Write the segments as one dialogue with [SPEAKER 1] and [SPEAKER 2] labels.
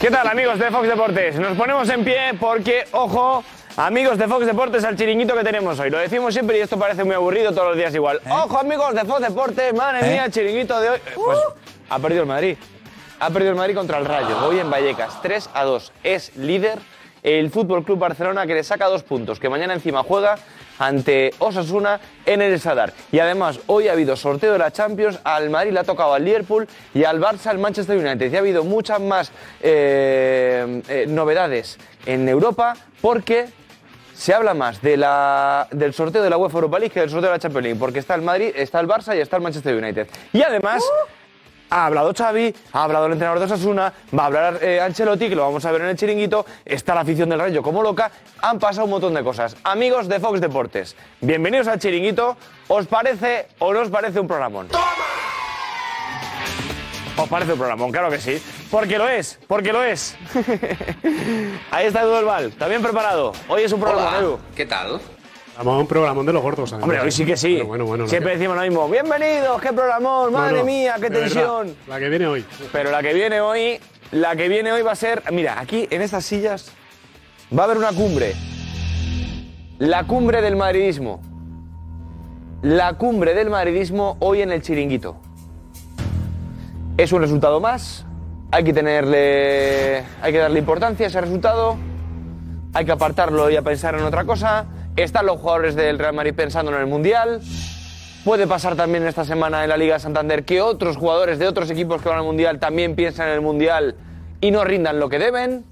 [SPEAKER 1] ¿Qué tal amigos de Fox Deportes? Nos ponemos en pie porque, ojo, amigos de Fox Deportes, al chiringuito que tenemos hoy. Lo decimos siempre y esto parece muy aburrido todos los días igual. Ojo amigos de Fox Deportes, madre mía, el chiringuito de hoy. Eh, Pues ha perdido el Madrid. Ha perdido el Madrid contra el Rayo. Hoy en Vallecas, 3 a 2. Es líder el Fútbol Club Barcelona que le saca dos puntos, que mañana encima juega ante Osasuna en el Sadar. Y además, hoy ha habido sorteo de la Champions, al Madrid le ha tocado al Liverpool y al Barça al Manchester United. Y ha habido muchas más eh, eh, novedades en Europa porque se habla más de la- del sorteo de la UEFA Europa League que del sorteo de la Champions League, porque está el Madrid, está el Barça y está el Manchester United. Y además, ha hablado Xavi, ha hablado el entrenador de Osasuna, va a hablar eh, Ancelotti, que lo vamos a ver en el chiringuito, está la afición del Rayo como loca, han pasado un montón de cosas. Amigos de Fox Deportes, bienvenidos al chiringuito, ¿os parece o no os parece un programón? ¿Os parece un programón? Claro que sí. Porque lo es, porque lo es. Ahí está Edu del Val, también preparado. Hoy es un programa, Edu.
[SPEAKER 2] ¿Qué tal?
[SPEAKER 3] Vamos a un programón de los gordos. además.
[SPEAKER 1] Hombre, hoy sí que sí.
[SPEAKER 3] Pero bueno, bueno. la
[SPEAKER 1] Siempre
[SPEAKER 3] que-
[SPEAKER 1] decimos lo mismo. Bienvenidos, qué programón,
[SPEAKER 3] No,
[SPEAKER 1] madre
[SPEAKER 3] no,
[SPEAKER 1] mía, qué
[SPEAKER 3] de verdad,
[SPEAKER 1] tensión.
[SPEAKER 3] la que viene hoy.
[SPEAKER 1] Pero la que viene hoy, la que viene hoy va a ser, mira, aquí en estas sillas va a haber una cumbre. La cumbre del madridismo. La cumbre del madridismo hoy en el chiringuito. Es un resultado más. Hay que tenerle hay que darle importancia a ese resultado. Hay que apartarlo y a pensar en otra cosa. Están los jugadores del Real Madrid pensando en el Mundial. Puede pasar también esta semana en la Liga Santander que otros jugadores de otros equipos que van al Mundial también piensan en el Mundial y no rindan lo que deben.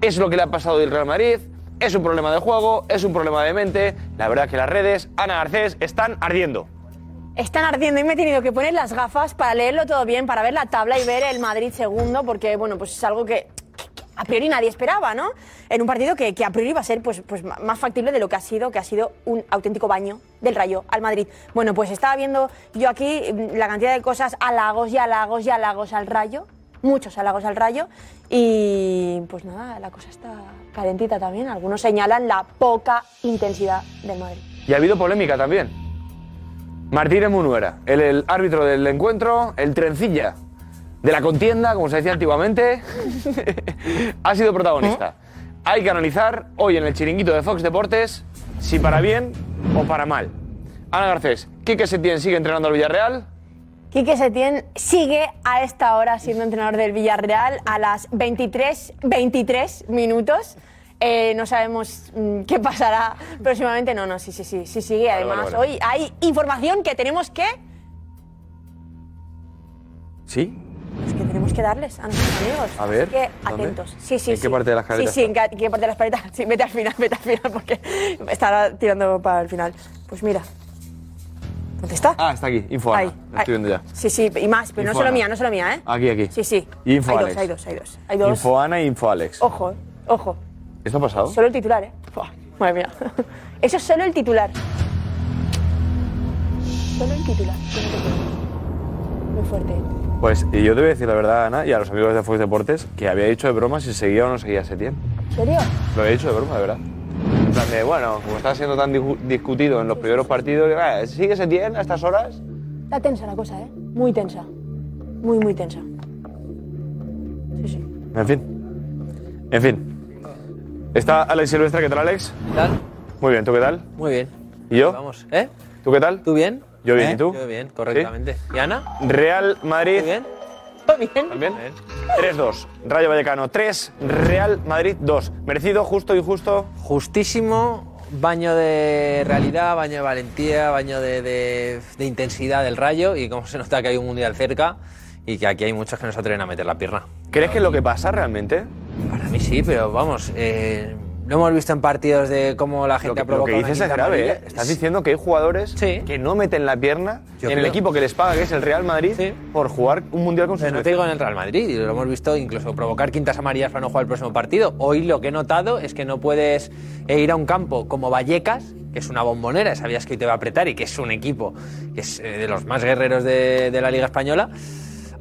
[SPEAKER 1] Es lo que le ha pasado hoy al Real Madrid. Es un problema de juego, es un problema de mente. La verdad que las redes, Ana Garcés, están ardiendo.
[SPEAKER 4] Están ardiendo y me he tenido que poner las gafas para leerlo todo bien, para ver la tabla y ver el Madrid segundo, porque bueno, pues es algo que que a priori nadie esperaba, ¿no? En un partido que, que a priori va a ser pues, pues ma- más factible de lo que ha sido, que ha sido un auténtico baño del Rayo al Madrid. Bueno, pues estaba viendo yo aquí mm, la cantidad de cosas, halagos y halagos y halagos al Rayo, muchos halagos al Rayo, y pues nada, la cosa está calentita también. Algunos señalan la poca intensidad del Madrid.
[SPEAKER 1] Y ha habido polémica también. Martínez Munuera, el, el árbitro del encuentro, el trencilla de la contienda, como se decía antiguamente, ha sido protagonista. Hay que analizar hoy en el chiringuito de Fox Deportes si para bien o para mal. Ana Garcés, Quique Setién sigue entrenando al Villarreal.
[SPEAKER 4] Quique Setién sigue a esta hora siendo entrenador del Villarreal a las 23, 23 minutos. Eh, no sabemos mm, qué pasará próximamente. No, no, sí, sí, sí, sí sigue.
[SPEAKER 1] Vale,
[SPEAKER 4] Además,
[SPEAKER 1] vale, vale.
[SPEAKER 4] hoy hay información que tenemos que,
[SPEAKER 1] Sí,
[SPEAKER 4] pues, que tenemos que darles a nuestros amigos.
[SPEAKER 1] A ver,
[SPEAKER 4] Así que
[SPEAKER 1] ¿dónde?
[SPEAKER 4] atentos. Sí, sí,
[SPEAKER 1] ¿En qué
[SPEAKER 4] sí.
[SPEAKER 1] parte de las
[SPEAKER 4] Sí,
[SPEAKER 1] caletas
[SPEAKER 4] sí, en ca- en qué parte de las paletas. Sí, vete al final, vete al final porque estará tirando para el final. Pues mira. ¿Dónde está?
[SPEAKER 1] Ah, está aquí, info. Ana.
[SPEAKER 4] Ahí,
[SPEAKER 1] Lo estoy
[SPEAKER 4] ahí.
[SPEAKER 1] viendo ya.
[SPEAKER 4] Sí, sí, y más, pero no
[SPEAKER 1] Info
[SPEAKER 4] solo
[SPEAKER 1] Ana.
[SPEAKER 4] mía, no solo mía, ¿eh?
[SPEAKER 1] Aquí, aquí.
[SPEAKER 4] Sí, sí.
[SPEAKER 1] Y Info
[SPEAKER 4] hay
[SPEAKER 1] Alex.
[SPEAKER 4] dos, hay dos, hay dos. Hay dos.
[SPEAKER 1] Info Ana e Info Alex.
[SPEAKER 4] Ojo, eh, ojo.
[SPEAKER 1] ¿Esto ha pasado?
[SPEAKER 4] Solo el titular, ¿eh? Buah, madre mía. Eso es solo el titular. Solo el titular. ¿cómo te queda? Muy fuerte.
[SPEAKER 1] Pues y yo te voy a decir la verdad, Ana, y a los amigos de Fox Deportes, que había dicho de broma si seguía o no seguía Setién.
[SPEAKER 4] ¿En serio?
[SPEAKER 1] Lo he hecho de broma, de verdad. En plan de, bueno, como está siendo tan discu- discutido en los primeros partidos, ah, sí que se tiene a estas horas.
[SPEAKER 4] Está tensa la cosa, ¿eh? Muy tensa. Muy, muy tensa. Sí, sí.
[SPEAKER 1] En fin. En fin. Está Alex Silvestre, ¿qué tal, Alex?
[SPEAKER 5] ¿Qué tal?
[SPEAKER 1] Muy bien, ¿tú qué tal?
[SPEAKER 5] Muy bien.
[SPEAKER 1] ¿Y yo?
[SPEAKER 5] Vamos, ¿eh?
[SPEAKER 1] ¿Tú qué tal?
[SPEAKER 5] ¿Tú bien? ¿Eh?
[SPEAKER 1] Yo bien, ¿y tú?
[SPEAKER 5] Yo bien, correctamente. ¿Y Ana?
[SPEAKER 1] Real Madrid.
[SPEAKER 5] ¿Tú bien?
[SPEAKER 1] ¿También? 3-2. Rayo Vallecano 3, Real Madrid 2. Merecido, justo, injusto.
[SPEAKER 5] Justísimo. Baño de realidad, baño de valentía, baño de, de- de intensidad del rayo y cómo se nota que hay un mundial cerca y que aquí hay muchos que no se atreven a meter la pierna.
[SPEAKER 1] ¿Crees que es lo que pasa realmente?
[SPEAKER 5] Para mí sí, pero vamos, eh, lo hemos visto en partidos de cómo la
[SPEAKER 1] Lo
[SPEAKER 5] gente
[SPEAKER 1] que,
[SPEAKER 5] ha provocado.
[SPEAKER 1] lo que
[SPEAKER 5] una
[SPEAKER 1] dices es
[SPEAKER 5] quinta
[SPEAKER 1] grave, ¿eh?
[SPEAKER 5] amarilla.
[SPEAKER 1] Estás
[SPEAKER 5] Sí.
[SPEAKER 1] diciendo que hay jugadores
[SPEAKER 5] Sí.
[SPEAKER 1] que no meten la pierna
[SPEAKER 5] Yo
[SPEAKER 1] en el
[SPEAKER 5] creo.
[SPEAKER 1] equipo que les paga, que es el Real Madrid,
[SPEAKER 5] Sí.
[SPEAKER 1] por jugar un mundial con sus
[SPEAKER 5] Pero no te digo en el Real Madrid, y lo hemos visto incluso provocar quintas amarillas para no jugar el próximo partido. Hoy lo que he notado es que no puedes eh, ir a un campo como Vallecas, que es una bombonera, sabías que hoy te va a apretar y que es un equipo que es eh, de los más guerreros de, de la Liga Española,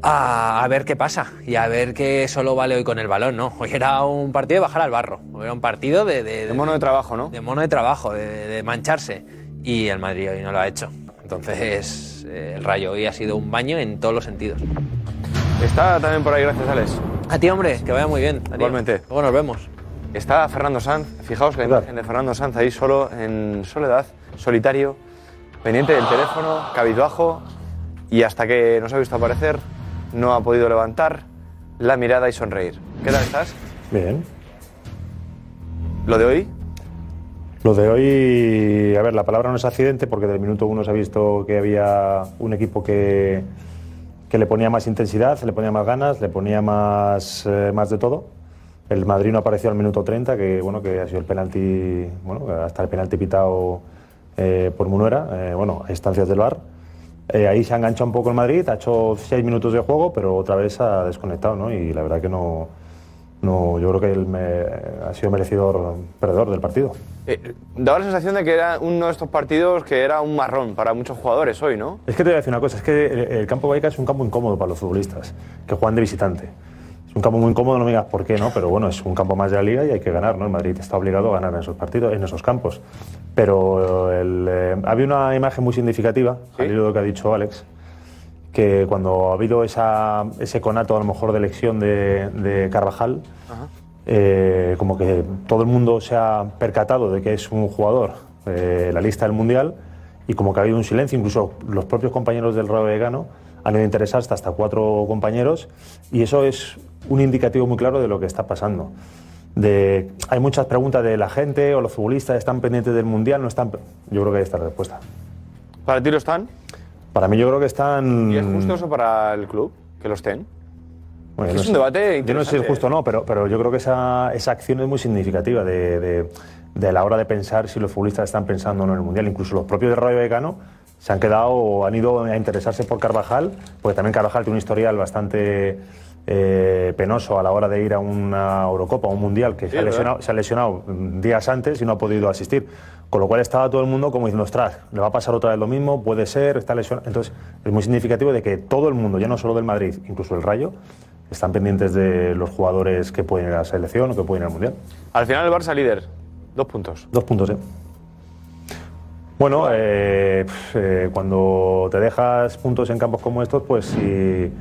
[SPEAKER 5] a, a ver qué pasa y a ver qué solo vale hoy con el balón. No, hoy era un partido de bajar al barro, hoy era un partido de, de-
[SPEAKER 1] De mono de trabajo, ¿no?
[SPEAKER 5] de mono de trabajo, de, de mancharse, y el Madrid hoy no lo ha hecho. Entonces, eh, el rayo hoy ha sido un baño en todos los sentidos.
[SPEAKER 1] Está también por ahí, gracias, Alex.
[SPEAKER 6] A ti, hombre, que vaya muy bien. Darío.
[SPEAKER 1] Igualmente.
[SPEAKER 6] Luego nos vemos.
[SPEAKER 1] Está Fernando Sanz. Fijaos la imagen de Fernando Sanz ahí solo, en soledad, solitario, pendiente del teléfono, cabizbajo. Y hasta que nos ha visto aparecer, no ha podido levantar la mirada y sonreír. ¿Qué tal estás?
[SPEAKER 7] Bien.
[SPEAKER 1] ¿Lo de hoy?
[SPEAKER 7] Lo de hoy, a ver, la palabra no es accidente porque del minuto uno se ha visto que había un equipo que, que le ponía más intensidad, le ponía más ganas, le ponía más, eh, más de todo. El Madrid no apareció al minuto 30, que bueno, que ha sido el penalti, bueno, hasta el penalti pitado eh, por Munuera, eh, bueno, a instancias del VAR. Eh, ahí se ha enganchado un poco el Madrid, ha hecho seis minutos de juego, pero otra vez se ha desconectado, ¿no? Y la verdad que no, no yo creo que él me- ha sido merecidor perdedor del partido.
[SPEAKER 1] Eh, daba la sensación de que era uno de estos partidos que era un marrón para muchos jugadores hoy, ¿no?
[SPEAKER 7] Es que te voy a decir una cosa, es que el, el campo de Baica es un campo incómodo para los futbolistas, que juegan de visitante. Es un campo muy incómodo, no me digas por qué, ¿no? Pero bueno, es un campo más de la liga y hay que ganar, ¿no? El Madrid está obligado a ganar en esos partidos, en esos campos. Pero el, eh, había una imagen muy significativa, al hilo de lo que ha dicho Alex, que cuando ha habido esa- ese conato a lo mejor de elección de, de Carvajal, eh, como que todo el mundo se ha percatado de que es un jugador eh, en la lista del Mundial y como que ha habido un silencio, incluso los propios compañeros del Rayo Vallecano han ido a interesarse hasta cuatro compañeros y eso es un indicativo muy claro de lo que está pasando. De, hay muchas preguntas de la gente o los futbolistas están pendientes del Mundial, no están... pe- Yo creo que ahí está la respuesta.
[SPEAKER 1] ¿Para ti lo están? Mm.
[SPEAKER 7] Para mí yo creo que están...
[SPEAKER 1] ¿Y es justo eso para el club? Que lo estén.
[SPEAKER 7] Bueno,
[SPEAKER 1] Es
[SPEAKER 7] no
[SPEAKER 1] un
[SPEAKER 7] sé.
[SPEAKER 1] debate
[SPEAKER 7] Yo no sé si
[SPEAKER 1] interesante,
[SPEAKER 7] es justo o no, pero, pero yo creo que esa, esa acción es muy significativa de, de- de la hora de pensar si los futbolistas están pensando o no en el Mundial. Incluso los propios de Rayo Vallecano se han quedado, han ido a interesarse por Carvajal, porque también Carvajal tiene un historial bastante eh, penoso a la hora de ir a una Eurocopa o un Mundial que
[SPEAKER 3] Sí,
[SPEAKER 7] se, ha
[SPEAKER 3] ¿verdad?
[SPEAKER 7] lesionado, se ha lesionado mm, días antes y no ha podido asistir. Con lo cual estaba todo el mundo como diciendo, ostras, le va a pasar otra vez lo mismo, puede ser, está lesionado. Entonces es muy significativo de que todo el mundo, ya no solo del Madrid, incluso el Rayo, están pendientes de los jugadores que pueden ir a la selección o que pueden ir al Mundial.
[SPEAKER 1] Al final el Barça líder. Dos puntos.
[SPEAKER 7] Dos puntos, ¿eh? Bueno, eh, pf, eh, cuando te dejas puntos en campos como estos, pues si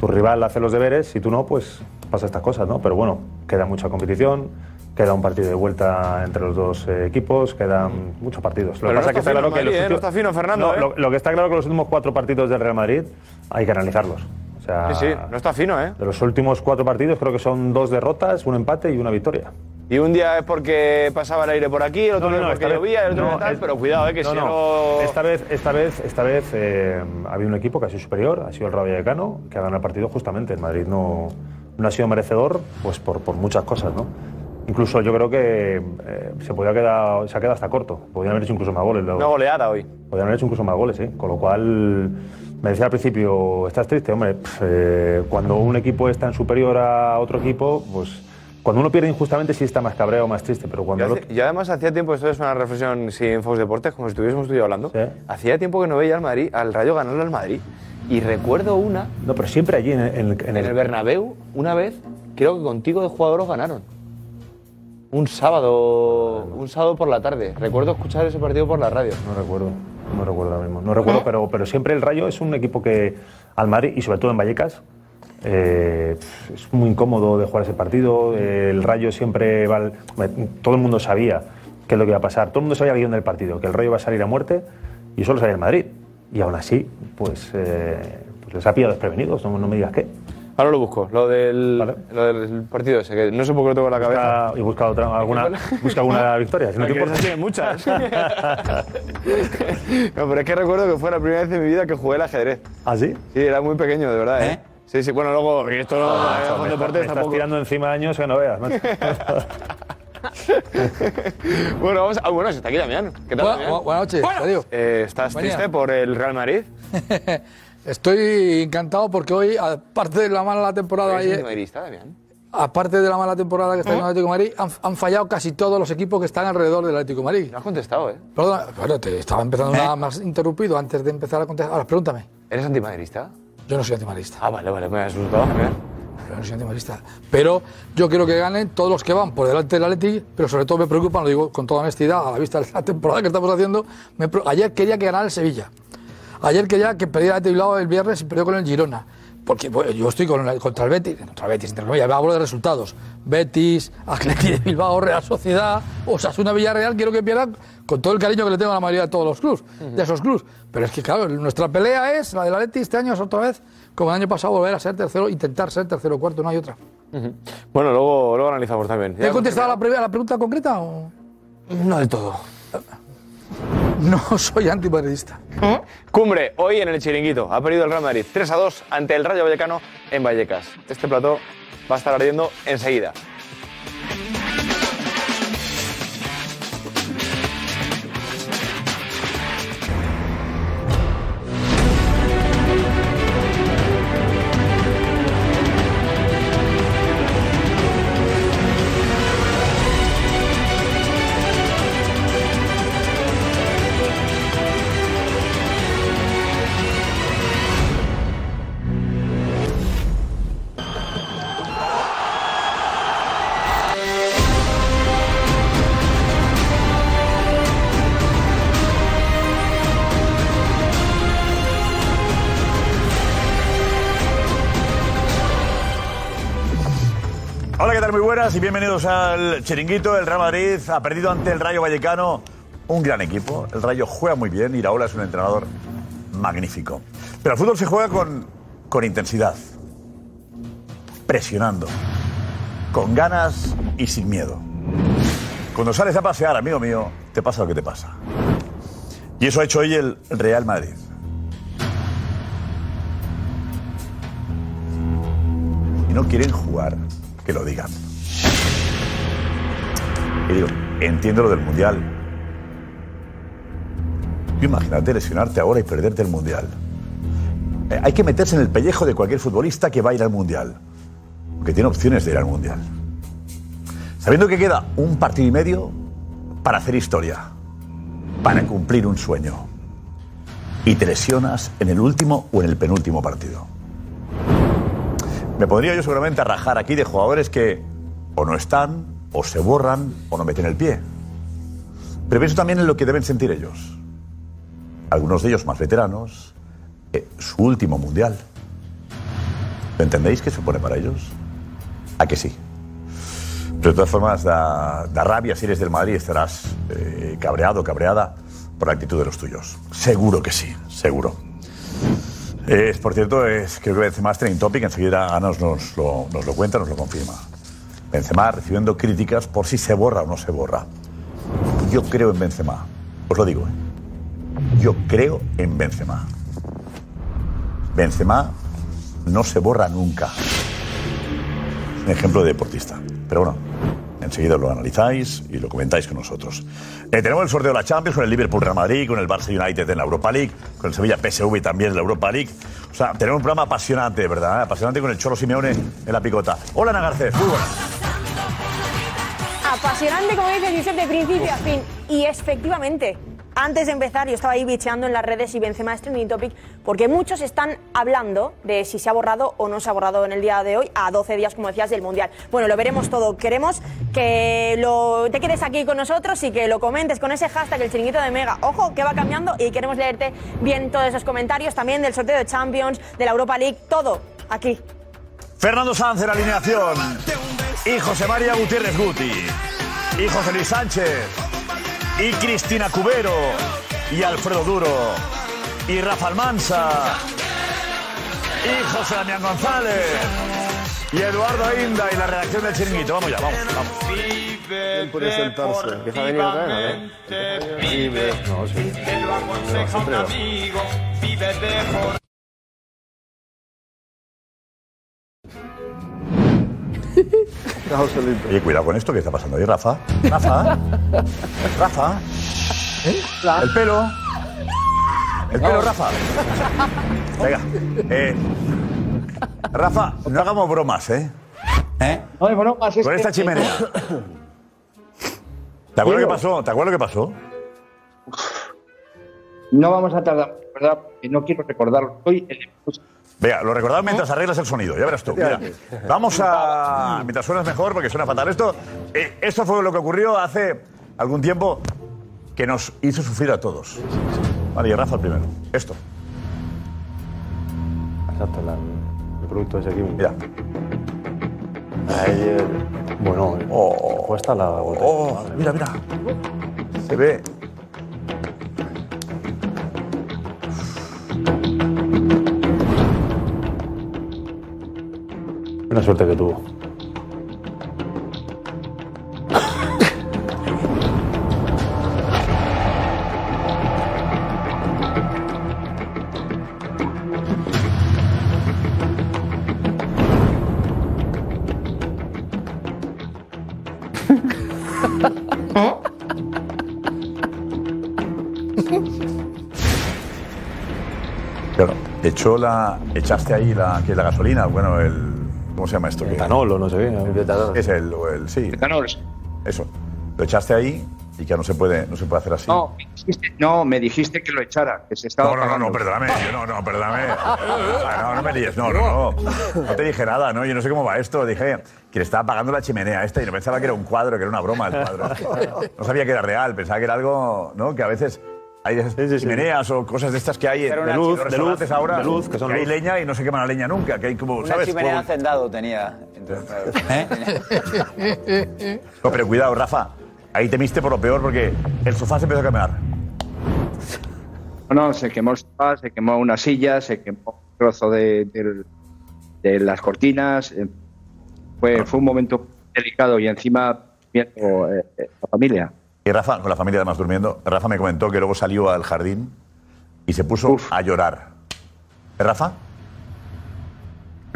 [SPEAKER 7] tu rival hace los deberes, si tú no, pues pasa estas cosas, ¿no? Pero bueno, queda mucha competición, queda un partido de vuelta entre los dos eh, equipos, quedan muchos partidos.
[SPEAKER 1] Pero
[SPEAKER 7] Lo que
[SPEAKER 1] no
[SPEAKER 7] pasa es que
[SPEAKER 1] está
[SPEAKER 7] está
[SPEAKER 1] fino
[SPEAKER 7] claro
[SPEAKER 1] el
[SPEAKER 7] que los
[SPEAKER 1] Madrid, ¿eh? No
[SPEAKER 7] últimos-
[SPEAKER 1] está fino, Fernando,
[SPEAKER 7] No,
[SPEAKER 1] ¿eh?
[SPEAKER 7] lo, lo que está claro que los últimos cuatro partidos del Real Madrid hay que analizarlos. O sea,
[SPEAKER 1] Sí, sí, no está fino, ¿eh?
[SPEAKER 7] de los últimos cuatro partidos creo que son dos derrotas, un empate y una victoria.
[SPEAKER 1] Y un día es porque pasaba el aire por aquí, el otro día
[SPEAKER 7] no,
[SPEAKER 1] porque
[SPEAKER 7] esta vez-
[SPEAKER 1] llovía, el otro
[SPEAKER 7] no,
[SPEAKER 1] día tal,
[SPEAKER 7] es-
[SPEAKER 1] pero cuidado, eh, que
[SPEAKER 7] no,
[SPEAKER 1] si
[SPEAKER 7] no.
[SPEAKER 1] no...
[SPEAKER 7] Esta vez, esta vez, esta vez eh, ha habido un equipo que ha sido superior, ha sido el Rayo Vallecano, que ha ganado el partido justamente. El Madrid no, no ha sido merecedor pues por, por muchas cosas, ¿no? Incluso yo creo que eh, se, podía quedar, se ha quedado hasta corto. Podrían haber hecho incluso más goles.
[SPEAKER 1] Una goleada hoy.
[SPEAKER 7] Podrían haber hecho incluso más goles, sí. Con lo cual, me decía al principio, estás triste, hombre. Pff, eh, cuando un equipo es tan superior a otro equipo, pues cuando uno pierde injustamente sí está más cabreado, más triste, pero cuando el otro-
[SPEAKER 1] Y además hacía tiempo, esto es una reflexión sí, en Fox Deportes, como si estuviésemos tú y yo hablando, hacía tiempo que no veía al Madrid, al Rayo ganarle al Madrid. Y recuerdo una,
[SPEAKER 7] No, pero siempre allí en el, en el- en
[SPEAKER 1] en
[SPEAKER 7] el-
[SPEAKER 1] el Bernabéu, una vez, creo que contigo de jugadoros ganaron. Un sábado, un sábado por la tarde. Recuerdo escuchar ese partido por la radio.
[SPEAKER 7] No recuerdo, no recuerdo ahora mismo. No recuerdo, pero, pero siempre el Rayo es un equipo que al Madrid, y sobre todo en Vallecas, eh, es muy incómodo de jugar ese partido. eh, El Rayo siempre va... al- hombre, Todo el mundo sabía qué es lo que iba a pasar. Todo el mundo sabía el guión del partido, que el Rayo va a salir a muerte, y solo sabía el Madrid. Y aún así, pues, eh, pues les ha pillado desprevenidos, no, no me digas qué.
[SPEAKER 1] Ahora lo busco, lo del, lo del partido ese, que no sé por qué lo tengo en la cabeza.
[SPEAKER 7] y busca, otra, alguna, busca alguna victoria, si no te
[SPEAKER 1] Porque
[SPEAKER 7] importa.
[SPEAKER 1] esas tiene muchas. no, pero es que recuerdo que fue la primera vez en mi vida que jugué al ajedrez.
[SPEAKER 7] ¿Ah, sí?
[SPEAKER 1] Sí, era muy pequeño, de verdad. ¿eh? Sí, sí, bueno, luego, y esto no.
[SPEAKER 7] Ah,
[SPEAKER 1] eh,
[SPEAKER 7] macho,
[SPEAKER 1] Fox
[SPEAKER 7] me, está-
[SPEAKER 1] Deportes
[SPEAKER 7] me estás
[SPEAKER 1] tampoco.
[SPEAKER 7] tirando encima años que no veas, macho.
[SPEAKER 1] Bueno, vamos a- ah, bueno, está aquí Damián. ¿Qué tal,
[SPEAKER 8] Buena-
[SPEAKER 1] Damián?
[SPEAKER 8] bu- buenas noches, Darío.
[SPEAKER 1] Eh, ¿Estás
[SPEAKER 8] Buenas.
[SPEAKER 1] triste por el Real Madrid?
[SPEAKER 8] Estoy encantado porque hoy, aparte de la mala temporada
[SPEAKER 1] ¿Eres
[SPEAKER 8] ayer-
[SPEAKER 1] antimadridista, Damián?
[SPEAKER 8] aparte de la mala temporada que está en el Atlético de Madrid, han, han fallado casi todos los equipos que están alrededor del Atlético de Madrid. No
[SPEAKER 1] has contestado, ¿eh?
[SPEAKER 8] Perdona, bueno, te estaba empezando nada más interrumpido antes de empezar a contestar. Ahora, pregúntame.
[SPEAKER 1] ¿Eh? ¿Eres antimadridista?
[SPEAKER 8] Yo no soy antimadridista.
[SPEAKER 1] Ah, vale, vale, me has asustado. Damián.
[SPEAKER 8] Yo no soy antimadridista. Pero yo quiero que ganen todos los que van por delante del Atleti, pero sobre todo me preocupan, lo digo con toda honestidad, a la vista de la temporada que estamos haciendo. me pre- ayer quería que ganara el Sevilla. Ayer quería que perdiera el Bilbao el viernes y perdió con el Girona. Porque bueno, yo estoy con la- contra el Betis, contra el Betis, entre comillas, hablo de resultados. Betis, Atleti de Bilbao, Real Sociedad, Osasuna Villarreal, quiero que pierdan con todo el cariño que le tengo a la mayoría de todos los clubes, de esos clubes. Pero es que, claro, nuestra pelea es la del Atleti este año es otra vez, como el año pasado, volver a ser tercero, intentar ser tercero o cuarto, no hay otra.
[SPEAKER 1] Bueno, luego, luego analizamos también.
[SPEAKER 8] ¿Te
[SPEAKER 1] Ya-
[SPEAKER 8] he contestado a la, pre- a la pregunta concreta o...?
[SPEAKER 6] No del todo.
[SPEAKER 8] No soy antimadridista.
[SPEAKER 1] ¿Eh? Cumbre, hoy en el chiringuito. Ha perdido el Real Madrid 3 a 2 ante el Rayo Vallecano en Vallecas. Este plató va a estar ardiendo enseguida.
[SPEAKER 3] Hola, ¿qué tal? Muy buenas y bienvenidos al Chiringuito. El Real Madrid ha perdido ante el Rayo Vallecano. Un gran equipo. El Rayo juega muy bien. Iraola es un entrenador magnífico. Pero el fútbol se juega con, con intensidad, presionando, con ganas y sin miedo. Cuando sales a pasear, amigo mío, te pasa lo que te pasa. Y eso ha hecho hoy el Real Madrid. y no quieren jugar, que lo digan. Y digo, entiendo lo del Mundial. Tú Imagínate lesionarte ahora y perderte el Mundial. Eh, hay que meterse en el pellejo de cualquier futbolista que va a ir al Mundial, que tiene opciones de ir al Mundial. Sabiendo que queda un partido y medio para hacer historia, para cumplir un sueño. Y te lesionas en el último o en el penúltimo partido. Me podría yo seguramente rajar aquí de jugadores que o no están, o se borran, o no meten el pie. Pero pienso también en lo que deben sentir ellos. Algunos de ellos más veteranos, eh, su último mundial. ¿Entendéis qué supone para ellos? ¿A que sí? Pero de todas formas, da, da rabia si eres del Madrid y estarás eh, cabreado, cabreada por la actitud de los tuyos. Seguro que sí, seguro. Es, por cierto, es, creo que Benzema es trending topic, enseguida Ana nos, nos lo, nos lo cuenta, nos lo confirma. Benzema recibiendo críticas por si se borra o no se borra. Yo creo en Benzema, os lo digo. ¿eh? Yo creo en Benzema. Benzema no se borra nunca. Un ejemplo de deportista. Pero bueno, enseguida lo analizáis y lo comentáis con nosotros. Eh, tenemos el sorteo de la Champions con el Liverpool Real Madrid, con el Barça United en la Europa League, con el Sevilla PSV también en la Europa League. O sea, tenemos un programa apasionante, de ¿verdad? ¿eh? Apasionante con el Cholo Simeone en la picota. Hola, Ana Garcés. Muy buenas.
[SPEAKER 4] Apasionante, como dices, Josep, de principio a fin. Y efectivamente, antes de empezar, yo estaba ahí bicheando en las redes y Benzema es trending topic, porque muchos están hablando de si se ha borrado o no se ha borrado en el día de hoy, a 12 días, como decías, del Mundial. Bueno, lo veremos todo. Queremos que lo, te quedes aquí con nosotros y que lo comentes con ese hashtag, el chiringuito de Mega. Ojo, que va cambiando y queremos leerte bien todos esos comentarios, también del sorteo de Champions, de la Europa League, todo aquí.
[SPEAKER 3] Fernando Sánchez, la alineación. Y José María Gutiérrez Guti. Y José Luis Sánchez. Y Cristina Cubero. Y Alfredo Duro. Y Rafa Almansa. Y José Damián González. Y Eduardo Inda y la redacción del chiringuito. Vamos ya, vamos, vamos.
[SPEAKER 9] puede sentarse.
[SPEAKER 1] Empieza a venir otra vez, ¿no?
[SPEAKER 9] No, sí. No, siempre va.
[SPEAKER 3] Oye, cuidado con esto que está pasando ahí, Rafa. Rafa. Rafa. El pelo. El pelo, Rafa. Venga. eh, Rafa, no hagamos bromas, ¿eh? ¿Eh?
[SPEAKER 10] No hay bromas, es
[SPEAKER 3] Con
[SPEAKER 10] que-
[SPEAKER 3] esta chimenea. ¿Te acuerdas lo que pasó? ¿Te acuerdas lo que pasó?
[SPEAKER 10] No vamos a tardar, ¿verdad? Que no quiero recordarlo. Hoy el
[SPEAKER 3] Venga, lo
[SPEAKER 10] ¿Eh?
[SPEAKER 3] recordamos mientras arreglas el sonido, ya verás tú. Mira, vamos a. Mientras suenas mejor, porque suena fatal. Esto, eh, esto fue lo que ocurrió hace algún tiempo que nos hizo sufrir a todos. Vale, y Rafa el primero. Esto.
[SPEAKER 7] Exacto, la, El producto es aquí.
[SPEAKER 3] Mira.
[SPEAKER 7] Bueno, cuesta la botella.
[SPEAKER 3] Oh, mira, mira. Se ve.
[SPEAKER 7] Buena suerte que tuvo.
[SPEAKER 3] Claro. Echó la. Echaste ahí la, que es la gasolina, bueno, el. ¿Cómo se llama esto?
[SPEAKER 7] Etanol o no sé qué. El
[SPEAKER 3] bioetanol. Es el, o el sí. Etanol. Eso. Lo echaste ahí y que no se puede, no se puede hacer así.
[SPEAKER 11] No, me dijiste, no, me dijiste que lo echara, que se estaba.
[SPEAKER 3] No, no, no,
[SPEAKER 11] apagando.
[SPEAKER 3] no, perdóname, yo no, no, perdóname. Ah, No, no me líes, no, no, no. No te dije nada, ¿no? Yo no sé cómo va esto. Dije que le estaba apagando la chimenea esta y no pensaba que era un cuadro, que era una broma el cuadro. No sabía que era real, pensaba que era algo, ¿no? Que a veces hay esas chimeneas o cosas de estas que hay
[SPEAKER 12] Era
[SPEAKER 3] en
[SPEAKER 12] una-
[SPEAKER 3] en
[SPEAKER 12] de
[SPEAKER 3] los
[SPEAKER 12] luz,
[SPEAKER 3] restaurantes
[SPEAKER 12] de luz,
[SPEAKER 3] ahora.
[SPEAKER 12] de luz, que son
[SPEAKER 3] hay
[SPEAKER 12] luz.
[SPEAKER 3] leña y no se quema la leña nunca, que hay como,
[SPEAKER 12] Una
[SPEAKER 3] ¿sabes?
[SPEAKER 12] chimenea
[SPEAKER 3] Huevos.
[SPEAKER 12] hacendado tenía. Entonces, claro, tenía-
[SPEAKER 3] No, pero cuidado, Rafa. Ahí temiste por lo peor porque el sofá se empezó a quemar.
[SPEAKER 11] No, no, se quemó el sofá, se quemó una silla, se quemó un trozo de, del- de las cortinas. eh, Fue, fue un momento delicado y encima viendo eh, eh, la familia.
[SPEAKER 3] Y Rafa, con la familia además durmiendo, Rafa me comentó que luego salió al jardín y se puso a llorar. ¿Eh, ¿Rafa?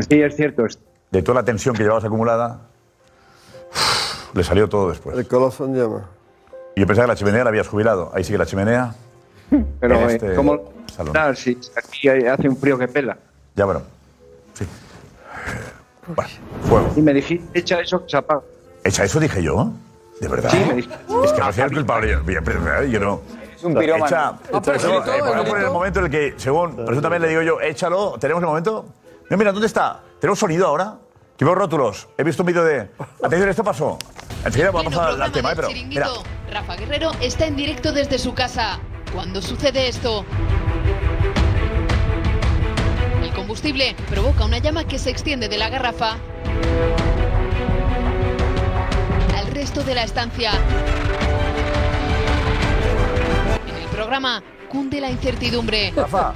[SPEAKER 11] Sí, es cierto.
[SPEAKER 3] De toda la tensión que llevabas acumulada, le salió todo después. El
[SPEAKER 13] corazón Pues, llama.
[SPEAKER 3] Y yo pensaba que la chimenea la habías jubilado. Ahí sí que la chimenea.
[SPEAKER 11] Pero
[SPEAKER 3] en
[SPEAKER 11] eh,
[SPEAKER 3] este
[SPEAKER 11] ¿cómo
[SPEAKER 3] salón.
[SPEAKER 11] tal si aquí hay- hace un frío que pela?
[SPEAKER 3] Ya, bueno. Sí.
[SPEAKER 11] Y me dijiste, echa eso que se apaga.
[SPEAKER 3] ¿Echa eso dije yo? ¿De verdad?
[SPEAKER 11] Sí, me dijiste.
[SPEAKER 3] Es que no soy el culpable. Yo, yo- pero, eh, yo no.
[SPEAKER 11] Es un pirómano.
[SPEAKER 3] Echa-
[SPEAKER 11] Ah, pero
[SPEAKER 3] Echa-
[SPEAKER 11] sí, todo,
[SPEAKER 3] eh, podemos
[SPEAKER 11] Benito.
[SPEAKER 3] poner el momento en el que, según, pero eso también le digo yo, échalo. Tenemos el momento. No, mira, ¿dónde está? ¿Tenemos sonido ahora? Que veo rótulos. He visto un vídeo de. Atención, esto pasó. Enseguida vamos a pasar al tema, eh, pero. Mira,
[SPEAKER 14] Chiringuito, Rafa Guerrero está en directo desde su casa. Cuando sucede esto? El combustible provoca una llama que se extiende de la garrafa al resto de la estancia. En el programa cunde la incertidumbre.
[SPEAKER 13] Rafa.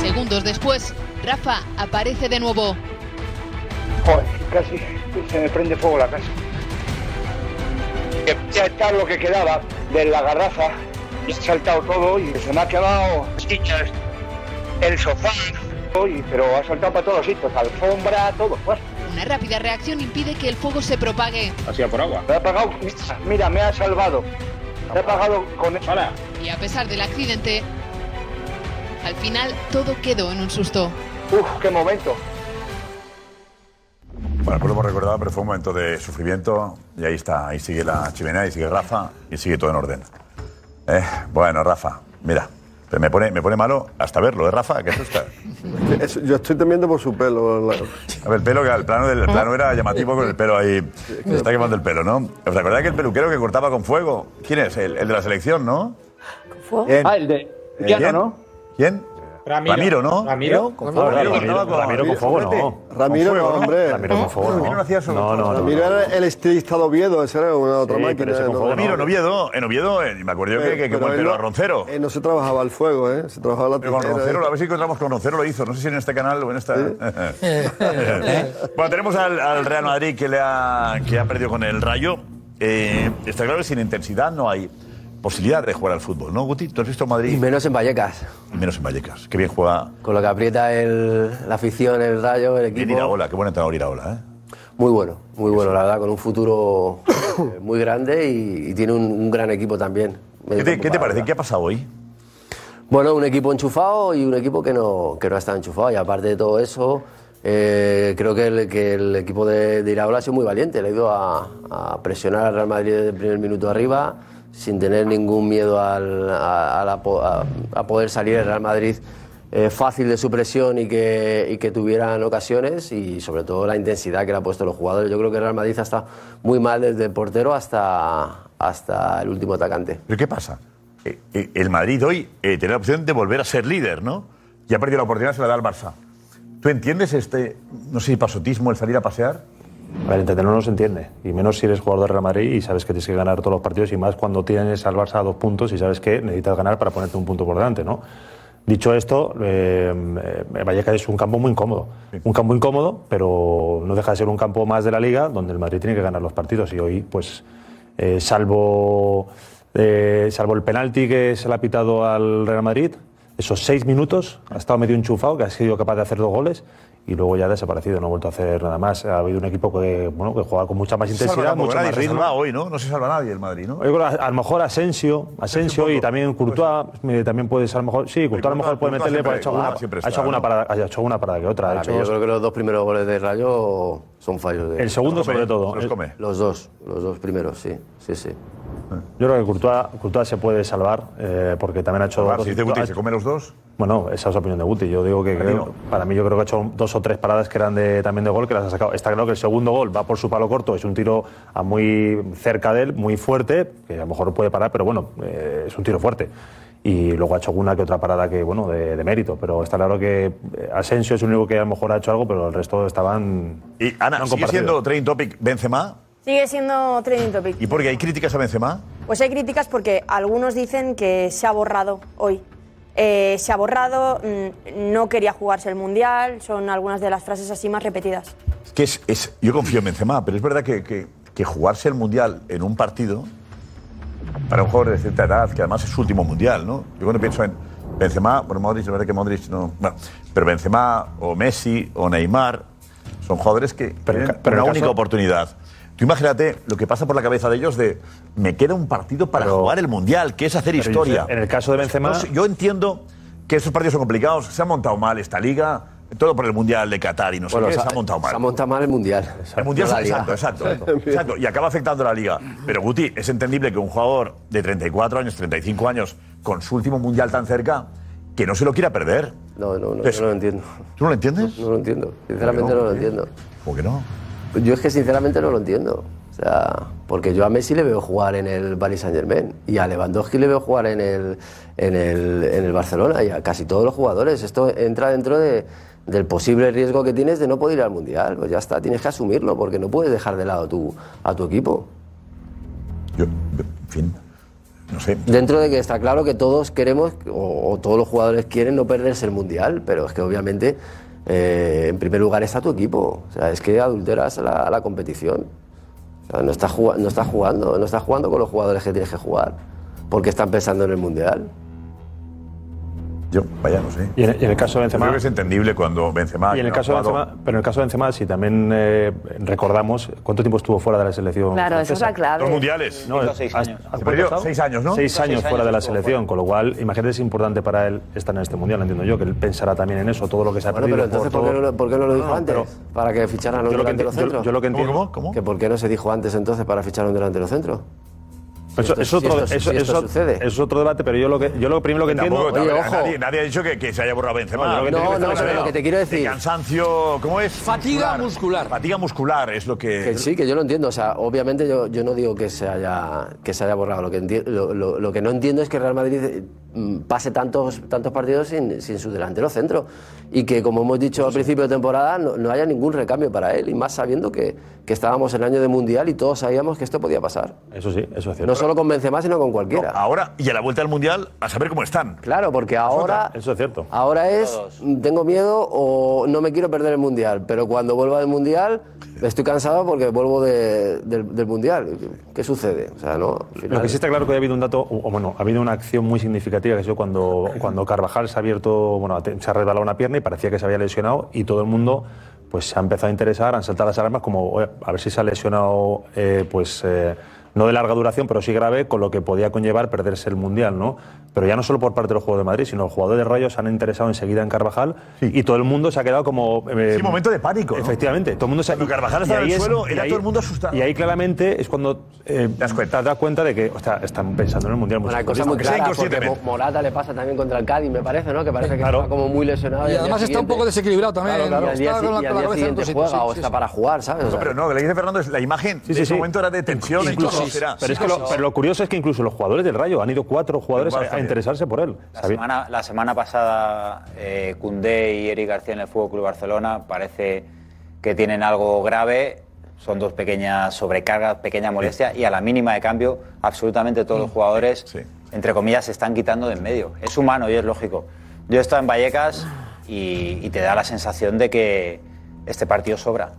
[SPEAKER 14] Segundos después, Rafa aparece de nuevo.
[SPEAKER 15] Joder, casi se me prende fuego la casa. Empecé a echar lo que quedaba de la garrafa y se ha saltado todo y se me ha quedado las sillas, el sofá, y- pero ha saltado para todos los sitios, alfombra, todo. pues.
[SPEAKER 14] Una rápida reacción impide que el fuego se propague.
[SPEAKER 15] Hacía por agua. Me ha apagado, mira, me ha salvado. Me ha apagado con eso.
[SPEAKER 14] Y a pesar del accidente, al final todo quedó en un susto.
[SPEAKER 15] Uf, qué momento.
[SPEAKER 3] Bueno, pues lo hemos recordado, pero fue un momento de sufrimiento. Y ahí está, ahí sigue la chimenea, ahí sigue Rafa, y sigue todo en orden. Eh, bueno, Rafa, mira, pero me pone, me pone malo hasta verlo, ¿eh, Rafa? Que asusta.
[SPEAKER 13] Es- yo estoy temiendo por su pelo. la-
[SPEAKER 3] A ver, el pelo, que el plano, del, el plano era llamativo con el pelo ahí. Se está quemando el pelo, ¿no? ¿Os acordáis que el peluquero que cortaba con fuego? ¿Quién es? El, el de la selección, ¿no? ¿Quién?
[SPEAKER 15] Ah, el de
[SPEAKER 3] ¿Eh,
[SPEAKER 15] Cristiano,
[SPEAKER 3] quién?
[SPEAKER 15] ¿no?
[SPEAKER 3] ¿Quién?
[SPEAKER 15] Ramiro.
[SPEAKER 3] ¿no?
[SPEAKER 13] ¿Eh?
[SPEAKER 15] Ramiro.
[SPEAKER 3] Con fuego.
[SPEAKER 7] Ramiro,
[SPEAKER 3] Ramiro,
[SPEAKER 7] Ramiro,
[SPEAKER 3] cortaba
[SPEAKER 7] Ramiro con fuego, no.
[SPEAKER 13] Ramiro,
[SPEAKER 3] Con fuego,
[SPEAKER 13] no, hombre.
[SPEAKER 7] Ramiro con fuego, no.
[SPEAKER 3] Ramiro no hacía eso.
[SPEAKER 7] No, no, no.
[SPEAKER 13] Ramiro era el estilista de Oviedo, esa era una otra
[SPEAKER 3] Sí,
[SPEAKER 13] máquina.
[SPEAKER 3] pero ese con
[SPEAKER 13] ¿no?
[SPEAKER 3] fuego, Ramiro, en Oviedo, en Oviedo, eh, me acuerdo yo que, que
[SPEAKER 13] Pero
[SPEAKER 3] quemó el
[SPEAKER 13] él
[SPEAKER 3] pelo
[SPEAKER 13] no-
[SPEAKER 3] a Roncero.
[SPEAKER 13] eh, no se trabajaba el fuego, ¿eh? Se trabajaba la
[SPEAKER 3] Pero con
[SPEAKER 13] tijera,
[SPEAKER 3] Roncero,
[SPEAKER 13] ¿eh?
[SPEAKER 3] a ver si encontramos con Roncero lo hizo. No sé si en este canal o en esta. ¿Eh? Bueno, tenemos al, al Real Madrid que, le ha, que ha perdido con el Rayo. Eh, está claro que sin intensidad no hay posibilidad de jugar al fútbol, ¿no, Guti? ¿Tú has visto Madrid?
[SPEAKER 16] Y menos en Vallecas.
[SPEAKER 3] Menos en Vallecas. Qué bien juega.
[SPEAKER 16] Con lo que aprieta el, la afición, el rayo, el
[SPEAKER 3] Bien
[SPEAKER 16] equipo.
[SPEAKER 3] Iraola, qué buen entrenador Iraola, ¿eh?
[SPEAKER 16] Muy bueno, muy bueno, la verdad, con un futuro eh, muy grande y, y tiene un, un gran equipo también.
[SPEAKER 3] ¿Qué te, qué te parece? ¿Qué ha pasado hoy?
[SPEAKER 16] Bueno, un equipo enchufado y un equipo que no, que no ha estado enchufado. Y aparte de todo eso, eh, creo que el, que el equipo de, de Iraola ha sido muy valiente. Le ha ido a, a presionar al Real Madrid desde el primer minuto arriba, sin tener ningún miedo al- a, a la po- a- a poder salir el Real Madrid eh, fácil de su presión y que, y que tuvieran ocasiones y sobre todo la intensidad que le ha puesto los jugadores. Yo creo que el Real Madrid está muy mal desde el portero hasta, hasta el último atacante.
[SPEAKER 3] ¿Pero qué pasa? eh, eh, el Madrid hoy eh, tiene la opción de volver a ser líder, ¿no? Y ha perdido la oportunidad, se la da al Barça. ¿Tú entiendes este, no sé si pasotismo, el salir a pasear?
[SPEAKER 7] A ver, entender no nos entiende. Y menos si eres jugador de Real Madrid y sabes que tienes que ganar todos los partidos y más cuando tienes al Barça a dos puntos y sabes que necesitas ganar para ponerte un punto por delante, ¿no? Dicho esto, eh, eh, Vallecas es un campo muy incómodo. Un campo incómodo, pero no deja de ser un campo más de la liga donde el Madrid tiene que ganar los partidos. Y hoy, pues, eh, salvo, eh, salvo el penalti que se le ha pitado al Real Madrid, esos seis minutos ha estado medio enchufado, que ha sido capaz de hacer dos goles y luego ya ha desaparecido, no ha vuelto a hacer nada más. Ha habido un equipo que, bueno, que juega con mucha más
[SPEAKER 3] No se salva
[SPEAKER 7] intensidad,
[SPEAKER 3] tampoco
[SPEAKER 7] mucho
[SPEAKER 3] nadie,
[SPEAKER 7] más
[SPEAKER 3] se
[SPEAKER 7] ritmo.
[SPEAKER 3] salva hoy, ¿no? No se salva nadie el Madrid, ¿no?
[SPEAKER 7] Yo creo, a, a lo mejor Asensio, Asensio y también Courtois, eh, también puedes a lo mejor, sí, Courtois a lo mejor puede
[SPEAKER 16] Courtois
[SPEAKER 7] meterle,
[SPEAKER 16] siempre-
[SPEAKER 7] pues, ha hecho alguna,
[SPEAKER 16] Courtois siempre
[SPEAKER 7] ha hecho
[SPEAKER 16] está,
[SPEAKER 7] alguna
[SPEAKER 16] ¿no?
[SPEAKER 7] parada, ha hecho alguna parada que otra, ha
[SPEAKER 16] Para
[SPEAKER 7] hecho
[SPEAKER 16] mí yo
[SPEAKER 7] dos-
[SPEAKER 16] creo que los dos primeros goles de Rayo son fallos. de-
[SPEAKER 7] El segundo, sobre todo. El-
[SPEAKER 16] Los dos, los dos primeros, sí, sí, sí.
[SPEAKER 7] Yo creo que Courtois, Courtois se puede salvar eh, porque también ha hecho.
[SPEAKER 3] Salvar,
[SPEAKER 7] dos-
[SPEAKER 3] si dice Guti,
[SPEAKER 7] ha-
[SPEAKER 3] ¿se come los dos?
[SPEAKER 7] Bueno, esa es la opinión de Guti. Yo digo que
[SPEAKER 3] Para ti
[SPEAKER 7] creo- para mí yo creo que ha hecho dos o tres paradas que eran de, también de gol que las ha sacado. Está claro que el segundo gol va por su palo corto, es un tiro a muy cerca de él, muy fuerte, que a lo mejor puede parar, pero bueno, eh, es un tiro fuerte. Y luego ha hecho una que otra parada que, bueno, de, de mérito. Pero está claro que eh, Asensio es el único que a lo mejor ha hecho algo, pero el resto estaban.
[SPEAKER 3] Y Ana,
[SPEAKER 7] estaban
[SPEAKER 3] sigue
[SPEAKER 7] compartidos.
[SPEAKER 3] siendo trending topic Benzema.
[SPEAKER 4] Sigue siendo trending topic.
[SPEAKER 3] ¿Y por qué hay críticas a Benzema?
[SPEAKER 4] Pues hay críticas porque algunos dicen que se ha borrado hoy. Eh, se ha borrado, mm, no quería jugarse el Mundial, son algunas de las frases así más repetidas.
[SPEAKER 3] Es que es, es- yo confío en Benzema, pero es verdad que, que- que jugarse el Mundial en un partido, para un jugador de cierta edad, que además es su último Mundial, ¿no? Yo cuando pienso en Benzema, bueno, Modric, la verdad que Modric no... Bueno, pero Benzema, o Messi, o Neymar, son jugadores que tienen
[SPEAKER 7] pero en el
[SPEAKER 3] una única
[SPEAKER 7] caso-
[SPEAKER 3] oportunidad. Tú imagínate lo que pasa por la cabeza de ellos de me queda un partido para jugar el Mundial, que es hacer
[SPEAKER 7] Pero,
[SPEAKER 3] historia.
[SPEAKER 7] Josep, en el caso de
[SPEAKER 3] No sé,
[SPEAKER 7] Benzema-
[SPEAKER 3] no sé, yo entiendo que esos partidos son complicados, se ha montado mal esta liga, todo por el Mundial de Qatar y no
[SPEAKER 16] Bueno,
[SPEAKER 3] sé qué,
[SPEAKER 16] se
[SPEAKER 3] se
[SPEAKER 16] ha-
[SPEAKER 3] ha montado mal.
[SPEAKER 16] se ha montado mal el Mundial.
[SPEAKER 3] El mundial
[SPEAKER 16] No la Liga.
[SPEAKER 3] exacto, exacto, exacto, exacto. Y acaba afectando a la liga. Pero Guti, es entendible que un jugador de 34 años, 35 años, con su último mundial tan cerca, que no se lo quiera perder.
[SPEAKER 16] No, no, no,
[SPEAKER 3] Pues-
[SPEAKER 16] yo no lo entiendo.
[SPEAKER 3] ¿Tú no lo entiendes?
[SPEAKER 16] No, lo entiendo. Sinceramente
[SPEAKER 3] ¿Por qué no?
[SPEAKER 16] no, lo entiendo.
[SPEAKER 3] ¿Por qué no?
[SPEAKER 16] Yo es que sinceramente no lo entiendo. O sea, porque yo a Messi le veo jugar en el Paris Saint Germain y a Lewandowski le veo jugar en el, en el, en el Barcelona y a casi todos los jugadores. Esto entra dentro de- del posible riesgo que tienes de no poder ir al Mundial. Pues ya está, tienes que asumirlo porque no puedes dejar de lado tu, a tu equipo.
[SPEAKER 3] En fin, no sé.
[SPEAKER 16] Dentro de que está claro que todos queremos, o, o todos los jugadores quieren, no perderse el Mundial, pero es que obviamente, eh, en primer lugar está tu equipo. O sea, es que adulteras la, la competición. O sea, no estás, jug- no estás jugando, no estás jugando con los jugadores que tienes que jugar, porque están pensando en el Mundial.
[SPEAKER 3] Yo, vaya, no sé.
[SPEAKER 7] Y en, y en el caso de Benzema-
[SPEAKER 3] Yo creo que es entendible cuando Benzema.
[SPEAKER 7] Y en el
[SPEAKER 3] que
[SPEAKER 7] caso
[SPEAKER 3] no
[SPEAKER 7] de
[SPEAKER 3] ha jugado-
[SPEAKER 7] Benzema, pero en el caso de Benzema, si también eh, recordamos cuánto tiempo estuvo fuera de la selección.
[SPEAKER 17] Claro, esa
[SPEAKER 7] francesa.
[SPEAKER 17] es la clave. Dos
[SPEAKER 3] mundiales.
[SPEAKER 7] No,
[SPEAKER 17] Cinco o seis
[SPEAKER 7] hasta-
[SPEAKER 17] años.
[SPEAKER 7] ¿cuánto
[SPEAKER 3] Se perdió
[SPEAKER 7] estaba?
[SPEAKER 3] seis años, ¿no?
[SPEAKER 7] Seis
[SPEAKER 3] Cinco o
[SPEAKER 7] años
[SPEAKER 3] seis
[SPEAKER 7] fuera de la
[SPEAKER 3] años estuvo
[SPEAKER 7] selección, con lo cual, imagínate, es importante para él estar en este mundial, entiendo yo, que él pensará también en eso, todo lo que se ha
[SPEAKER 16] Bueno,
[SPEAKER 7] perdido.
[SPEAKER 16] pero entonces, ¿por qué, no, lo- por qué no lo dijo antes? para que ficharan a un
[SPEAKER 7] yo lo que
[SPEAKER 16] delantero
[SPEAKER 7] enti- yo-
[SPEAKER 16] centro.
[SPEAKER 7] yo lo que
[SPEAKER 16] ¿Cómo,
[SPEAKER 7] entiendo-
[SPEAKER 16] ¿Cómo, ¿Que ¿Por qué no se dijo antes entonces para fichar a un delantero centro? Si
[SPEAKER 7] Eso-
[SPEAKER 16] esto-
[SPEAKER 7] es otro-
[SPEAKER 16] si esto-
[SPEAKER 7] eso-
[SPEAKER 16] si esto
[SPEAKER 7] eso-
[SPEAKER 16] sucede.
[SPEAKER 7] Es otro debate, pero yo lo, que, yo lo primero que entiendo.
[SPEAKER 3] Tampoco, tampoco, nadie, nadie ha dicho que, que se haya borrado Benzema.
[SPEAKER 7] No, yo lo que No, entiendo es que no, está pero lesionado. lo que te quiero
[SPEAKER 3] De cansancio, ¿cómo es? Fatiga muscular. Fatiga muscular es lo que.
[SPEAKER 16] Que sí, que yo lo entiendo. O sea, obviamente yo, yo no digo que se haya, que se haya borrado. Lo que, enti- lo, lo- lo que no entiendo es que Real Madrid eh, mm, pase tantos, tantos partidos sin, sin su delantero centro. Y que, como hemos dicho al principio de temporada, no, no haya ningún recambio para él. Y más sabiendo que, que estábamos en el año de Mundial y todos sabíamos que esto podía pasar.
[SPEAKER 7] Eso sí, eso es cierto.
[SPEAKER 16] No solo con Benzema, sino con cualquiera.
[SPEAKER 3] ahora, y a la vuelta al mundial, a saber cómo están.
[SPEAKER 16] Claro, porque ahora
[SPEAKER 7] Eso es cierto.
[SPEAKER 16] Ahora es, mm, tengo miedo o no me quiero perder el mundial, pero cuando vuelva del mundial estoy cansado porque vuelvo de- del, del mundial. ¿Qué sucede? O sea, no. al final-
[SPEAKER 7] Lo que sí está claro que ha habido un dato, o o bueno, ha habido una acción muy significativa, que ha sido cuando, cuando Carvajal se ha abierto, bueno, te- se ha resbalado una pierna y parecía que se había lesionado y todo el mundo pues se ha empezado a interesar, han saltado las alarmas como "Oye, a ver si se ha lesionado, eh, pues eh, no de larga duración, pero sí grave, con lo que podía conllevar perderse el Mundial, ¿no? Pero ya no solo por parte del juego de Madrid, sino los jugadores de Rayos se han interesado enseguida en Carvajal y todo el mundo se ha quedado como... eh,
[SPEAKER 3] Sí, momento de pánico. ¿no?
[SPEAKER 7] Efectivamente, todo el mundo se
[SPEAKER 3] Cuando Carvajal
[SPEAKER 7] y
[SPEAKER 3] estaba en
[SPEAKER 7] ahí
[SPEAKER 3] el
[SPEAKER 7] es-
[SPEAKER 3] suelo,
[SPEAKER 7] y
[SPEAKER 3] era
[SPEAKER 7] ahí-
[SPEAKER 3] todo el mundo asustado.
[SPEAKER 7] Y ahí claramente es cuando eh, te das cuenta, de que o sea, están pensando en el Mundial.
[SPEAKER 16] Una
[SPEAKER 7] muchos
[SPEAKER 16] cosa muy
[SPEAKER 7] futbolistas.
[SPEAKER 16] clara, porque Mo- Morata le pasa también contra el Cádiz, me parece, ¿no? Que parece que
[SPEAKER 7] Claro.
[SPEAKER 16] está como muy lesionado.
[SPEAKER 8] Y
[SPEAKER 16] al día
[SPEAKER 8] además está un
[SPEAKER 16] siguiente-
[SPEAKER 8] poco desequilibrado también.
[SPEAKER 16] Claro, claro. Y al día,
[SPEAKER 8] Está
[SPEAKER 16] si-
[SPEAKER 8] con la,
[SPEAKER 16] y al
[SPEAKER 8] con la
[SPEAKER 16] día
[SPEAKER 8] cabeza en
[SPEAKER 16] siguiente
[SPEAKER 8] otro sitio,
[SPEAKER 16] juega
[SPEAKER 8] sí,
[SPEAKER 16] o
[SPEAKER 8] sí,
[SPEAKER 16] está
[SPEAKER 8] sí.
[SPEAKER 16] para jugar, ¿sabes? O
[SPEAKER 3] No,
[SPEAKER 16] sea,
[SPEAKER 3] pero no, lo que dice Fernando es la imagen de ese momento era de tensión.
[SPEAKER 7] Incluso
[SPEAKER 3] así será.
[SPEAKER 7] Pero, es que lo, pero lo curioso es que incluso los jugadores del Rayo han ido cuatro jugadores
[SPEAKER 18] Igual
[SPEAKER 7] a- a,
[SPEAKER 18] también.
[SPEAKER 7] interesarse por él.
[SPEAKER 18] La
[SPEAKER 7] Sabía-
[SPEAKER 18] semana, la semana pasada, eh, Koundé y Eric García en el Fútbol Club Barcelona parece que tienen algo grave. Son dos pequeñas sobrecargas, pequeña molestia y a la mínima de cambio, absolutamente todos los jugadores, entre comillas, se están quitando de en medio. Es humano y es lógico. Yo he estado en Vallecas y, y te da la sensación de que este partido sobra.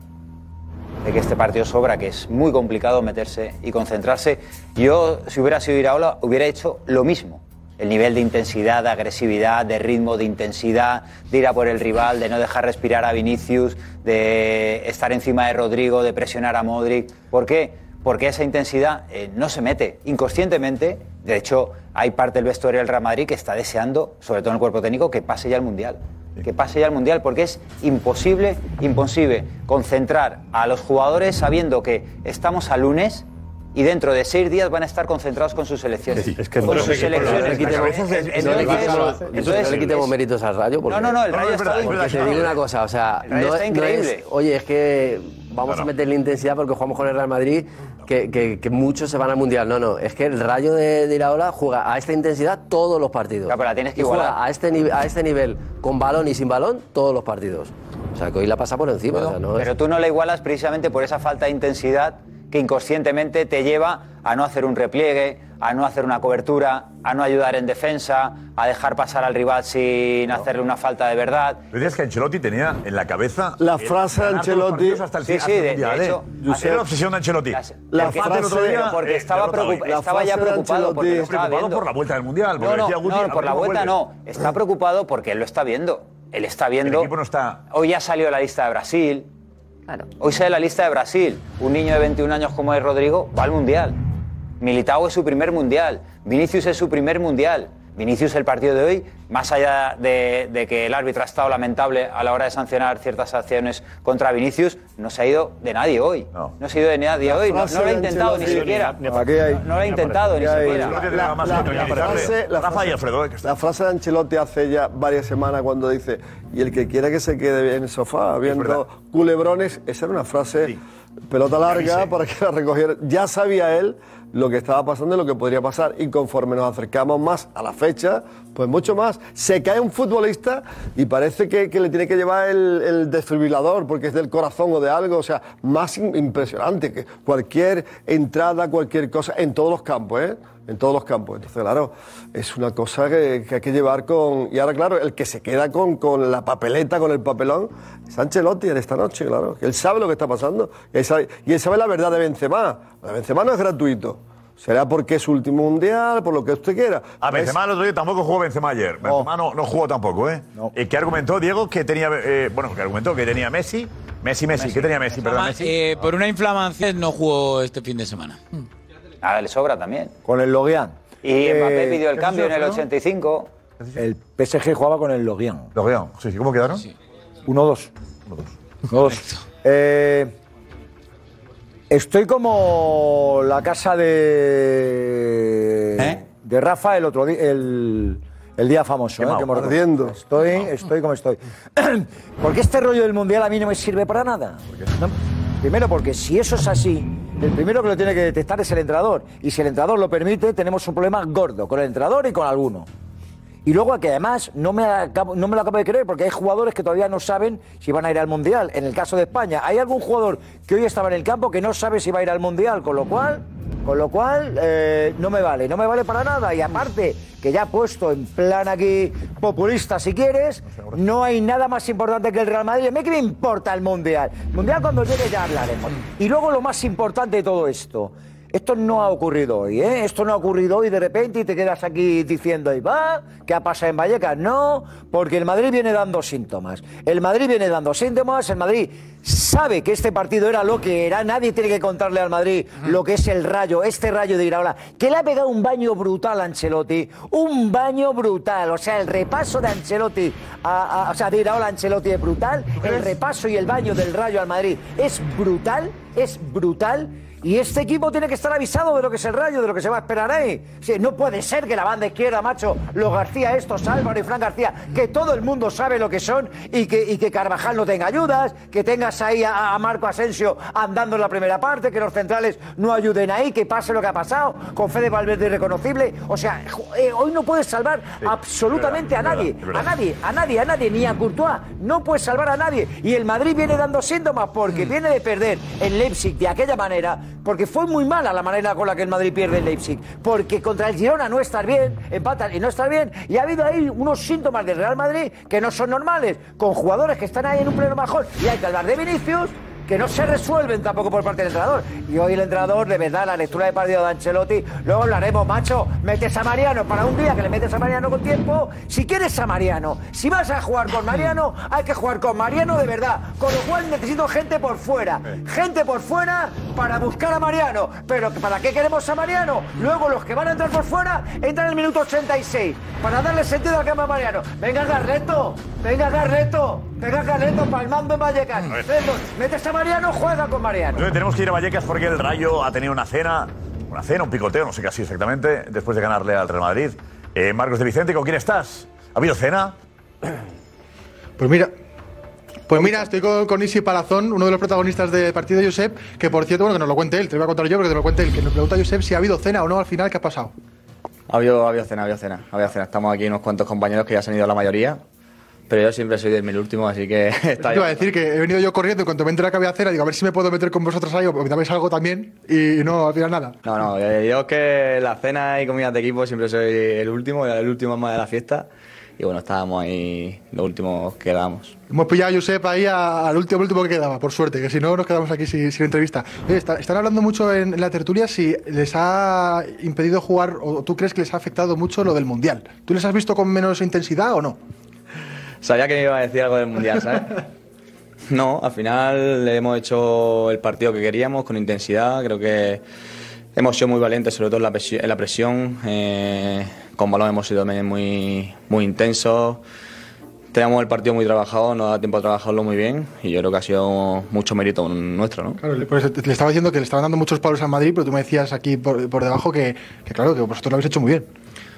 [SPEAKER 18] De que este partido sobra, que es muy complicado meterse y concentrarse. Yo, si hubiera sido Iraola, hubiera hecho lo mismo. El nivel de intensidad, de agresividad, de ritmo, de intensidad, de ir a por el rival, de no dejar respirar a Vinicius, de estar encima de Rodrigo, de presionar a Modric. ¿Por qué? Porque esa intensidad eh, no se mete inconscientemente. De hecho, hay parte del vestuario del Real Madrid que está deseando, sobre todo en el cuerpo técnico, que pase ya el Mundial. Que pase ya el Mundial, porque es imposible, imposible concentrar a los jugadores sabiendo que estamos a lunes y dentro de seis días van a estar concentrados con sus selecciones.
[SPEAKER 16] Es que
[SPEAKER 18] con
[SPEAKER 16] no-
[SPEAKER 18] sus
[SPEAKER 16] no le
[SPEAKER 18] selecciones.
[SPEAKER 16] quitemos-
[SPEAKER 18] Entonces,
[SPEAKER 16] no le quitemos-
[SPEAKER 18] entonces-
[SPEAKER 16] no le quitemos méritos al rayo. Porque,
[SPEAKER 18] no, no, el Rayo
[SPEAKER 16] porque
[SPEAKER 18] está- es verdad,
[SPEAKER 16] te
[SPEAKER 18] claro.
[SPEAKER 16] digo una cosa, o sea,
[SPEAKER 18] El Rayo
[SPEAKER 16] no,
[SPEAKER 18] está
[SPEAKER 16] no es-
[SPEAKER 18] increíble.
[SPEAKER 16] oye, es que vamos
[SPEAKER 18] Claro.
[SPEAKER 16] a meterle intensidad porque jugamos con el Real Madrid, que, que- que muchos se van al Mundial. No, no, es que el Rayo de, de Iraola juega a esta intensidad todos los partidos.
[SPEAKER 18] Claro, pero la tienes que
[SPEAKER 16] y juega
[SPEAKER 18] igualar.
[SPEAKER 16] a este, nive- a este nivel, con balón y sin balón, todos los partidos. O sea, que hoy la pasa por encima. o sea, no es-
[SPEAKER 18] Pero tú no la igualas precisamente por esa falta de intensidad que inconscientemente te lleva a no hacer un repliegue, a no hacer una cobertura, a no ayudar en defensa, a dejar pasar al rival sin hacerle una falta de verdad.
[SPEAKER 3] Lo dices que Ancelotti tenía en la cabeza.
[SPEAKER 18] La
[SPEAKER 3] el
[SPEAKER 18] frase de
[SPEAKER 3] ganar todos los
[SPEAKER 18] Ancelotti-
[SPEAKER 3] partidos Hasta el
[SPEAKER 18] Sí,
[SPEAKER 3] fin-
[SPEAKER 18] sí,
[SPEAKER 3] hasta el
[SPEAKER 18] de- de
[SPEAKER 3] Mundial, ¿eh?
[SPEAKER 18] hecho,
[SPEAKER 3] Era
[SPEAKER 18] hacer-
[SPEAKER 3] la obsesión de Ancelotti.
[SPEAKER 18] Las- la
[SPEAKER 3] El empate el otro
[SPEAKER 18] frase-
[SPEAKER 3] día,
[SPEAKER 18] pero porque
[SPEAKER 3] eh,
[SPEAKER 18] estaba
[SPEAKER 3] derrotado
[SPEAKER 18] preocupa-
[SPEAKER 3] hoy.
[SPEAKER 18] estaba
[SPEAKER 3] La frase
[SPEAKER 18] ya
[SPEAKER 3] de
[SPEAKER 18] preocupado porque lo
[SPEAKER 3] Ancelotti.
[SPEAKER 18] estaba
[SPEAKER 3] Preocupado
[SPEAKER 18] viendo.
[SPEAKER 3] por la vuelta del Mundial. porque
[SPEAKER 18] No, no,
[SPEAKER 3] decía Guti,
[SPEAKER 18] no,
[SPEAKER 3] ¿a
[SPEAKER 18] por la
[SPEAKER 3] cómo vuelve?
[SPEAKER 18] vuelta no. Está preocupado porque él lo está viendo. Él está viendo.
[SPEAKER 3] El equipo no está.
[SPEAKER 18] Hoy ya salió la lista de Brasil. Hoy sale la lista de Brasil. Un niño de 21 años como es Rodrigo va al mundial. Militao es su primer mundial. Vinicius es su primer mundial. Vinicius el partido de hoy, más allá de, de que el árbitro ha estado lamentable a la hora de sancionar ciertas acciones contra Vinicius, no se ha ido de nadie hoy. No, se ha ido de nadie
[SPEAKER 13] La
[SPEAKER 18] hoy. No,
[SPEAKER 13] frase
[SPEAKER 18] no lo ha
[SPEAKER 13] de
[SPEAKER 18] intentado ni
[SPEAKER 13] Ancelotti.
[SPEAKER 18] siquiera.
[SPEAKER 13] Ni- ni- Aquí hay-
[SPEAKER 18] No lo ha intentado ni
[SPEAKER 13] Aquí hay-
[SPEAKER 18] siquiera.
[SPEAKER 13] La- la- la frase- la frase- La frase de Ancelotti hace ya varias semanas cuando dice y el que quiera que se quede en el sofá viendo culebrones, esa era una frase pelota larga para que la recogiera. Ya sabía él lo que estaba pasando y lo que podría pasar y conforme nos acercamos más a la fecha, pues mucho más. Se cae un futbolista y parece que, que le tiene que llevar el, el desfibrilador porque es del corazón o de algo, o sea, más im- impresionante que cualquier entrada, cualquier cosa, en todos los campos, ¿eh? en todos los campos. Entonces, claro, es una cosa que, que hay que llevar con... Y ahora, claro, el que se queda con, con la papeleta, con el papelón, es Ancelotti en esta noche, claro. Él sabe lo que está pasando. Y él sabe, y él sabe la verdad de Benzema. La Benzema no es gratuito. Será porque es su último mundial, por lo que usted quiera.
[SPEAKER 3] A
[SPEAKER 13] Pero
[SPEAKER 3] Benzema el otro día tampoco jugó Benzema ayer. Benzema no, no jugó tampoco, ¿eh? Eh, ¿Qué argumentó Diego que tenía eh, bueno, que argumentó que tenía Messi, Messi, Messi, que tenía Messi, perdón, Messi.
[SPEAKER 17] Eh, por una inflamación no jugó este fin de semana.
[SPEAKER 18] Ahora Ah, le sobra también.
[SPEAKER 19] Con el Loguean.
[SPEAKER 18] Y
[SPEAKER 19] Eh,
[SPEAKER 18] Mbappé pidió el
[SPEAKER 19] ¿eso
[SPEAKER 18] cambio en
[SPEAKER 19] se
[SPEAKER 18] el
[SPEAKER 19] lo
[SPEAKER 18] 85.
[SPEAKER 19] El PSG jugaba con el Loguean.
[SPEAKER 3] Loguean, sí, sí. ¿Cómo quedaron?
[SPEAKER 19] 1-2. 1-2. Eh, estoy como la casa de. De Rafa el otro día. El, el día famoso, ¿eh?
[SPEAKER 13] Quemado.
[SPEAKER 19] que hemos-
[SPEAKER 13] Ardiendo.
[SPEAKER 19] Estoy, estoy como estoy. porque este rollo del mundial a mí no me sirve para nada. No, Primero, porque si eso es así, el primero que lo tiene que detectar es el entrenador. Y si el entrenador lo permite, tenemos un problema gordo con el entrenador y con alguno. Y luego que además no me, acabo- no me lo acabo de creer porque hay jugadores que todavía no saben si van a ir al Mundial. En el caso de España, hay algún jugador que hoy estaba en el campo que no sabe si va a ir al Mundial, con lo cual, con lo cual eh, no me vale, no me vale para nada. Y aparte, que ya puesto en plan aquí populista si quieres, no hay nada más importante que el Real Madrid. A mí que me importa el Mundial. El Mundial cuando llegue ya hablaremos. Y luego lo más importante de todo esto. Esto no ha ocurrido hoy, ¿eh? Esto no ha ocurrido hoy de repente y te quedas aquí diciendo, ahí va, ¿qué ha pasado en Vallecas? No, porque el Madrid viene dando síntomas. El Madrid viene dando síntomas, el Madrid sabe que este partido era lo que era, nadie tiene que contarle al Madrid lo que es el rayo, este rayo de Iraola, que le ha pegado un baño brutal a Ancelotti, un baño brutal, o sea, el repaso de Ancelotti, a- a- o sea, de Iraola a Ancelotti es brutal, el repaso y el baño del rayo al Madrid es brutal, es brutal. Y este equipo tiene que estar avisado de lo que es el rayo, de lo que se va a esperar ahí. Sí, no puede ser que la banda izquierda, macho, los García estos, Álvaro y Fran García, que todo el mundo sabe lo que son y que, y que Carvajal no tenga ayudas, que tengas ahí a, a Marco Asensio andando en la primera parte, que los centrales no ayuden ahí, que pase lo que ha pasado, con Fede Valverde irreconocible. O sea, jo- eh, hoy no puedes salvar absolutamente
[SPEAKER 3] es verdad,
[SPEAKER 19] a nadie,
[SPEAKER 3] es verdad.
[SPEAKER 19] a nadie, a nadie, a nadie, ni a Courtois. No puedes salvar a nadie. Y el Madrid viene dando síntomas porque viene de perder el Leipzig de aquella manera, porque fue muy mala la manera con la que el Madrid pierde el Leipzig. Porque contra el Girona no estar bien, empatan y no estar bien. Y ha habido ahí unos síntomas del Real Madrid que no son normales, con jugadores que están ahí en un pleno bajón. Y hay que hablar de Vinicius que no se resuelven tampoco por parte del entrenador. Y hoy el entrenador, de verdad, la lectura de partido de Ancelotti, luego hablaremos, macho, metes a Mariano para un día que le metes a Mariano con tiempo, si quieres a Mariano, si vas a jugar con Mariano, hay que jugar con Mariano de verdad, con lo cual necesito gente por fuera, gente por fuera para buscar a Mariano, pero ¿para qué queremos a Mariano? Luego los que van a entrar por fuera entran en el minuto 86, para darle sentido al cambio a Mariano. Venga Garreto, venga Garreto, venga Garreto, palmando en Vallecas,
[SPEAKER 3] ver.
[SPEAKER 19] Venga, metes a Mariano, juega con Mariano.
[SPEAKER 3] Entonces, tenemos que ir a Vallecas porque el Rayo ha tenido una cena, una cena, un picoteo, no sé qué ha sido exactamente, después de ganarle al Real Madrid. Eh, Marcos de Vicente, ¿con quién estás? ¿Ha habido cena?
[SPEAKER 20] Pues mira. Pues mira, estoy con, con Isi Palazón, uno de los protagonistas del partido, Josep, que por cierto, bueno, que nos lo cuente él, te lo voy a contar yo, pero que te lo cuente él, que nos pregunta Josep si ha habido cena o no al final, ¿qué ha pasado?
[SPEAKER 21] Ha habido, ha habido cena, ha habido cena, ha habido cena. Estamos aquí unos cuantos compañeros que ya se han ido la mayoría, pero yo siempre soy del mil último, así que está
[SPEAKER 20] Te iba a
[SPEAKER 21] bien.
[SPEAKER 20] decir que he venido yo corriendo y cuando me enteré que había cena, digo, a ver si me puedo meter con vosotros ahí o me dais algo también, y no, al final nada.
[SPEAKER 21] No, no, eh, yo es que las cenas y comidas de equipo siempre soy el último, el último más de la fiesta, y bueno, estábamos ahí los últimos que quedamos.
[SPEAKER 20] Hemos pillado a Josep ahí a- al último, al último que quedaba, por suerte, que si no nos quedamos aquí sin, sin entrevista. Oye, está- están hablando mucho en la tertulia si les ha impedido jugar o tú crees que les ha afectado mucho lo del Mundial. ¿Tú les has visto con menos intensidad o no?
[SPEAKER 21] Sabía que me iba a decir algo del Mundial, ¿sabes? No, al final hemos hecho el partido que queríamos con intensidad. Creo que hemos sido muy valientes, sobre todo en la presi- en la presión. eh, con balón hemos sido también muy, muy intensos. Teníamos el partido muy trabajado, nos da tiempo a trabajarlo muy bien y yo creo que ha sido mucho mérito nuestro, ¿no?
[SPEAKER 20] Claro, le- pues te- le estaba diciendo que le estaban dando muchos palos a Madrid, pero tú me decías aquí por, por debajo que, que claro, que vosotros lo habéis hecho muy bien.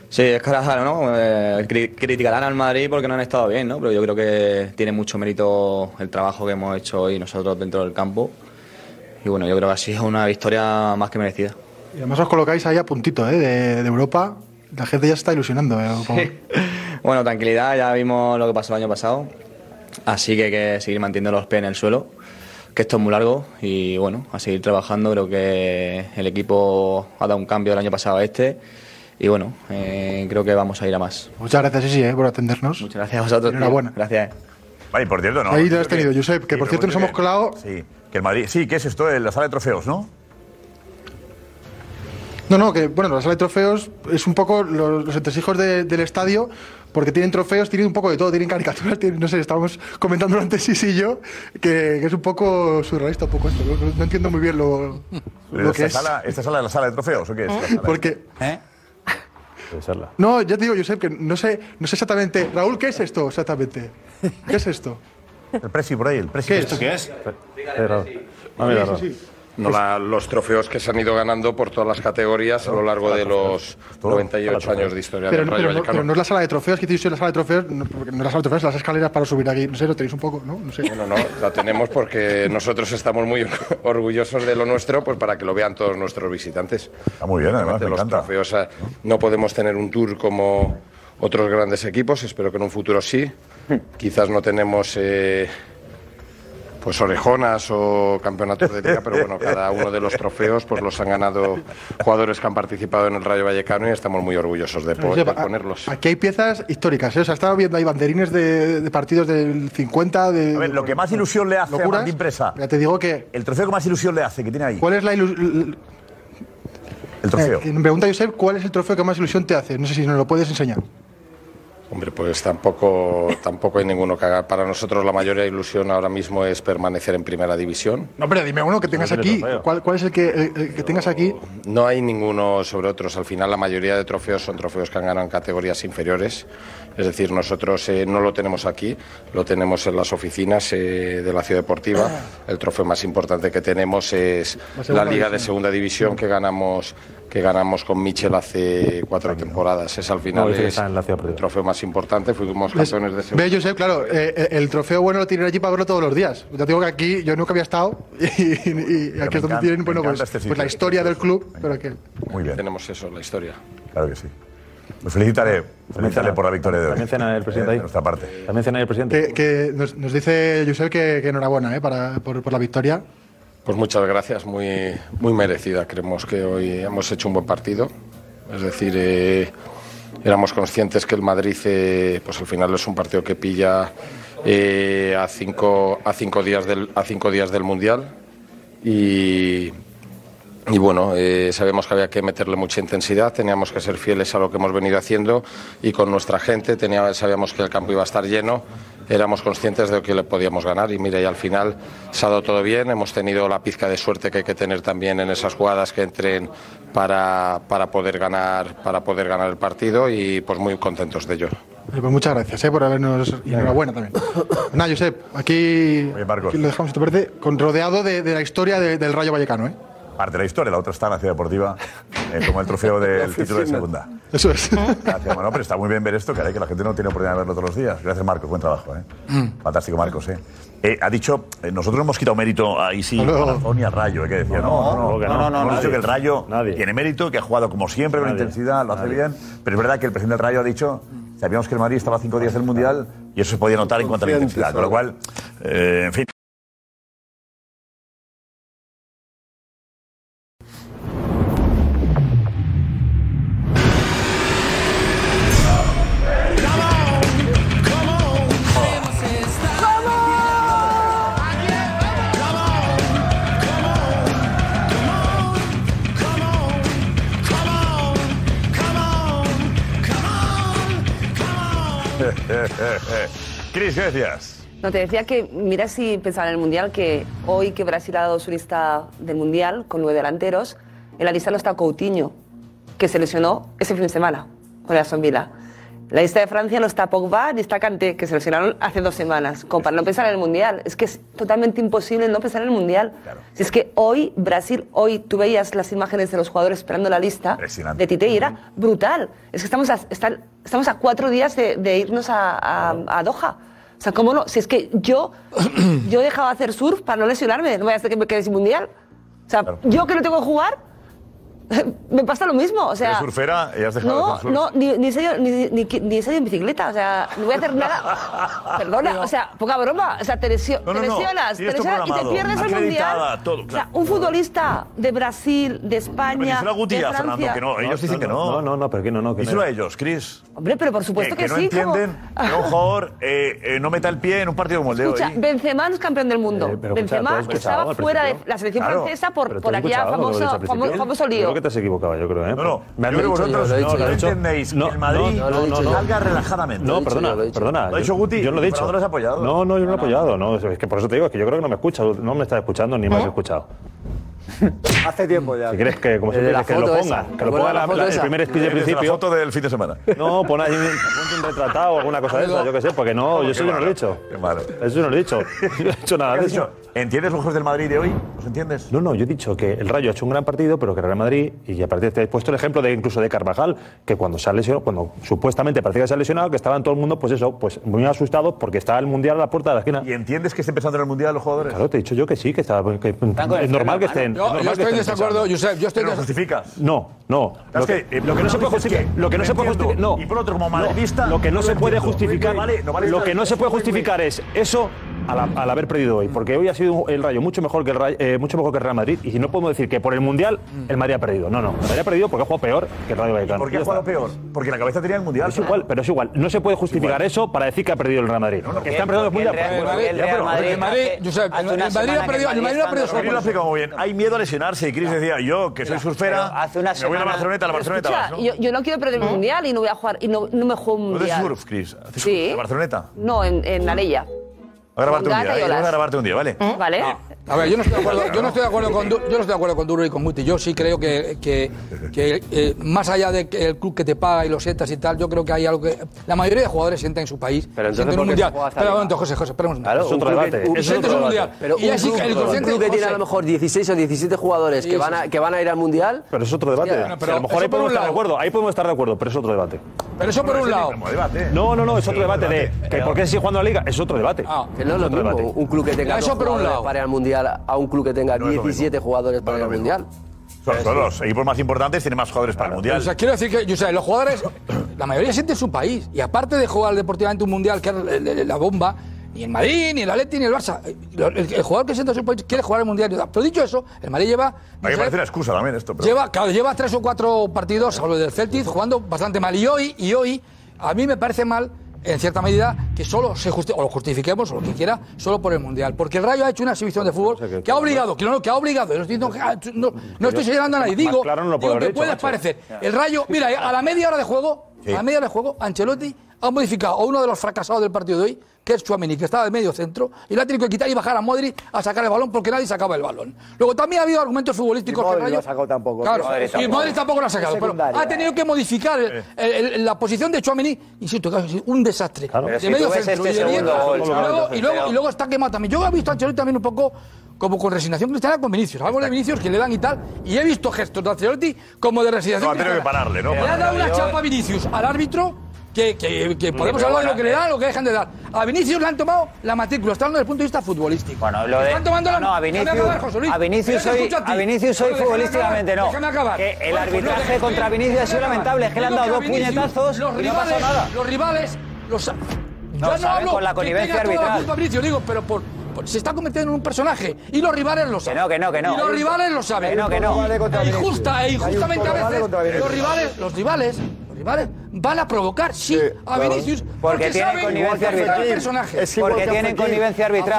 [SPEAKER 21] Sí, es que ahora, ¿no? Eh, cri- criticarán al Madrid porque no han estado bien, ¿no? Pero yo creo que tiene mucho mérito el trabajo que hemos hecho hoy nosotros dentro del campo. Y bueno, yo creo que ha sido una victoria más que merecida.
[SPEAKER 20] Y además os colocáis ahí a puntito ¿eh? de, de Europa. La gente ya se está ilusionando. ¿eh? Como-
[SPEAKER 21] Bueno, tranquilidad, ya vimos lo que pasó el año pasado. Así que hay que seguir manteniendo los pies en el suelo, que esto es muy largo. Y bueno, a seguir trabajando. Creo que el equipo ha dado un cambio del año pasado a este. Y bueno, eh, creo que vamos a ir a más.
[SPEAKER 20] Muchas gracias, sí, por atendernos.
[SPEAKER 21] Muchas gracias a vosotros. tío.
[SPEAKER 20] Enhorabuena.
[SPEAKER 21] Gracias.
[SPEAKER 3] Vale, y por cierto, no.
[SPEAKER 20] ahí lo
[SPEAKER 3] creo
[SPEAKER 20] has tenido,
[SPEAKER 3] que-
[SPEAKER 20] Josep, que
[SPEAKER 3] sí,
[SPEAKER 20] por cierto nos
[SPEAKER 3] pregunto
[SPEAKER 20] hemos
[SPEAKER 3] que-
[SPEAKER 20] colado
[SPEAKER 3] Sí, que el Madrid. Sí, ¿qué es esto? La sala de trofeos, ¿no?
[SPEAKER 20] No, no, que bueno, la sala de trofeos es un poco los, los entresijos de- del estadio, porque tienen trofeos, tienen un poco de todo, tienen caricaturas, tienen- no sé, estábamos comentando antes Sisi y yo, que, que es un poco surrealista un poco esto, no, no entiendo muy bien lo, lo
[SPEAKER 3] ¿Esta
[SPEAKER 20] que es. ¿Eh?
[SPEAKER 3] sala, ¿Esta sala es la sala de trofeos o qué es? La sala de-
[SPEAKER 20] Porque,
[SPEAKER 7] ¿Eh?
[SPEAKER 20] no, ya te digo, Josep, que no sé, no sé exactamente, Raúl, ¿qué es esto exactamente? ¿Qué es esto?
[SPEAKER 3] El Presi por ahí, el Presi.
[SPEAKER 20] ¿Qué
[SPEAKER 22] ¿Esto
[SPEAKER 20] es?
[SPEAKER 22] qué es?
[SPEAKER 20] Ah, mira, Raúl. Sí, sí, sí.
[SPEAKER 22] No, la- los trofeos que se han ido ganando por todas las categorías a lo largo de los 98 años de historia
[SPEAKER 20] Pero,
[SPEAKER 22] del
[SPEAKER 20] pero
[SPEAKER 22] Rayo
[SPEAKER 20] no, pero
[SPEAKER 22] Vallecano.
[SPEAKER 20] no es la sala de trofeos, que dicho la sala de trofeos, no, porque no es la sala de trofeos, las escaleras para subir aquí, no sé, lo tenéis un poco, ¿no? No sé.
[SPEAKER 22] Bueno, no, la tenemos porque nosotros estamos muy orgullosos de lo nuestro, pues para que lo vean todos nuestros visitantes. Está
[SPEAKER 3] muy bien, además, me
[SPEAKER 22] los
[SPEAKER 3] encanta.
[SPEAKER 22] trofeos, eh, no podemos tener un tour como otros grandes equipos, espero que en un futuro sí. Quizás no tenemos eh, pues orejonas o campeonatos de liga, pero bueno, cada uno de los trofeos pues los han ganado jugadores que han participado en el Rayo Vallecano y estamos muy orgullosos de, po- de
[SPEAKER 20] Josep, a-
[SPEAKER 22] ponerlos.
[SPEAKER 20] Aquí hay piezas históricas, ¿eh? o sea, estaba viendo ahí banderines de, de partidos del 50, de...
[SPEAKER 3] A ver, lo que más ilusión le hace
[SPEAKER 20] locuras.
[SPEAKER 3] a Martín Presa.
[SPEAKER 20] Ya te digo que...
[SPEAKER 3] El trofeo que más ilusión le hace, que tiene ahí.
[SPEAKER 20] ¿Cuál es la ilusión?
[SPEAKER 3] El trofeo.
[SPEAKER 20] Eh, me pregunta Josep, ¿cuál es el trofeo que más ilusión te hace? No sé si nos lo puedes enseñar.
[SPEAKER 22] Hombre, pues tampoco, tampoco hay ninguno que haga. Para nosotros la mayor ilusión ahora mismo es permanecer en primera división.
[SPEAKER 20] No, pero dime uno que tengas
[SPEAKER 22] tiene
[SPEAKER 20] aquí.
[SPEAKER 22] trofeo.
[SPEAKER 20] ¿Cuál, cuál es el que, el- el que tengas aquí?
[SPEAKER 22] No hay ninguno sobre otros. Al final la mayoría de trofeos son trofeos que han ganado en categorías inferiores Es decir, nosotros eh, no lo tenemos aquí, lo tenemos en las oficinas eh, de la Ciudad Deportiva. El trofeo más importante que tenemos es
[SPEAKER 3] La segunda
[SPEAKER 22] la Liga de
[SPEAKER 3] división.
[SPEAKER 22] Segunda División que ganamos que ganamos con Michel hace cuatro temporadas. Es al final
[SPEAKER 7] ese
[SPEAKER 22] es
[SPEAKER 7] está en la Ciudad
[SPEAKER 22] el trofeo más importante. Fuimos
[SPEAKER 3] Pues,
[SPEAKER 20] ¿Ves?
[SPEAKER 22] campeones de segunda.
[SPEAKER 20] Ve, Josep, claro, eh, eh, el trofeo bueno lo tienen allí para verlo todos los días. Te digo que aquí yo nunca había estado y, y- y aquí es donde
[SPEAKER 22] encanta,
[SPEAKER 20] tienen
[SPEAKER 22] me
[SPEAKER 20] bueno, pues,
[SPEAKER 22] encanta este sitio.
[SPEAKER 20] pues la historia del club. Pero que,
[SPEAKER 22] Muy bien. Tenemos eso, la historia.
[SPEAKER 3] Claro que sí. Pues felicitaré, felicitaré por la victoria de hoy.
[SPEAKER 7] También cena el presidente
[SPEAKER 3] Eh,
[SPEAKER 7] ahí.
[SPEAKER 3] De nuestra parte.
[SPEAKER 7] También cena el presidente.
[SPEAKER 20] que- que nos, nos dice Josep que, que enhorabuena eh, para, por, por la victoria.
[SPEAKER 22] Pues muchas gracias, muy, muy merecida. Creemos que hoy hemos hecho un buen partido. Es decir, eh, éramos conscientes que el Madrid, eh, pues al final es un partido que pilla eh, a, cinco, a, cinco días del, a cinco días del Mundial. Y, y bueno, eh, sabemos que había que meterle mucha intensidad, teníamos que ser fieles a lo que hemos venido haciendo y con nuestra gente tenía- sabíamos que el campo iba a estar lleno, éramos conscientes de que le podíamos ganar y mira, y al final se ha dado todo bien, hemos tenido la pizca de suerte que hay que tener también en esas jugadas que entren para, para poder, ganar, para poder ganar el partido y pues muy contentos de ello.
[SPEAKER 20] Eh, pues muchas gracias eh, por habernos. Y enhorabuena también. Pues Nada, Josep, aquí, aquí lo dejamos, si ¿te parece? Con, rodeado de, de la historia de- del Rayo Vallecano. ¿eh?
[SPEAKER 3] Parte de la historia, la otra está en la Ciudad Deportiva, eh, como el trofeo del título de segunda.
[SPEAKER 20] Eso es.
[SPEAKER 3] Gracias, Manolo, pero está muy bien ver esto, caray, que la gente no tiene oportunidad de verlo todos los días. Gracias, Marcos, buen trabajo. ¿eh? Fantástico, Marcos. ¿eh? Eh, ha dicho, eh, nosotros hemos quitado mérito ahí sí,
[SPEAKER 7] No, no.
[SPEAKER 3] a Razón y al Rayo, hay que decir. No, no,
[SPEAKER 7] no,
[SPEAKER 3] no,
[SPEAKER 7] no, no,
[SPEAKER 3] Hemos
[SPEAKER 7] nadie.
[SPEAKER 3] dicho que el Rayo
[SPEAKER 7] Nadie.
[SPEAKER 3] tiene mérito, que ha jugado como siempre con
[SPEAKER 7] Nadie.
[SPEAKER 3] intensidad, lo hace
[SPEAKER 7] Nadie.
[SPEAKER 3] bien. Pero es verdad que el presidente del Rayo ha dicho, sabíamos que el Madrid estaba a cinco días del Mundial y eso se podía notar en cuanto a la
[SPEAKER 13] Conscientes,
[SPEAKER 3] intensidad. Con lo cual, eh, en fin. Cris, ¿qué decías?
[SPEAKER 23] No, te decía que mira si pensaba en el Mundial, que hoy que Brasil ha dado su lista del Mundial con nueve delanteros, en la lista no está Coutinho, que se lesionó ese fin de semana con el Aston Villa. La lista de Francia no está Pogba ni está Kanté, que se lesionaron hace dos semanas. Como para no pensar en el Mundial. Es que es totalmente imposible no pensar en el Mundial. Si es que hoy, Brasil, hoy tú veías las imágenes de los jugadores esperando la lista de Tite y era brutal. Es que estamos a, están- estamos a cuatro días de, de irnos a, a- a Doha. O sea, ¿cómo no? Si es que yo, yo he dejado de hacer surf para no lesionarme. No voy a hacer que me quede sin Mundial. O sea, yo que no tengo que jugar, me pasa lo mismo. O sea,
[SPEAKER 3] ¿Eres surfera y has dejado de
[SPEAKER 23] no,
[SPEAKER 3] hacer surf?
[SPEAKER 23] no, ni, ni, he salido- ni, ni, ni he salido en bicicleta, o sea, no voy a hacer nada. Perdona, o sea, poca broma, o sea, te, lesio-
[SPEAKER 3] No, no,
[SPEAKER 23] te
[SPEAKER 3] no,
[SPEAKER 23] lesionas, te
[SPEAKER 3] tienes todo
[SPEAKER 23] lesionas y te
[SPEAKER 3] programado,
[SPEAKER 23] pierdes el mundial.
[SPEAKER 3] acreditada, todo,
[SPEAKER 23] O sea,
[SPEAKER 3] claro.
[SPEAKER 23] un futbolista de Brasil, de
[SPEAKER 3] Pero
[SPEAKER 23] España,
[SPEAKER 3] díselo a Guti y
[SPEAKER 23] de
[SPEAKER 3] a Fernando,
[SPEAKER 23] Francia.
[SPEAKER 3] que no. eh, Ellos dicen que no.
[SPEAKER 7] No, no, no, pero que no, no. Que
[SPEAKER 3] Díselo
[SPEAKER 7] no.
[SPEAKER 3] a ellos, Cris.
[SPEAKER 23] Hombre, pero por supuesto que,
[SPEAKER 3] no
[SPEAKER 23] sí. como-
[SPEAKER 3] entienden que un jugador eh, eh, no meta el pie en un partido como el de hoy.
[SPEAKER 23] Escucha, Benzema no es campeón del mundo.
[SPEAKER 3] eh. pero escucha,
[SPEAKER 23] Benzema
[SPEAKER 3] ¿tú has escuchado
[SPEAKER 23] estaba
[SPEAKER 3] al
[SPEAKER 23] fuera de
[SPEAKER 3] principio?
[SPEAKER 23] la selección
[SPEAKER 3] Claro,
[SPEAKER 23] francesa por,
[SPEAKER 7] Pero tú
[SPEAKER 23] por
[SPEAKER 7] has
[SPEAKER 23] aquella
[SPEAKER 7] escuchado lo que he dicho
[SPEAKER 23] famoso,
[SPEAKER 7] al principio.
[SPEAKER 23] famo- famoso
[SPEAKER 7] Yo Creo
[SPEAKER 23] lío.
[SPEAKER 7] que te has equivocado, yo creo. ¿eh? No, no.
[SPEAKER 3] Yo creo que vosotros no, no entendéis que el Madrid salga relajadamente.
[SPEAKER 7] No,
[SPEAKER 3] Lo he dicho
[SPEAKER 7] perdona,
[SPEAKER 3] yo, lo he dicho.
[SPEAKER 7] perdona.
[SPEAKER 3] Lo ha dicho Guti,
[SPEAKER 7] Yo no lo he
[SPEAKER 3] pero
[SPEAKER 7] dicho.
[SPEAKER 3] no lo has apoyado.
[SPEAKER 7] No, no, yo no lo he apoyado. No, es que por eso te digo, es que yo creo que no me escuchas. No me estás escuchando ni me has escuchado.
[SPEAKER 13] Hace tiempo ya.
[SPEAKER 7] Si quieres que, como
[SPEAKER 13] Desde
[SPEAKER 7] siempre,
[SPEAKER 13] la
[SPEAKER 7] que lo
[SPEAKER 13] foto
[SPEAKER 7] ponga.
[SPEAKER 13] esa.
[SPEAKER 7] Que lo
[SPEAKER 13] Bueno,
[SPEAKER 7] ponga
[SPEAKER 13] la
[SPEAKER 7] la-
[SPEAKER 13] foto
[SPEAKER 7] la- el
[SPEAKER 13] esa.
[SPEAKER 7] primer speech de
[SPEAKER 3] Desde la
[SPEAKER 7] principio.
[SPEAKER 3] foto del fin de semana.
[SPEAKER 7] No, pon ahí un, ponte un retratado o alguna cosa de esa, yo qué sé, porque no, yo eso yo no lo he dicho.
[SPEAKER 3] Qué malo.
[SPEAKER 7] Eso yo no lo he dicho. Yo no he hecho nada
[SPEAKER 3] ¿Qué
[SPEAKER 7] de
[SPEAKER 3] has
[SPEAKER 7] eso.
[SPEAKER 3] dicho? ¿Entiendes los juegos del Madrid de hoy? ¿Los entiendes?
[SPEAKER 7] No, no, yo he dicho que el Rayo ha hecho un gran partido, pero que el Real Madrid, y a partir te he puesto el ejemplo de incluso de Carvajal, que cuando se ha lesionado, cuando supuestamente parecía que se ha lesionado, que estaban todo el mundo, pues eso, pues muy asustados porque estaba el Mundial a la puerta de la esquina.
[SPEAKER 3] ¿Y entiendes que estén pensando en el Mundial los jugadores?
[SPEAKER 7] Claro, te he dicho yo que sí, que, estaba, que
[SPEAKER 3] con el
[SPEAKER 7] es normal que
[SPEAKER 3] freno en
[SPEAKER 7] estén.
[SPEAKER 3] mano.
[SPEAKER 7] es normal que estén pensando.
[SPEAKER 3] Josep. Yo estoy ¿Pero lo justificas?
[SPEAKER 7] No, no. Lo
[SPEAKER 3] Es
[SPEAKER 7] que,
[SPEAKER 3] eh,
[SPEAKER 7] lo que no se puede
[SPEAKER 3] dices es
[SPEAKER 7] justificar.
[SPEAKER 3] que
[SPEAKER 7] Lo que no se puede
[SPEAKER 3] entiendo.
[SPEAKER 7] justificar. No.
[SPEAKER 3] Y por otro, como
[SPEAKER 7] No,
[SPEAKER 3] madridista.
[SPEAKER 7] lo que no se puede
[SPEAKER 3] entiendo.
[SPEAKER 7] justificar.
[SPEAKER 3] No vale- no vale
[SPEAKER 7] lo
[SPEAKER 3] estar-
[SPEAKER 7] que no se puede justificar es eso al, al haber perdido hoy. Porque hoy ha sido un- el Rayo mucho mejor que el Rayo- eh, mucho mejor que el Real Madrid. Y no podemos decir que por el Mundial el Madrid ha perdido. No, no. El Madrid ha perdido porque ha jugado peor que el Rayo Vallecano.
[SPEAKER 3] ¿Por qué
[SPEAKER 7] Ya
[SPEAKER 3] ha
[SPEAKER 7] está.
[SPEAKER 3] jugado peor? Porque la cabeza tenía el Mundial.
[SPEAKER 7] Pero es igual, pero es igual. No se puede justificar eso para decir que ha perdido el Real Madrid. que están perdiendo los
[SPEAKER 3] porque el
[SPEAKER 7] Mundial.
[SPEAKER 3] Real-
[SPEAKER 7] pues,
[SPEAKER 3] porque el
[SPEAKER 7] ya,
[SPEAKER 3] Real
[SPEAKER 7] pero-
[SPEAKER 3] Madrid
[SPEAKER 7] el Madrid-
[SPEAKER 3] hace-
[SPEAKER 7] Josep,
[SPEAKER 3] hace
[SPEAKER 7] el-
[SPEAKER 3] una
[SPEAKER 7] el Madrid ha
[SPEAKER 3] semana que
[SPEAKER 7] perdido-
[SPEAKER 3] el
[SPEAKER 7] el Madrid ha
[SPEAKER 3] Madrid
[SPEAKER 7] perdido
[SPEAKER 3] está- Madrid lo ha explicado muy bien. Hay miedo a lesionarse. Y Cris decía, yo, que soy surfera,
[SPEAKER 18] pero hace
[SPEAKER 3] me voy a la
[SPEAKER 18] una semana-
[SPEAKER 3] Barceloneta, a la
[SPEAKER 18] Pero
[SPEAKER 3] Barceloneta.
[SPEAKER 23] Escucha,
[SPEAKER 3] vas, ¿no?
[SPEAKER 23] yo, yo no quiero perder el mundial y no voy a jugar y ¿eh? no, no me juego un
[SPEAKER 3] ¿No haces
[SPEAKER 23] mundial.
[SPEAKER 3] surf, Cris? ¿Haces surf?
[SPEAKER 23] Sí.
[SPEAKER 3] ¿La Barceloneta?
[SPEAKER 23] No, en, en Alella.
[SPEAKER 3] A grabarte un
[SPEAKER 23] Con
[SPEAKER 3] día,
[SPEAKER 23] gata y
[SPEAKER 3] eh,
[SPEAKER 23] olas.
[SPEAKER 3] vamos a grabarte un día, ¿vale?
[SPEAKER 23] ¿Vale?
[SPEAKER 8] A ver, yo no estoy de acuerdo, yo no estoy de acuerdo con, Du- yo no estoy de acuerdo con Duro y con Guti. Yo sí creo que, que- que, eh, más allá del club que te paga y lo sientas y tal, yo creo que hay algo que. La mayoría de jugadores sienten en su país.
[SPEAKER 16] Pero entonces,
[SPEAKER 8] sienten
[SPEAKER 16] ¿por
[SPEAKER 8] un
[SPEAKER 16] qué
[SPEAKER 8] mundial.
[SPEAKER 16] se juega hasta
[SPEAKER 8] Espera un
[SPEAKER 16] Liga?
[SPEAKER 8] momento, José, José, espera un momento. Sientes un
[SPEAKER 16] otro
[SPEAKER 8] mundial.
[SPEAKER 16] debate. Pero
[SPEAKER 8] y
[SPEAKER 16] un
[SPEAKER 8] así
[SPEAKER 16] club,
[SPEAKER 8] que el
[SPEAKER 16] un
[SPEAKER 8] consciente.
[SPEAKER 16] club que tiene a
[SPEAKER 8] José,
[SPEAKER 16] lo mejor 16 o 17 jugadores que
[SPEAKER 8] Sí,
[SPEAKER 16] van, a, que van a ir al Mundial.
[SPEAKER 7] Pero es otro debate.
[SPEAKER 16] Hostia.
[SPEAKER 7] a lo
[SPEAKER 16] eso
[SPEAKER 7] mejor ahí
[SPEAKER 16] por un
[SPEAKER 7] podemos estar de
[SPEAKER 16] lado.
[SPEAKER 7] acuerdo, ahí podemos estar de acuerdo, pero es otro debate.
[SPEAKER 8] Pero eso por un lado.
[SPEAKER 7] No, no, no, es otro ¿eh? debate de que
[SPEAKER 16] Pero-
[SPEAKER 7] por qué sigue jugando la liga, es otro debate.
[SPEAKER 16] Que no es lo
[SPEAKER 7] otro
[SPEAKER 16] mismo
[SPEAKER 7] debate.
[SPEAKER 16] un club que tenga
[SPEAKER 7] Eso
[SPEAKER 16] dos
[SPEAKER 7] por un
[SPEAKER 16] jugadores
[SPEAKER 7] lado.
[SPEAKER 16] para ir al Mundial a un club que tenga 17 jugadores para ir al Mundial.
[SPEAKER 3] Son, son los equipos más importantes, tienen más jugadores para el
[SPEAKER 8] O sea,
[SPEAKER 3] Mundial.
[SPEAKER 8] quiero decir que o sea, los jugadores, la mayoría siente en su país. Y aparte de jugar deportivamente un mundial, que es la- la- la bomba, ni el Madrid, ni el Atleti, ni el Barça. eh, El, el- el jugador que siente en su país quiere jugar el mundial. Pero dicho eso, el Madrid lleva.
[SPEAKER 3] Hay que parecer una excusa también esto, pero...
[SPEAKER 8] Lleva, claro, lleva tres o cuatro partidos, hablo del Celtic, jugando bastante mal. Y hoy, y hoy, a mí me parece mal, en cierta medida, que solo se justi- o lo justifiquemos o lo que quiera, solo por el Mundial. Porque el Rayo ha hecho una exhibición de fútbol que ha obligado, que no, que ha obligado. No estoy, no, no- no estoy señalando a nadie,
[SPEAKER 7] Más
[SPEAKER 8] digo,
[SPEAKER 7] claro no lo puedo
[SPEAKER 8] digo
[SPEAKER 7] haber
[SPEAKER 8] que
[SPEAKER 7] dicho,
[SPEAKER 8] puede
[SPEAKER 7] macho.
[SPEAKER 8] parecer. El Rayo, mira, eh, a la media hora de juego, a la media hora de juego, Ancelotti ha modificado a uno de los fracasados del partido de hoy, que es Chuamini, que estaba de medio centro, y la ha tenido que quitar y bajar a Modric a sacar el balón porque nadie sacaba el balón. Luego también ha habido argumentos futbolísticos que el
[SPEAKER 19] Modric lo
[SPEAKER 8] Rayo
[SPEAKER 19] ha sacado tampoco.
[SPEAKER 8] Claro,
[SPEAKER 19] Modric
[SPEAKER 8] y
[SPEAKER 19] tampoco.
[SPEAKER 8] Modric tampoco lo ha sacado.
[SPEAKER 19] Es
[SPEAKER 8] pero
[SPEAKER 19] secundaria.
[SPEAKER 8] ha tenido que modificar el-
[SPEAKER 3] Eh.
[SPEAKER 8] el- el- la posición de Chouameni. Insisto, claro, es un desastre.
[SPEAKER 19] Pero
[SPEAKER 8] De
[SPEAKER 19] si
[SPEAKER 8] medio
[SPEAKER 19] tú ves
[SPEAKER 8] centro,
[SPEAKER 19] este
[SPEAKER 8] y de
[SPEAKER 19] segundo
[SPEAKER 8] diez.
[SPEAKER 19] gol,
[SPEAKER 8] y,
[SPEAKER 19] chaval,
[SPEAKER 8] luego,
[SPEAKER 19] entonces,
[SPEAKER 8] y, luego,
[SPEAKER 19] feo.
[SPEAKER 8] y luego está quemado también. Yo he visto a Ancelotti también un poco como con resignación cristiana con Vinicius. Algo de Vinicius que le dan y tal. Y he visto gestos de Ancelotti como de resignación
[SPEAKER 3] No, ha tenido
[SPEAKER 8] cristiana.
[SPEAKER 3] que pararle, ¿no?
[SPEAKER 8] Le ha dado
[SPEAKER 3] Pararle.
[SPEAKER 8] una chapa a Vinicius al árbitro que, que- que podemos
[SPEAKER 18] pero
[SPEAKER 8] hablar de
[SPEAKER 18] bueno,
[SPEAKER 8] lo que le dan o lo que dejan de dar. A Vinicius le han tomado la matrícula. Está hablando desde el punto de vista futbolístico.
[SPEAKER 18] Bueno, lo de-
[SPEAKER 8] Están tomando la
[SPEAKER 18] no, no, a
[SPEAKER 8] Déjame
[SPEAKER 18] Vinicius-
[SPEAKER 8] acabar, José Luis.
[SPEAKER 18] a Vinicius
[SPEAKER 8] Espera, te
[SPEAKER 18] hoy-
[SPEAKER 8] escucho ti.
[SPEAKER 18] a Vinicius hoy
[SPEAKER 8] Bueno, déjame
[SPEAKER 18] futbolísticamente
[SPEAKER 8] acabar,
[SPEAKER 18] no.
[SPEAKER 8] déjame acabar.
[SPEAKER 18] Que el
[SPEAKER 8] Bueno, pues
[SPEAKER 18] arbitraje
[SPEAKER 8] déjame-
[SPEAKER 18] contra Vinicius ha sido
[SPEAKER 8] déjame acabar.
[SPEAKER 18] lamentable, es que le han
[SPEAKER 8] Digo
[SPEAKER 18] dado
[SPEAKER 8] a
[SPEAKER 18] dos puñetazos
[SPEAKER 8] Los
[SPEAKER 18] y no ha pasado
[SPEAKER 8] rivales,
[SPEAKER 18] nada.
[SPEAKER 8] los rivales, los...
[SPEAKER 18] No,
[SPEAKER 8] yo no
[SPEAKER 18] saben
[SPEAKER 8] hablo
[SPEAKER 18] por la
[SPEAKER 8] que
[SPEAKER 18] connivencia
[SPEAKER 8] tenga toda
[SPEAKER 18] arbitral.
[SPEAKER 8] la culpa Vinicius, digo, pero por, por- se está convirtiendo en un personaje y los rivales lo saben.
[SPEAKER 18] que no, que no.
[SPEAKER 8] Y los rivales lo saben.
[SPEAKER 18] Que no, que no.
[SPEAKER 8] E
[SPEAKER 18] Hay un
[SPEAKER 8] injusta, e
[SPEAKER 18] Vinicius.
[SPEAKER 8] injustamente a
[SPEAKER 18] Hay un
[SPEAKER 8] veces
[SPEAKER 18] contra Vinicius.
[SPEAKER 8] los rivales, los rivales, los rivales van a provocar, sí, a
[SPEAKER 13] claro.
[SPEAKER 8] Vinicius porque,
[SPEAKER 13] Porque tienen
[SPEAKER 8] saben
[SPEAKER 13] connivencia
[SPEAKER 8] que es un
[SPEAKER 13] arbitral.
[SPEAKER 8] personaje.
[SPEAKER 13] Es igual que Fekir.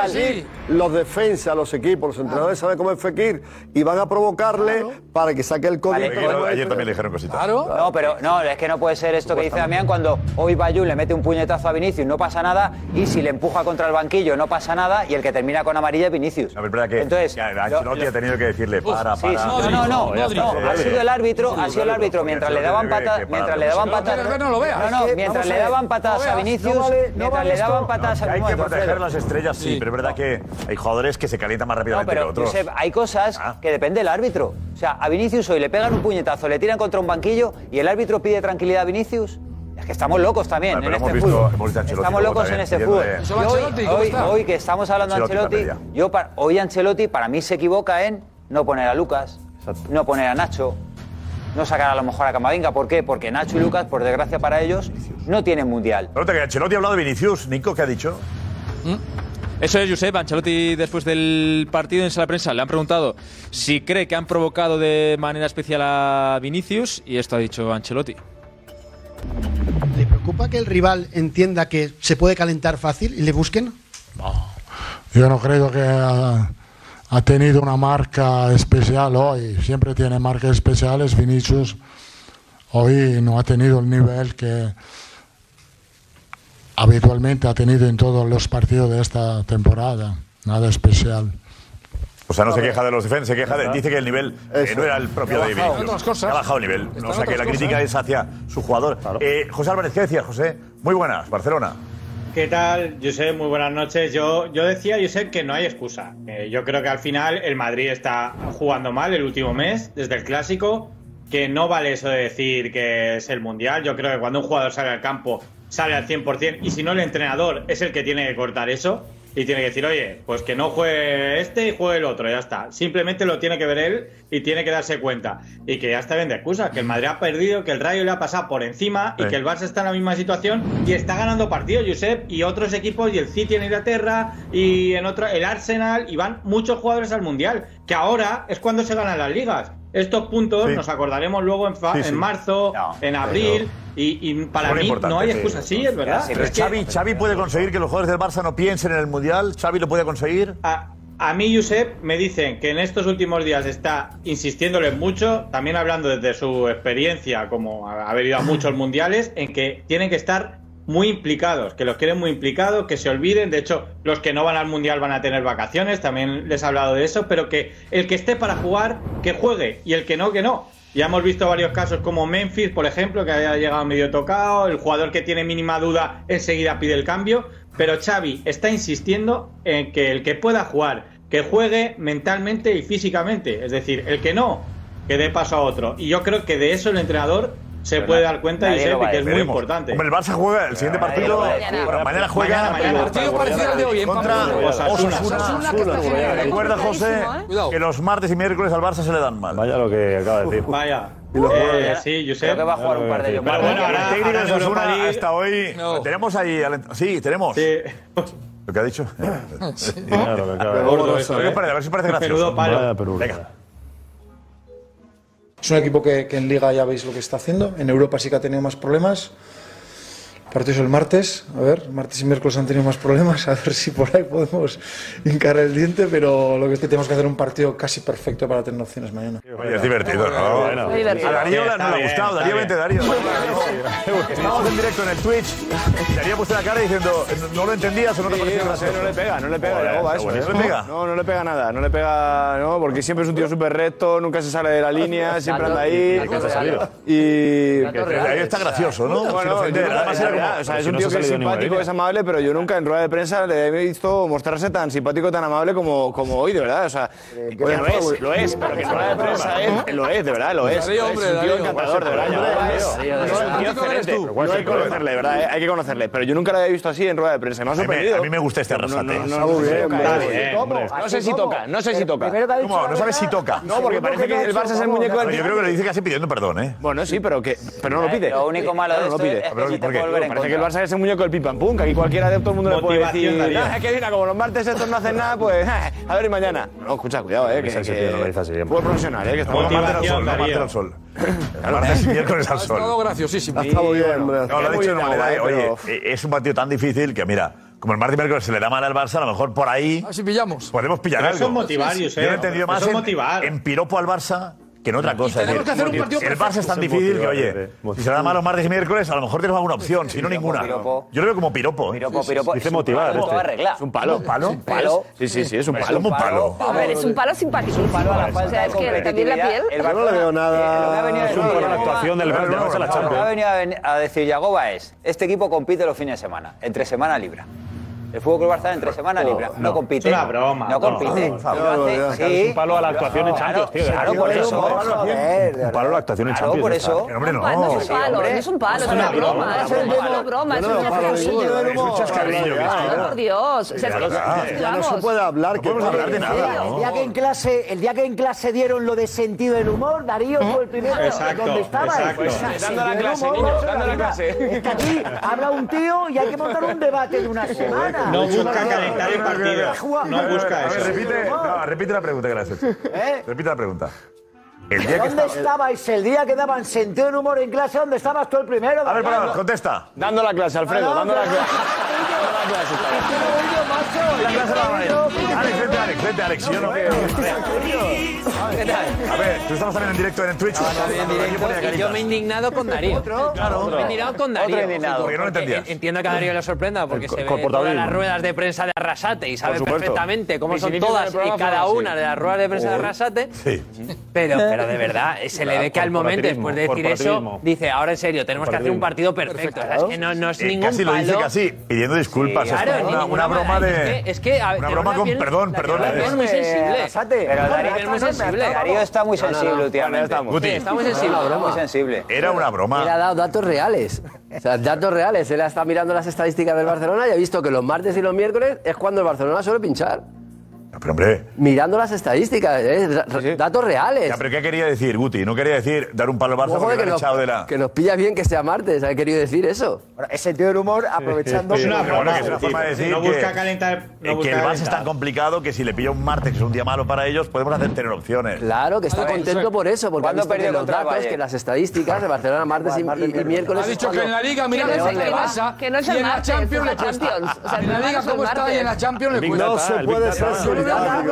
[SPEAKER 8] Sí. Ah.
[SPEAKER 13] Los defensas, los equipos, los entrenadores saben cómo es Fekir y van a provocarle para que saque el código.
[SPEAKER 18] Vale, pero ayer también le
[SPEAKER 3] dijeron cositas.
[SPEAKER 18] No, pero no, es que no puede ser esto que dice Damián cuando hoy Bayú le mete un puñetazo a Vinicius, no pasa nada, y si le empuja contra el banquillo, no pasa nada, y el que termina con amarilla es Vinicius.
[SPEAKER 3] que Entonces, Ancelotti ha tenido que decirle para,
[SPEAKER 18] Sí,
[SPEAKER 3] para.
[SPEAKER 18] sí, no, no, no, no, ha sido el árbitro, ha sido el árbitro mientras le daban patadas, mientras le daban patadas, Ah, no, no, mientras le daban patadas a Vinicius, mientras le daban patadas a
[SPEAKER 3] Hay que
[SPEAKER 18] Vinicius,
[SPEAKER 3] proteger las estrellas, sí, pero es verdad que hay jugadores que se calientan más
[SPEAKER 18] No,
[SPEAKER 3] rápidamente que Ah.
[SPEAKER 18] pero
[SPEAKER 3] otros.
[SPEAKER 18] Josep, hay cosas que depende del árbitro. O sea, a Vinicius hoy le pegan un puñetazo, le tiran contra un banquillo y el árbitro pide tranquilidad a Vinicius. Es que estamos locos también
[SPEAKER 3] Bueno,
[SPEAKER 18] en
[SPEAKER 3] pero
[SPEAKER 18] este
[SPEAKER 3] hemos visto-
[SPEAKER 18] fútbol.
[SPEAKER 3] hemos visto a Ancelotti
[SPEAKER 18] estamos
[SPEAKER 3] luego
[SPEAKER 18] locos en
[SPEAKER 3] también
[SPEAKER 18] este
[SPEAKER 3] pidiendo
[SPEAKER 18] fútbol.
[SPEAKER 3] de-
[SPEAKER 18] Y
[SPEAKER 3] Eso va Ancelotti, ¿cómo
[SPEAKER 18] hoy,
[SPEAKER 3] está?
[SPEAKER 18] hoy que estamos hablando de
[SPEAKER 3] Ancelotti
[SPEAKER 18] Ancelotti,
[SPEAKER 3] la
[SPEAKER 18] yo pa- hoy Ancelotti para mí se equivoca en no poner a Lucas, no poner a Nacho, no sacar a lo mejor a Camavinga. ¿Por qué? Porque Nacho y Lucas, por desgracia para ellos, no tienen mundial.
[SPEAKER 3] Nota que Ancelotti ha hablado de Vinicius. Nico, ¿qué ha dicho?
[SPEAKER 17] Eso es, Josep. Ancelotti, después del partido en sala de prensa, le han preguntado si cree que han provocado de manera especial a Vinicius y esto ha dicho Ancelotti.
[SPEAKER 24] ¿Preocupa que el rival entienda que se puede calentar fácil y le busquen?
[SPEAKER 25] Yo no creo que ha, ha tenido una marca especial hoy. Siempre tiene marcas especiales. Vinicius hoy no ha tenido el nivel que habitualmente ha tenido en todos los partidos de esta temporada. Nada especial.
[SPEAKER 3] O sea, no se queja de los defensas, se queja de. Dice que el nivel eh, no era el propio
[SPEAKER 25] Ha
[SPEAKER 3] de
[SPEAKER 25] bajado.
[SPEAKER 3] Vinicius.
[SPEAKER 25] Otras cosas.
[SPEAKER 3] Ha bajado el nivel.
[SPEAKER 25] Están
[SPEAKER 3] O sea, que
[SPEAKER 25] otras
[SPEAKER 3] la crítica
[SPEAKER 25] cosas.
[SPEAKER 3] es hacia su jugador. Eh, José Álvarez, ¿qué decías, José? Muy buenas, Barcelona.
[SPEAKER 26] ¿Qué tal, Josep? Muy buenas noches. Yo, yo decía, Josep, que no hay excusa. Eh, yo creo que al final el Madrid está jugando mal el último mes, desde el clásico, que no vale eso de decir que es el Mundial. Yo creo que cuando un jugador sale al campo, sale al 100%, y si no, el entrenador es el que tiene que cortar eso y tiene que decir, oye, pues que no juegue este y juegue el otro, ya está. Simplemente lo tiene que ver él y tiene que darse cuenta. Y que ya está bien de excusas, que el Madrid ha perdido, que el Rayo le ha pasado por encima y
[SPEAKER 3] Sí.
[SPEAKER 26] que el Barça está en la misma situación y está ganando partidos, Josep, y otros equipos, y el City en Inglaterra, y en otra, el Arsenal, y van muchos jugadores al Mundial, que ahora es cuando se ganan las ligas. Estos puntos nos acordaremos luego en, fa-
[SPEAKER 3] Sí, sí.
[SPEAKER 26] en marzo, en abril, y, y para
[SPEAKER 3] Son
[SPEAKER 26] mí
[SPEAKER 3] importantes,
[SPEAKER 26] no hay
[SPEAKER 3] sí.
[SPEAKER 26] excusas, sí, es verdad.
[SPEAKER 3] Pero
[SPEAKER 26] pero es que-
[SPEAKER 3] Xavi, Xavi puede conseguir que los jugadores del Barça no piensen en el Mundial. Xavi lo puede conseguir.
[SPEAKER 26] A mí, Josep, me dicen que en estos últimos días está insistiéndole mucho, también hablando desde su experiencia, como ha- haber ido a muchos mundiales, en que tienen que estar muy implicados, que los quieren muy implicados, que se olviden. De hecho, los que no van al mundial van a tener vacaciones, también les he hablado de eso, pero que el que esté para jugar, que juegue, y el que no, que no. Ya hemos visto varios casos como Memphis, por ejemplo, que había llegado medio tocado, el jugador que tiene mínima duda enseguida pide el cambio, pero Xavi está insistiendo en que el que pueda jugar, que juegue mentalmente y físicamente, es decir, el que no, que dé paso a otro. Y yo creo que de eso el entrenador se
[SPEAKER 3] Pero
[SPEAKER 26] puede
[SPEAKER 3] na-
[SPEAKER 26] dar cuenta,
[SPEAKER 3] nadie
[SPEAKER 26] Josep,
[SPEAKER 3] lo va
[SPEAKER 26] y
[SPEAKER 3] a
[SPEAKER 26] que es muy
[SPEAKER 3] veremos.
[SPEAKER 26] importante.
[SPEAKER 3] Hombre, el Barça juega el siguiente
[SPEAKER 26] Nadie
[SPEAKER 3] partido.
[SPEAKER 26] lo va a decir.
[SPEAKER 3] Bueno, mañana juega.
[SPEAKER 26] Mañana, mañana.
[SPEAKER 8] Partido parecido al de hoy, en
[SPEAKER 3] contra
[SPEAKER 8] Pamplona.
[SPEAKER 3] Osasuna.
[SPEAKER 8] Osasuna, Osasuna, que está
[SPEAKER 3] Osasuna.
[SPEAKER 8] generando
[SPEAKER 3] Recuerda, José,
[SPEAKER 8] complicadísimo, ¿eh?
[SPEAKER 3] que los martes y miércoles al Barça se le dan mal. Vaya lo que acaba de decir.
[SPEAKER 26] Vaya.
[SPEAKER 3] Eh,
[SPEAKER 26] sí, Josep.
[SPEAKER 3] Creo que va a
[SPEAKER 26] jugar un par de ellos. Pero bueno, ahora-
[SPEAKER 3] el técnico
[SPEAKER 26] ahora
[SPEAKER 3] de
[SPEAKER 26] en Europa
[SPEAKER 3] Osasuna
[SPEAKER 26] League-
[SPEAKER 3] hasta hoy. Tenemos ahí. al- Sí, tenemos. ¿Lo que ha dicho? Sí,
[SPEAKER 7] claro, que acaba de-
[SPEAKER 3] Gordo eso, ¿eh? A ver si parece gracioso.
[SPEAKER 7] Menudo palo. Vaya
[SPEAKER 3] Venga.
[SPEAKER 20] Es un equipo que, que en Liga ya veis lo que está haciendo. En Europa sí que ha tenido más problemas. Partidos el martes, a ver, martes y miércoles han tenido más problemas, a ver si por ahí podemos hincar el diente, pero lo que es que tenemos que hacer un partido casi perfecto para tener opciones mañana.
[SPEAKER 3] Oye, es divertido, ¿no?
[SPEAKER 20] Bueno. Muy divertido.
[SPEAKER 3] A Darío le-
[SPEAKER 20] Está
[SPEAKER 3] no le ha
[SPEAKER 20] bien,
[SPEAKER 3] gustado.
[SPEAKER 20] está
[SPEAKER 3] Darío,
[SPEAKER 20] bien.
[SPEAKER 3] vente, Darío. Estamos en directo en el Twitch. Darío puso la cara diciendo, no lo entendías o no te pareció gracioso.
[SPEAKER 1] No le pega, no le pega
[SPEAKER 3] Joder,
[SPEAKER 1] la boba ¿eh?
[SPEAKER 3] está
[SPEAKER 1] eso.
[SPEAKER 3] buenísimo.
[SPEAKER 1] ¿No le pega? No, no le pega nada, no le pega, no, porque siempre es un tío súper recto, nunca se sale de la línea, siempre anda ahí.
[SPEAKER 3] Dato real.
[SPEAKER 1] Y.
[SPEAKER 3] Dato real. Ahí está gracioso, ¿no? Sin
[SPEAKER 1] Bueno,
[SPEAKER 3] ofender,
[SPEAKER 1] yo-
[SPEAKER 3] además era como-
[SPEAKER 1] o sea, es
[SPEAKER 3] si
[SPEAKER 1] un
[SPEAKER 3] no
[SPEAKER 1] tío
[SPEAKER 3] se
[SPEAKER 1] que
[SPEAKER 3] ha
[SPEAKER 1] es
[SPEAKER 3] salido ¿eh? ninguna
[SPEAKER 1] simpático,
[SPEAKER 3] línea.
[SPEAKER 1] es amable, pero yo nunca en rueda de prensa le he visto mostrarse tan simpático, tan amable como, como hoy, de verdad. O sea, ¿Eh?
[SPEAKER 12] que
[SPEAKER 1] oye,
[SPEAKER 12] no
[SPEAKER 1] lo
[SPEAKER 12] es,
[SPEAKER 1] es, lo es, pero que en rueda de prensa es, lo es, de verdad, lo es.
[SPEAKER 12] Darío,
[SPEAKER 1] Es
[SPEAKER 12] hombre,
[SPEAKER 1] un tío
[SPEAKER 12] Darío.
[SPEAKER 1] encantador, de verdad. yo-
[SPEAKER 12] Hombre,
[SPEAKER 1] es-
[SPEAKER 12] Darío,
[SPEAKER 1] es
[SPEAKER 12] Darío.
[SPEAKER 1] un tío
[SPEAKER 12] Simpático eres
[SPEAKER 1] excelente.
[SPEAKER 12] tú.
[SPEAKER 1] No hay que conocerle, de verdad, hay que conocerle, pero yo nunca lo había visto así en rueda de prensa. Me ha
[SPEAKER 3] A mí me-
[SPEAKER 1] sorprendido.
[SPEAKER 3] a mí me gusta este
[SPEAKER 1] No,
[SPEAKER 3] Arrasate.
[SPEAKER 1] no, no, no,
[SPEAKER 3] Está
[SPEAKER 1] no,
[SPEAKER 3] bien,
[SPEAKER 1] no,
[SPEAKER 3] bien,
[SPEAKER 1] no,
[SPEAKER 3] hombre.
[SPEAKER 1] No sé si toca, no sé si toca.
[SPEAKER 3] ¿Cómo? No sabes si toca.
[SPEAKER 1] No, porque parece que el Barça es el muñeco del
[SPEAKER 3] Pero Yo creo que lo dice casi pidiendo perdón, ¿eh?
[SPEAKER 1] Bueno, sí, pero que pero no Eh, lo pide.
[SPEAKER 3] Lo único malo de
[SPEAKER 1] Claro, no
[SPEAKER 3] esto
[SPEAKER 1] lo pide.
[SPEAKER 3] es que Pero, se te ¿por qué? puede volver en
[SPEAKER 1] Parece que el
[SPEAKER 3] contra.
[SPEAKER 1] Barça es el muñeco del pim pam pum, que aquí cualquiera de todo el mundo le puede
[SPEAKER 3] Motivación,
[SPEAKER 1] decir.
[SPEAKER 3] Darío.
[SPEAKER 1] "Ah, Es que mira, como los martes estos no hacen nada, pues a ver y mañana. No, escucha, cuidado, eh, que,
[SPEAKER 3] Ese
[SPEAKER 1] que,
[SPEAKER 3] tío no lo dice así, hombre.
[SPEAKER 1] fútbol profesional, eh, que estamos
[SPEAKER 3] Motivación, Darío. Martes y miércoles al sol.
[SPEAKER 8] Todo graciosísimo.
[SPEAKER 3] No, lo he dicho de una manera, oye, eh, es un partido tan difícil que, mira, como el martes y miércoles se le da mal al Barça, a lo mejor por ahí.
[SPEAKER 8] Así pillamos.
[SPEAKER 3] Podemos pillar
[SPEAKER 8] Pero
[SPEAKER 3] algo.
[SPEAKER 8] eso es motivar, Josep.
[SPEAKER 3] Yo lo he entendido
[SPEAKER 8] Eso
[SPEAKER 3] más
[SPEAKER 8] es
[SPEAKER 3] en, en piropo al Barça que en otra cosa. Es
[SPEAKER 8] tenemos
[SPEAKER 3] decir,
[SPEAKER 8] que hacer un partido
[SPEAKER 3] el
[SPEAKER 8] perfecto.
[SPEAKER 3] Barça es tan
[SPEAKER 8] Eso es
[SPEAKER 3] difícil que,
[SPEAKER 8] motivar,
[SPEAKER 3] oye,
[SPEAKER 8] Pepe.
[SPEAKER 3] si se le da mal los martes y miércoles, a lo mejor tenemos alguna opción, si no ninguna.
[SPEAKER 18] piropo.
[SPEAKER 3] Yo lo veo como piropo. ¿eh?
[SPEAKER 18] Piropo, piropo.
[SPEAKER 3] Dice
[SPEAKER 18] Es un
[SPEAKER 3] motivar.
[SPEAKER 18] palo,
[SPEAKER 3] este.
[SPEAKER 18] lo arregla.
[SPEAKER 3] Es un palo. ¿Palo?
[SPEAKER 18] palo.
[SPEAKER 3] Sí, sí, sí, es un
[SPEAKER 18] Es
[SPEAKER 3] palo.
[SPEAKER 18] como un palo.
[SPEAKER 23] A ver, es un palo simpaticísimo. o sea, es que también la piel.
[SPEAKER 18] El Barcelona- eh, lo que ha venido a
[SPEAKER 7] Es un
[SPEAKER 18] decir
[SPEAKER 7] poco la
[SPEAKER 18] Yagoba-
[SPEAKER 7] actuación del del Barça en la
[SPEAKER 18] Lo que ha
[SPEAKER 7] Champions.
[SPEAKER 18] venido a ven- a decir Yagoba es, este equipo compite los fines de semana, entre semana libra. El Fútbol Club Barcelona entre semana libra, no, compite.
[SPEAKER 26] Es una broma.
[SPEAKER 18] No compite.
[SPEAKER 26] No,
[SPEAKER 18] Lo hace-
[SPEAKER 26] no, no,
[SPEAKER 18] sí.
[SPEAKER 26] claro, es un palo a la actuación en
[SPEAKER 18] Claro,
[SPEAKER 26] Champions, tío.
[SPEAKER 18] Claro, por
[SPEAKER 26] Es un
[SPEAKER 18] eso.
[SPEAKER 26] palo a la actuación.
[SPEAKER 7] Un palo a la actuación en
[SPEAKER 18] Claro,
[SPEAKER 7] Champions.
[SPEAKER 18] por
[SPEAKER 7] ya está.
[SPEAKER 18] eso.
[SPEAKER 7] Que Hombre, no.
[SPEAKER 23] No es un palo, no es un palo, es una broma, es un dedo broma, es una Por Dios, o sea, es que- vamos.
[SPEAKER 19] hablar.
[SPEAKER 3] No podemos hablar de nada,
[SPEAKER 19] ¿no?
[SPEAKER 16] El día, que en clase, el día que en clase dieron lo de sentido del humor, Darío fue el primero.
[SPEAKER 19] Exacto,
[SPEAKER 16] ¿Dónde estabais?
[SPEAKER 19] exacto.
[SPEAKER 16] Pues,
[SPEAKER 19] Dando
[SPEAKER 16] sentido
[SPEAKER 19] la
[SPEAKER 16] del
[SPEAKER 19] clase,
[SPEAKER 16] humor,
[SPEAKER 19] niño,
[SPEAKER 16] vamos a
[SPEAKER 19] dando la
[SPEAKER 16] vida.
[SPEAKER 19] clase.
[SPEAKER 16] Es que aquí habla un tío y hay que montar un debate de una semana.
[SPEAKER 3] No busca
[SPEAKER 16] calentar el partido.
[SPEAKER 3] A ver, a ver, repite, no, repite la pregunta que le has hecho. Repite la pregunta. El día que
[SPEAKER 16] ¿Eh? ¿Dónde
[SPEAKER 3] estaba-
[SPEAKER 16] estabais el día que daban sentido del humor en clase? ¿Dónde estabas tú el primero?
[SPEAKER 3] A ver,
[SPEAKER 16] Darío?
[SPEAKER 3] perdón, contesta.
[SPEAKER 1] Dando la clase, Alfredo,
[SPEAKER 16] No,
[SPEAKER 1] dando la
[SPEAKER 16] pero-
[SPEAKER 1] clase.
[SPEAKER 16] La clase de la manera.
[SPEAKER 3] Alex, vente, Alex, vente, Alex. Yo no A ver, tú estamos también en directo en Twitch.
[SPEAKER 5] en directo y yo me he indignado con Darío.
[SPEAKER 3] Claro.
[SPEAKER 5] Me he indignado con Darío.
[SPEAKER 3] Otro indignado. Porque no lo
[SPEAKER 5] Porque
[SPEAKER 3] entendías.
[SPEAKER 5] Entiendo que a Darío le sorprenda porque se ve todas
[SPEAKER 3] comportamiento.
[SPEAKER 5] las ruedas de prensa de Arrasate y sabe
[SPEAKER 3] Por supuesto.
[SPEAKER 5] perfectamente cómo
[SPEAKER 3] Y si
[SPEAKER 5] son
[SPEAKER 3] inicio
[SPEAKER 5] todas
[SPEAKER 3] del programa
[SPEAKER 5] y cada
[SPEAKER 18] pues
[SPEAKER 3] fue así.
[SPEAKER 5] una de las ruedas de prensa de
[SPEAKER 3] Joder.
[SPEAKER 5] Arrasate.
[SPEAKER 3] Sí.
[SPEAKER 5] Pero, pero de verdad, eh, se le ve que al momento,
[SPEAKER 3] Corporativismo,
[SPEAKER 5] después de decir
[SPEAKER 3] corporativismo.
[SPEAKER 5] eso, dice, ahora en serio, tenemos que hacer un partido perfecto. O sea, es que no, no es
[SPEAKER 3] Eh,
[SPEAKER 5] ningún
[SPEAKER 3] casi
[SPEAKER 5] palo.
[SPEAKER 3] lo dice casi pidiendo disculpas.
[SPEAKER 5] Sí,
[SPEAKER 3] es
[SPEAKER 5] claro,
[SPEAKER 3] como
[SPEAKER 5] ni
[SPEAKER 3] una,
[SPEAKER 5] ninguna
[SPEAKER 3] una broma
[SPEAKER 5] manera.
[SPEAKER 3] de.
[SPEAKER 5] Es que, es que, a-
[SPEAKER 3] una
[SPEAKER 5] tengo
[SPEAKER 3] broma
[SPEAKER 5] la
[SPEAKER 3] con
[SPEAKER 5] piel-
[SPEAKER 3] perdón, perdón.
[SPEAKER 5] la piel es muy sensible.
[SPEAKER 18] Pero Darío es muy sensible. Darío está muy
[SPEAKER 5] No, no, no.
[SPEAKER 18] sensible
[SPEAKER 5] Bueno, ya
[SPEAKER 18] últimamente.
[SPEAKER 5] estamos.
[SPEAKER 18] Sí,
[SPEAKER 5] Guti.
[SPEAKER 18] Está muy
[SPEAKER 16] Era
[SPEAKER 18] sensible,
[SPEAKER 16] una
[SPEAKER 18] está muy
[SPEAKER 16] broma.
[SPEAKER 18] sensible.
[SPEAKER 16] Él ha dado datos reales. O sea, datos reales. Él está mirando las estadísticas del Barcelona y ha visto que los martes y los miércoles es cuando el Barcelona suele pinchar.
[SPEAKER 3] Pero hombre.
[SPEAKER 16] Mirando las estadísticas, ¿eh? Ra- ra- datos reales.
[SPEAKER 3] Ya, pero ¿qué quería decir, Guti? No quería decir dar un palo al Barça
[SPEAKER 16] Ojo de
[SPEAKER 3] porque lo
[SPEAKER 16] que,
[SPEAKER 3] han
[SPEAKER 16] nos,
[SPEAKER 3] echado de la.
[SPEAKER 16] que nos pilla bien que sea martes, ha querido decir eso.
[SPEAKER 27] Es sentido del humor aprovechando...
[SPEAKER 3] Sí, sí, sí. Pero bueno, que es una forma de decir que-
[SPEAKER 26] calentar.
[SPEAKER 3] eh, que el Barça es tan complicado que si le pilla un martes, que es un día malo para ellos, podemos hacer tener opciones.
[SPEAKER 16] Claro, que está contento por eso, porque ha
[SPEAKER 3] ¿Cuándo
[SPEAKER 16] visto que
[SPEAKER 3] perdió
[SPEAKER 16] los
[SPEAKER 3] contra el
[SPEAKER 16] datos,
[SPEAKER 3] Valle?
[SPEAKER 16] que las estadísticas de Barcelona martes y, y- y miércoles.
[SPEAKER 8] Ha dicho
[SPEAKER 16] es
[SPEAKER 8] que en la
[SPEAKER 16] cuando-
[SPEAKER 8] Liga, mira
[SPEAKER 16] que
[SPEAKER 8] lo
[SPEAKER 16] León
[SPEAKER 8] que
[SPEAKER 16] le va.
[SPEAKER 8] pasa.
[SPEAKER 16] Que
[SPEAKER 23] no es
[SPEAKER 8] y
[SPEAKER 23] el
[SPEAKER 8] en la
[SPEAKER 23] martes,
[SPEAKER 8] Champions
[SPEAKER 23] es
[SPEAKER 8] le
[SPEAKER 23] la
[SPEAKER 8] cuesta.
[SPEAKER 23] Champions. O sea,
[SPEAKER 8] en la
[SPEAKER 23] no
[SPEAKER 8] Liga,
[SPEAKER 23] es el
[SPEAKER 8] ¿cómo está?
[SPEAKER 23] martes.
[SPEAKER 8] Y en la Champions le
[SPEAKER 23] Big
[SPEAKER 8] cuesta.
[SPEAKER 23] Data, el Big Data.
[SPEAKER 8] Yo no
[SPEAKER 3] Data.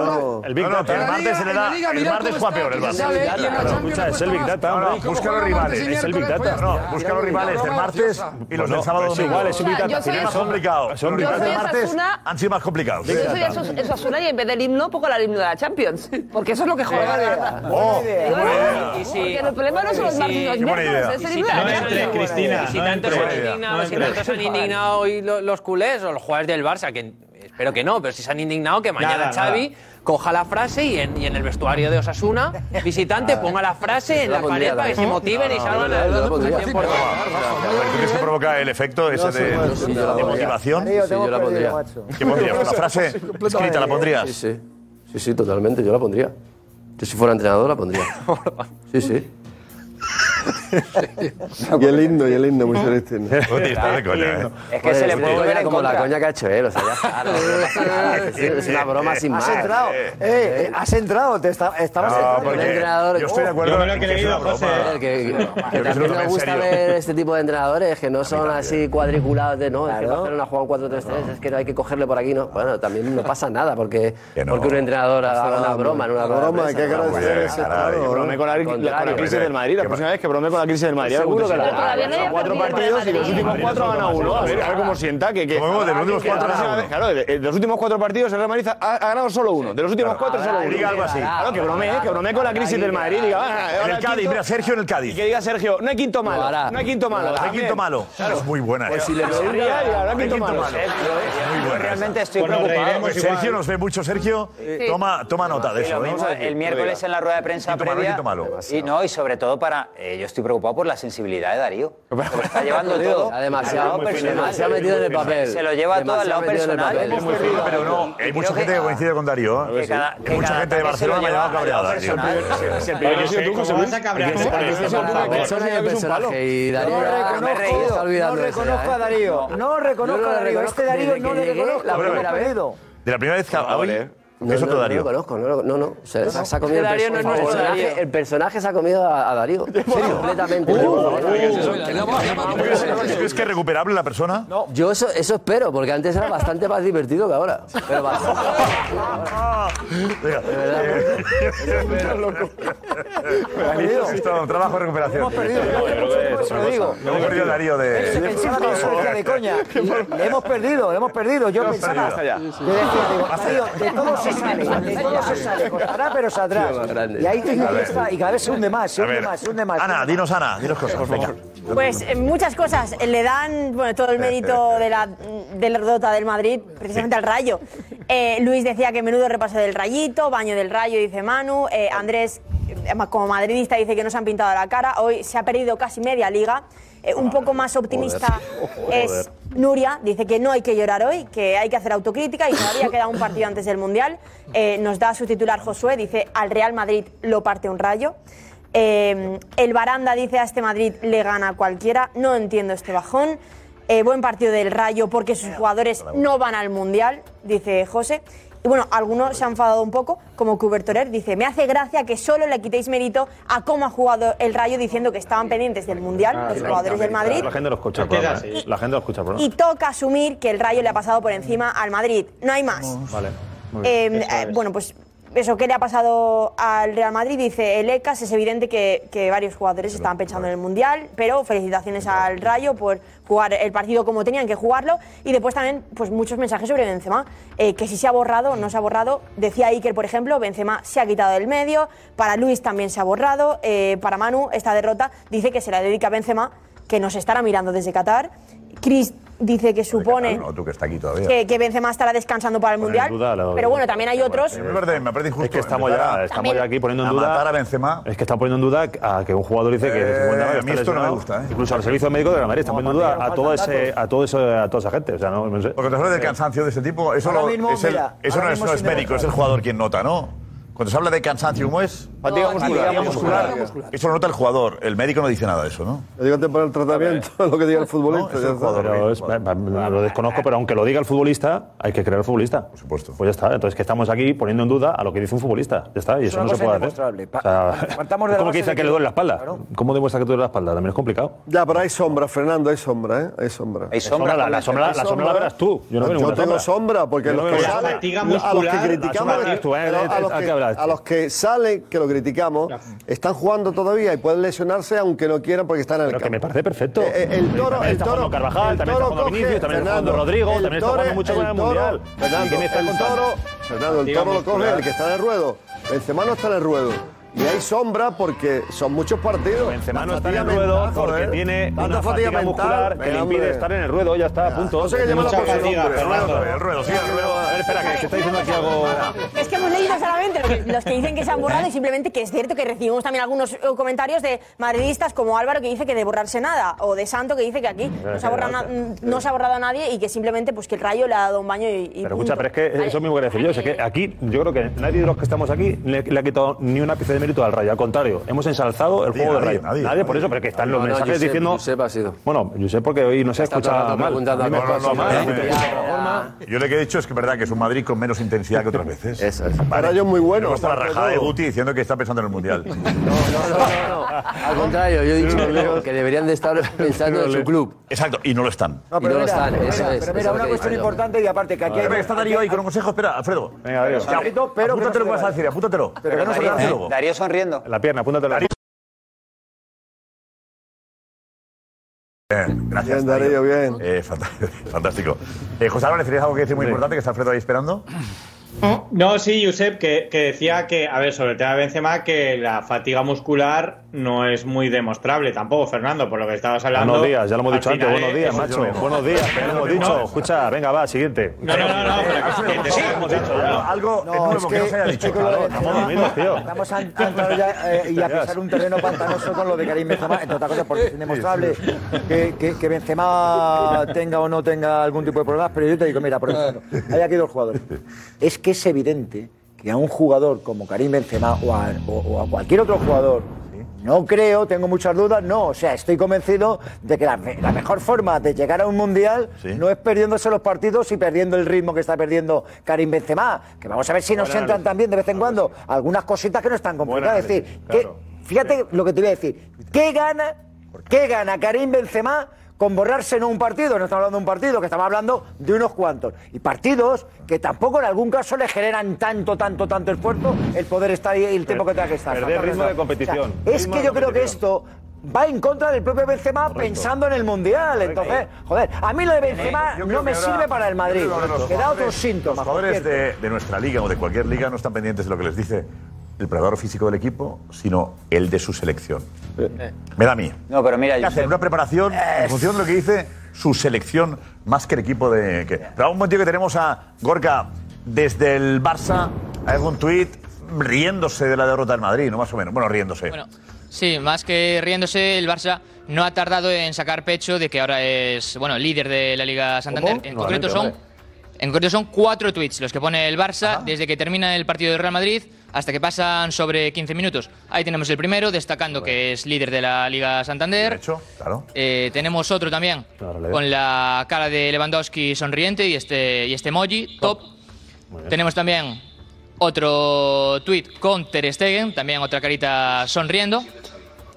[SPEAKER 3] El Big Data. El martes se le da. El martes juega peor el Barça.
[SPEAKER 7] Escucha, es el Big Data.
[SPEAKER 3] No, no,
[SPEAKER 7] hombre.
[SPEAKER 3] busca los rivales.
[SPEAKER 7] Es el Big Data.
[SPEAKER 3] No, busca los rivales del martes y los del sábado.
[SPEAKER 16] pues
[SPEAKER 7] es igual, es un Big Data.
[SPEAKER 3] Son más complicados.
[SPEAKER 23] Yo
[SPEAKER 3] Los rivales
[SPEAKER 23] soy
[SPEAKER 3] del martes
[SPEAKER 23] Osasuna.
[SPEAKER 3] han sido más complicados.
[SPEAKER 23] Yo soy Osos- de Osasuna y en vez del himno pongo el himno de la Champions, porque eso es lo que juega de verdad.
[SPEAKER 3] Oh,
[SPEAKER 23] Digo,
[SPEAKER 3] buena idea.
[SPEAKER 23] "Ay, Porque el problema no son los martes y los miércoles, es el himno de la Champions.
[SPEAKER 12] Cristina,
[SPEAKER 5] Y si
[SPEAKER 12] no
[SPEAKER 5] tantos
[SPEAKER 12] entres.
[SPEAKER 5] se han indignado,
[SPEAKER 12] No
[SPEAKER 5] si
[SPEAKER 12] entres.
[SPEAKER 5] tantos se han indignado hoy lo- los culés o los jugadores del Barça, que espero que no, pero si se han indignado, que mañana
[SPEAKER 12] Nada,
[SPEAKER 5] Xavi coja la frase y en, y en el vestuario de Osasuna, visitante, ponga la frase en la pared para que se motiven
[SPEAKER 16] Ah,
[SPEAKER 5] y salgan a
[SPEAKER 3] ¿Crees que provoca el efecto ese
[SPEAKER 16] No, sí,
[SPEAKER 3] de,
[SPEAKER 16] bueno, sí,
[SPEAKER 3] de
[SPEAKER 16] yo la pondría.
[SPEAKER 3] motivación?
[SPEAKER 16] Sí, yo la pondría.
[SPEAKER 3] ¿Qué pondrías? ¿Una frase escrita la pondrías?
[SPEAKER 16] Sí, sí. Sí, sí, totalmente, yo la pondría. Yo si fuera entrenador la pondría. Sí, sí.
[SPEAKER 13] Y el himno, y el himno, muy celestino. ¿eh?
[SPEAKER 16] Es que se le puede volver como la coña que ha hecho él, o sea, ya está, no, no pasa nada. Es- Es una broma sin más.
[SPEAKER 19] Has entrado, eh, eh, has entrado, te esta- estabas
[SPEAKER 16] No,
[SPEAKER 19] entrando.
[SPEAKER 16] porque El entrenador- yo estoy de acuerdo Yo me lo he en que es creído, una José. broma. Que
[SPEAKER 3] Pero que se lo
[SPEAKER 16] también
[SPEAKER 3] tome
[SPEAKER 16] nos
[SPEAKER 3] en
[SPEAKER 16] gusta
[SPEAKER 3] serio.
[SPEAKER 16] ver este tipo de entrenadores que no son así cuadriculados de no, es que Barcelona juega un 4-3-3, es que no hay que cogerle por aquí. No. Bueno, también no pasa nada porque, porque un entrenador haga una broma en una rueda de prensa, no, no, no, no, no, no,
[SPEAKER 1] Yo bromeo con la,
[SPEAKER 16] Al
[SPEAKER 1] con la
[SPEAKER 16] contrario.
[SPEAKER 1] crisis del Madrid. La próxima vez que bromeo con la crisis del Madrid.
[SPEAKER 16] Seguro
[SPEAKER 1] algo te
[SPEAKER 16] que la
[SPEAKER 1] sienta.
[SPEAKER 16] hará. Pero todavía no
[SPEAKER 1] Son
[SPEAKER 16] hay
[SPEAKER 1] cuatro
[SPEAKER 16] partido
[SPEAKER 1] partidos y
[SPEAKER 16] del
[SPEAKER 1] los
[SPEAKER 16] Madrid.
[SPEAKER 1] últimos
[SPEAKER 16] Madrid
[SPEAKER 1] cuatro
[SPEAKER 16] no
[SPEAKER 1] gana
[SPEAKER 16] son
[SPEAKER 1] uno. A ver,
[SPEAKER 16] cuatro,
[SPEAKER 1] a ver cómo sienta. Que, que,
[SPEAKER 3] Como hemos de los últimos
[SPEAKER 1] que la
[SPEAKER 3] cuatro gana
[SPEAKER 1] próxima
[SPEAKER 3] uno.
[SPEAKER 1] vez- Claro, de, de los últimos cuatro partidos el Real Madrid ha, ha ganado solo uno. De los últimos
[SPEAKER 3] Claro.
[SPEAKER 1] cuatro solo uno.
[SPEAKER 3] Diga algo así.
[SPEAKER 1] Claro, que bromee, que bromee con la crisis del Madrid. Diga, ah,
[SPEAKER 3] En
[SPEAKER 1] ahora
[SPEAKER 3] el Cádiz,
[SPEAKER 1] quinto-
[SPEAKER 3] mira, Sergio en el Cádiz.
[SPEAKER 1] Y que diga Sergio, no hay quinto malo. No hay quinto malo.
[SPEAKER 3] No hay
[SPEAKER 1] también.
[SPEAKER 3] quinto malo.
[SPEAKER 1] Claro.
[SPEAKER 3] Es muy buena.
[SPEAKER 1] Pues
[SPEAKER 3] eh.
[SPEAKER 1] si le doy una-
[SPEAKER 3] No
[SPEAKER 1] habrá
[SPEAKER 3] hay
[SPEAKER 1] quinto malo.
[SPEAKER 3] Es muy buena.
[SPEAKER 18] Realmente
[SPEAKER 3] esa.
[SPEAKER 18] estoy
[SPEAKER 3] Pues nos
[SPEAKER 18] preocupado.
[SPEAKER 3] reiremos
[SPEAKER 18] Pues
[SPEAKER 3] Sergio
[SPEAKER 18] igual.
[SPEAKER 3] nos ve mucho, Sergio.
[SPEAKER 18] Sí.
[SPEAKER 3] Eh, Toma, toma nota de
[SPEAKER 18] Y
[SPEAKER 3] eso.
[SPEAKER 18] lo
[SPEAKER 3] ¿no?
[SPEAKER 18] mismo
[SPEAKER 3] Vamos a decir,
[SPEAKER 18] el miércoles
[SPEAKER 3] venga.
[SPEAKER 18] en la rueda de prensa
[SPEAKER 3] Quinto malo,
[SPEAKER 18] previa.
[SPEAKER 3] quinto malo.
[SPEAKER 18] Y no, y sobre todo para. eh, yo estoy preocupado por la sensibilidad de Darío. Se lo está llevando
[SPEAKER 16] Darío,
[SPEAKER 18] todo.
[SPEAKER 16] está
[SPEAKER 18] al
[SPEAKER 16] demasiado-
[SPEAKER 18] lado personal.
[SPEAKER 16] demasiado metido en el papel.
[SPEAKER 18] Se lo lleva todo al lado
[SPEAKER 16] Demasiado metido en el
[SPEAKER 18] personal.
[SPEAKER 16] papel.
[SPEAKER 18] Hemos perdido.
[SPEAKER 3] Pero no, hay mucha gente que coincide con Darío. ¿eh?
[SPEAKER 18] que cada-
[SPEAKER 3] Hay mucha gente de Barcelona que me ha dado cabreada. tío.
[SPEAKER 18] Si el primero ha sido tú, José Luis.
[SPEAKER 19] No reconozco, no reconozco a Darío. No reconozco a Darío. Este Darío no le reconozco.
[SPEAKER 16] la
[SPEAKER 19] lo he
[SPEAKER 16] primera vez.
[SPEAKER 19] perdido.
[SPEAKER 3] De la primera vez que hablo.
[SPEAKER 16] No,
[SPEAKER 3] Es
[SPEAKER 16] no, no
[SPEAKER 3] otro
[SPEAKER 16] lo
[SPEAKER 3] Darío.
[SPEAKER 16] conozco, no, lo- no, no, se,
[SPEAKER 3] No,
[SPEAKER 16] se
[SPEAKER 3] no.
[SPEAKER 16] ha comido el, Darío perso- no es el nuestro personaje, Darío. el personaje se ha comido a, a Darío, Sí, completamente.
[SPEAKER 3] ¿Tú crees- tú crees que es recuperable la persona?
[SPEAKER 16] Yo eso, eso espero, porque antes era bastante más divertido que ahora. Pero bastante.
[SPEAKER 3] De verdad, Esto, trabajo de recuperación. Hemos perdido.
[SPEAKER 19] lo digo.
[SPEAKER 3] Hemos perdido Darío
[SPEAKER 19] Él se
[SPEAKER 3] de.
[SPEAKER 19] pensaba que eso era de coña. Le hemos perdido, le hemos perdido. Yo
[SPEAKER 3] Hemos
[SPEAKER 19] pensaba.
[SPEAKER 3] perdido.
[SPEAKER 19] Yo decía, digo, Darío, de todo se sale, de todo se sale. Costará, pero saldrá. Y ahí
[SPEAKER 3] A ver.
[SPEAKER 19] está, y cada vez se hunde más, se
[SPEAKER 3] A
[SPEAKER 19] hunde
[SPEAKER 3] ver.
[SPEAKER 19] más, se hunde más.
[SPEAKER 3] Ana, dinos Ana, dinos cosas, por favor.
[SPEAKER 4] Pues eh, muchas cosas. Le dan bueno, todo el mérito de la de la derrota del Madrid precisamente al Rayo. Eh, Luis decía que menudo repaso del Rayito, baño del Rayo, dice Manu. Eh, Andrés, eh, como madridista, dice que no se han pintado la cara. Hoy se ha perdido casi media liga. Eh, un poco más optimista
[SPEAKER 28] Joder.
[SPEAKER 4] es Nuria, dice que no hay que llorar hoy, que hay que hacer autocrítica y todavía queda un partido antes del Mundial. Eh, nos da su titular Josué, dice al Real Madrid lo parte un rayo. Eh, el Baranda dice a este Madrid le gana a cualquiera, no entiendo este bajón. Eh, buen partido del Rayo porque sus jugadores no van al Mundial, dice José. Y bueno, algunos se han enfadado un poco, como Cubertorer dice, me hace gracia que solo le quitéis mérito a cómo ha jugado el Rayo diciendo que estaban pendientes del Mundial, los jugadores del Madrid.
[SPEAKER 7] La gente lo escucha el
[SPEAKER 4] queda
[SPEAKER 7] programa. ¿eh? La gente lo escucha el
[SPEAKER 4] Y
[SPEAKER 7] programa.
[SPEAKER 4] toca asumir que el Rayo le ha pasado por encima al Madrid. No hay más.
[SPEAKER 7] Vale. muy
[SPEAKER 4] Eh,
[SPEAKER 7] bien. Eso
[SPEAKER 4] eh,
[SPEAKER 7] es.
[SPEAKER 4] bueno, pues eso, ¿qué le ha pasado al Real Madrid? Dice el ECAS, es evidente que, que varios jugadores estaban pensando en el Mundial, pero felicitaciones al Rayo por jugar el partido como tenían que jugarlo. Y después también, pues muchos mensajes sobre Benzema, eh, que si se ha borrado o no se ha borrado. Decía Iker, por ejemplo, Benzema se ha quitado del medio, para Luis también se ha borrado, eh, para Manu esta derrota dice que se la dedica a Benzema, que nos estará mirando desde Qatar. Chris dice que supone
[SPEAKER 3] No, tú que está aquí todavía.
[SPEAKER 4] que, que Benzema estará descansando para el
[SPEAKER 3] Poner en
[SPEAKER 4] Mundial.
[SPEAKER 3] duda la-
[SPEAKER 4] Pero bueno, también hay otros.
[SPEAKER 3] Me parece, me parece injusto.
[SPEAKER 7] Es que estamos ya, estamos ya aquí poniendo en
[SPEAKER 3] A
[SPEAKER 7] duda.
[SPEAKER 3] matar a
[SPEAKER 7] Es que está poniendo en duda a que un jugador dice que
[SPEAKER 3] Eh,
[SPEAKER 7] de 50 años
[SPEAKER 3] a mí
[SPEAKER 7] está
[SPEAKER 3] esto no me
[SPEAKER 7] lesionado.
[SPEAKER 3] gusta, ¿eh?
[SPEAKER 7] Incluso al servicio médico de la Madrid está poniendo en duda a todo ese, a todo eso, a toda esa gente. O sea, no, no sé.
[SPEAKER 3] Porque te hablas del cansancio de ese tipo, eso,
[SPEAKER 7] Ahora
[SPEAKER 3] lo-
[SPEAKER 7] mismo,
[SPEAKER 3] es el-
[SPEAKER 7] mira,
[SPEAKER 3] eso
[SPEAKER 7] ahora
[SPEAKER 3] no es,
[SPEAKER 7] mismo sin
[SPEAKER 3] no es médico,
[SPEAKER 7] demostrar.
[SPEAKER 3] es el jugador quien nota, ¿no? Cuando se habla de cansancio, ¿cómo es?
[SPEAKER 6] Fatiga muscular.
[SPEAKER 3] Fatiga muscular. Eso lo nota el jugador. El médico no dice nada de eso, ¿no?
[SPEAKER 13] Le digo temporal tratamiento, lo que diga el futbolista. ya está.
[SPEAKER 7] Pero es- lo desconozco, pero aunque lo diga el futbolista, hay que creer al futbolista. Por supuesto. Pues ya está. Entonces, que estamos aquí poniendo en duda a lo que dice un futbolista. Ya está. Y
[SPEAKER 19] Es
[SPEAKER 7] eso
[SPEAKER 19] una
[SPEAKER 7] no se
[SPEAKER 19] cosa
[SPEAKER 7] puede
[SPEAKER 19] indemostrable.
[SPEAKER 7] hacer.
[SPEAKER 19] Pa-
[SPEAKER 7] O sea,
[SPEAKER 19] partamos de la
[SPEAKER 7] es como
[SPEAKER 19] base
[SPEAKER 7] que
[SPEAKER 19] de
[SPEAKER 7] dice que
[SPEAKER 19] que-
[SPEAKER 7] le duele la espalda.
[SPEAKER 19] Claro.
[SPEAKER 7] ¿Cómo demuestra que te duele la espalda? También es complicado.
[SPEAKER 13] Ya, pero hay sombra, Fernando, hay sombra, ¿eh? Hay sombra. Pues
[SPEAKER 7] Hay sombra, la- la sombra- la sombra la verás tú. Yo no veo ninguna
[SPEAKER 13] tengo
[SPEAKER 7] sombra.
[SPEAKER 13] sombra, porque
[SPEAKER 7] Yo
[SPEAKER 13] los
[SPEAKER 7] no
[SPEAKER 13] que
[SPEAKER 7] veo nada.
[SPEAKER 13] salen,
[SPEAKER 7] Fatiga
[SPEAKER 13] a los que
[SPEAKER 7] muscular, la
[SPEAKER 13] criticamos,
[SPEAKER 7] sombra la tú, ¿eh?
[SPEAKER 13] pero a los
[SPEAKER 7] ¿A qué
[SPEAKER 13] que-
[SPEAKER 7] hablaste?
[SPEAKER 13] a los que salen, que lo criticamos, están jugando todavía y pueden lesionarse aunque no quieran porque están en el campo.
[SPEAKER 7] Me parece perfecto.
[SPEAKER 13] Eh, eh, el toro,
[SPEAKER 7] También
[SPEAKER 13] el
[SPEAKER 7] está
[SPEAKER 13] toro,
[SPEAKER 7] jugando Carvajal,
[SPEAKER 13] el
[SPEAKER 7] también está
[SPEAKER 13] toro
[SPEAKER 7] jugando
[SPEAKER 13] coge-
[SPEAKER 7] Vinicius, también está jugando
[SPEAKER 13] Fernando,
[SPEAKER 7] Rodrigo,
[SPEAKER 13] el
[SPEAKER 7] también está
[SPEAKER 13] toro-
[SPEAKER 7] jugando mucho con el
[SPEAKER 13] toro-
[SPEAKER 7] Mundial. ¿Y
[SPEAKER 13] Fernando,
[SPEAKER 7] qué me estás
[SPEAKER 13] el
[SPEAKER 7] contando?
[SPEAKER 13] toro, Fernando, el
[SPEAKER 7] Fatiga
[SPEAKER 13] toro lo coge
[SPEAKER 7] muscular.
[SPEAKER 13] el que está en el ruedo. Benzema no está en el ruedo. Y hay sombra porque son muchos partidos.
[SPEAKER 7] Benzema no
[SPEAKER 13] La
[SPEAKER 7] está en el
[SPEAKER 13] fatiga
[SPEAKER 7] ruedo
[SPEAKER 13] mental,
[SPEAKER 7] porque
[SPEAKER 13] joder.
[SPEAKER 7] tiene
[SPEAKER 13] Tanta
[SPEAKER 7] una
[SPEAKER 13] fatiga
[SPEAKER 7] fatiga
[SPEAKER 13] mental.
[SPEAKER 7] muscular que le
[SPEAKER 13] Venga,
[SPEAKER 7] impide
[SPEAKER 13] hombre.
[SPEAKER 7] estar en el ruedo. Ya está, punto.
[SPEAKER 13] No sé qué llama la
[SPEAKER 7] Mucha
[SPEAKER 13] posición,
[SPEAKER 7] fatiga,
[SPEAKER 13] hombre.
[SPEAKER 7] Fernando.
[SPEAKER 13] El ruedo, sí, el ruedo.
[SPEAKER 7] A ver, espera, que que está diciendo aquí algo...
[SPEAKER 4] Es que hemos leído solamente lo que- los que dicen que se han borrado y
[SPEAKER 7] ¿Eh?
[SPEAKER 4] simplemente que es cierto que recibimos también algunos eh, comentarios de madridistas como Álvaro que dice que de borrarse nada o de Santo que dice que aquí no se ha borrado, na- no se ha borrado a nadie y que simplemente pues que el rayo le ha dado un baño y, y
[SPEAKER 7] Pero
[SPEAKER 4] punto.
[SPEAKER 7] escucha, pero es que eso mismo que decir yo. o sea, que aquí, yo creo que nadie de los que estamos aquí le, le ha quitado ni un ápice de mérito al Rayo. Al contrario, hemos ensalzado el
[SPEAKER 3] Nadie,
[SPEAKER 7] juego del
[SPEAKER 3] nadie,
[SPEAKER 7] Rayo.
[SPEAKER 3] nadie,
[SPEAKER 7] Nadie, por eso, pero que están los
[SPEAKER 3] No, no,
[SPEAKER 7] mensajes
[SPEAKER 3] Josep,
[SPEAKER 7] diciendo.
[SPEAKER 3] Josep
[SPEAKER 7] ha sido. Bueno, yo sé porque hoy no se
[SPEAKER 3] Está todo el
[SPEAKER 7] escucha
[SPEAKER 3] rato
[SPEAKER 7] mal.
[SPEAKER 3] preguntando a
[SPEAKER 7] No,
[SPEAKER 3] mí me
[SPEAKER 7] no, no,
[SPEAKER 3] pasa mal.
[SPEAKER 7] mal.
[SPEAKER 3] Yo lo que he dicho es que es verdad que es un Madrid con menos intensidad que otras veces. Eso es.
[SPEAKER 13] Rayo muy bueno,
[SPEAKER 3] Me gusta la
[SPEAKER 13] aparte de
[SPEAKER 3] rajada de
[SPEAKER 13] todo.
[SPEAKER 3] Guti diciendo que está pensando en el Mundial.
[SPEAKER 16] Al contrario, yo he dicho que, que deberían de estar pensando en su club.
[SPEAKER 3] Exacto, y no lo están.
[SPEAKER 16] y no lo están,
[SPEAKER 3] mira,
[SPEAKER 16] eso
[SPEAKER 3] mira,
[SPEAKER 16] es. eso
[SPEAKER 3] pero mira,
[SPEAKER 16] es lo
[SPEAKER 3] una
[SPEAKER 16] que he dicho
[SPEAKER 3] cuestión
[SPEAKER 16] yo.
[SPEAKER 19] importante y aparte que aquí hay...
[SPEAKER 3] Espera, que está Darío ahí con un consejo. Espera, Alfredo.
[SPEAKER 7] Venga, Darío.
[SPEAKER 3] Ya, apúntatelo con vas a decir, apúntatelo. Pero que no se
[SPEAKER 18] Darío-
[SPEAKER 3] lance luego.
[SPEAKER 18] Darío sonriendo.
[SPEAKER 7] La pierna, apúntatelo.
[SPEAKER 3] Bien, gracias.
[SPEAKER 13] Bien, Darío, bien.
[SPEAKER 3] Eh, fantástico. fantástico. Eh, José Álvarez, ¿tienes algo que decir muy importante que está Alfredo ahí esperando?
[SPEAKER 26] Mm. No, sí, Josep, que, que decía que, a ver, sobre el tema de Benzema, que la fatiga muscular no es muy demostrable tampoco, Fernando, por lo que estabas hablando.
[SPEAKER 7] Buenos días, ya lo hemos
[SPEAKER 26] Al
[SPEAKER 7] dicho antes.
[SPEAKER 26] final,
[SPEAKER 7] Buenos
[SPEAKER 26] eh,
[SPEAKER 7] días,
[SPEAKER 26] eso es
[SPEAKER 7] macho.
[SPEAKER 26] lo mismo.
[SPEAKER 7] Buenos días, ya lo hemos dicho.
[SPEAKER 26] No.
[SPEAKER 7] Escucha, venga, va, siguiente. No, no, no,
[SPEAKER 3] Algo
[SPEAKER 7] nuevo que no se haya dicho. Claro, estamos lo mismo, tío.
[SPEAKER 19] Vamos a a entrar ya eh, y a pisar un terreno pantanoso con lo de Karim Benzema, entre otras cosas porque es indemostrable que, que- que Benzema tenga o no tenga algún tipo de problemas, pero yo te digo, mira, por
[SPEAKER 26] Eh.
[SPEAKER 19] ejemplo, hay aquí dos jugadores. Es que es evidente que a un jugador como Karim Benzema o a, o- o a cualquier otro jugador, no creo, tengo muchas dudas, no, o sea, estoy convencido de que la, me- la mejor forma de llegar a un mundial no es perdiéndose los partidos y perdiendo el ritmo que está perdiendo Karim Benzema, que vamos a ver si nos
[SPEAKER 7] Buen
[SPEAKER 19] entran
[SPEAKER 7] análisis.
[SPEAKER 19] también de vez en cuando algunas cositas que no están complicadas, es decir,
[SPEAKER 7] análisis,
[SPEAKER 19] que
[SPEAKER 7] claro.
[SPEAKER 19] Fíjate lo que te voy a decir. ¿Qué gana, qué gana Karim Benzema con borrarse en un partido? No estamos hablando de un partido, que estamos hablando de unos cuantos. Y partidos que tampoco en algún caso le generan tanto, tanto, tanto esfuerzo el poder estar ahí el tiempo que tenga que estar.
[SPEAKER 7] Perder
[SPEAKER 19] Faltar
[SPEAKER 7] ritmo de
[SPEAKER 19] respeto.
[SPEAKER 7] competición.
[SPEAKER 19] O sea, es
[SPEAKER 7] Ritmo
[SPEAKER 19] que
[SPEAKER 7] de
[SPEAKER 19] yo creo que esto va en contra del propio Benzema pensando en el Mundial. Entonces, joder, a mí lo de Benzema
[SPEAKER 3] Yo creo
[SPEAKER 19] no me
[SPEAKER 3] que ahora-
[SPEAKER 19] sirve para el Madrid.
[SPEAKER 3] yo creo que ahora los
[SPEAKER 19] Me da otros
[SPEAKER 3] jugadores-
[SPEAKER 19] síntomas.
[SPEAKER 3] Los
[SPEAKER 19] por
[SPEAKER 3] jugadores
[SPEAKER 19] cierto.
[SPEAKER 3] de, de nuestra liga o de cualquier liga no están pendientes de lo que les dice el preparador físico del equipo, sino el de su selección. Me da a mí.
[SPEAKER 18] No, pero mira,
[SPEAKER 3] Hay que hacer una preparación en función de lo que dice su selección más que el equipo de. Que... Pero un momento que tenemos a Gorka desde el Barça, hay algún tuit riéndose de la derrota del Madrid, ¿no? Más o menos. Bueno, riéndose.
[SPEAKER 9] Sí, más que riéndose, el Barça no ha tardado en sacar pecho de que ahora es bueno líder de la Liga Santander. En concreto
[SPEAKER 10] Nuevamente,
[SPEAKER 9] son en concreto son cuatro tweets los que pone el Barça desde que termina el partido del Real Madrid hasta que pasan sobre 15 minutos. Ahí tenemos el primero, destacando que es líder de la Liga Santander.
[SPEAKER 3] claro.
[SPEAKER 9] Eh, tenemos otro también con la cara de Lewandowski sonriente y este, y este emoji, top. Tenemos también otro tweet con Ter Stegen, también otra carita sonriendo.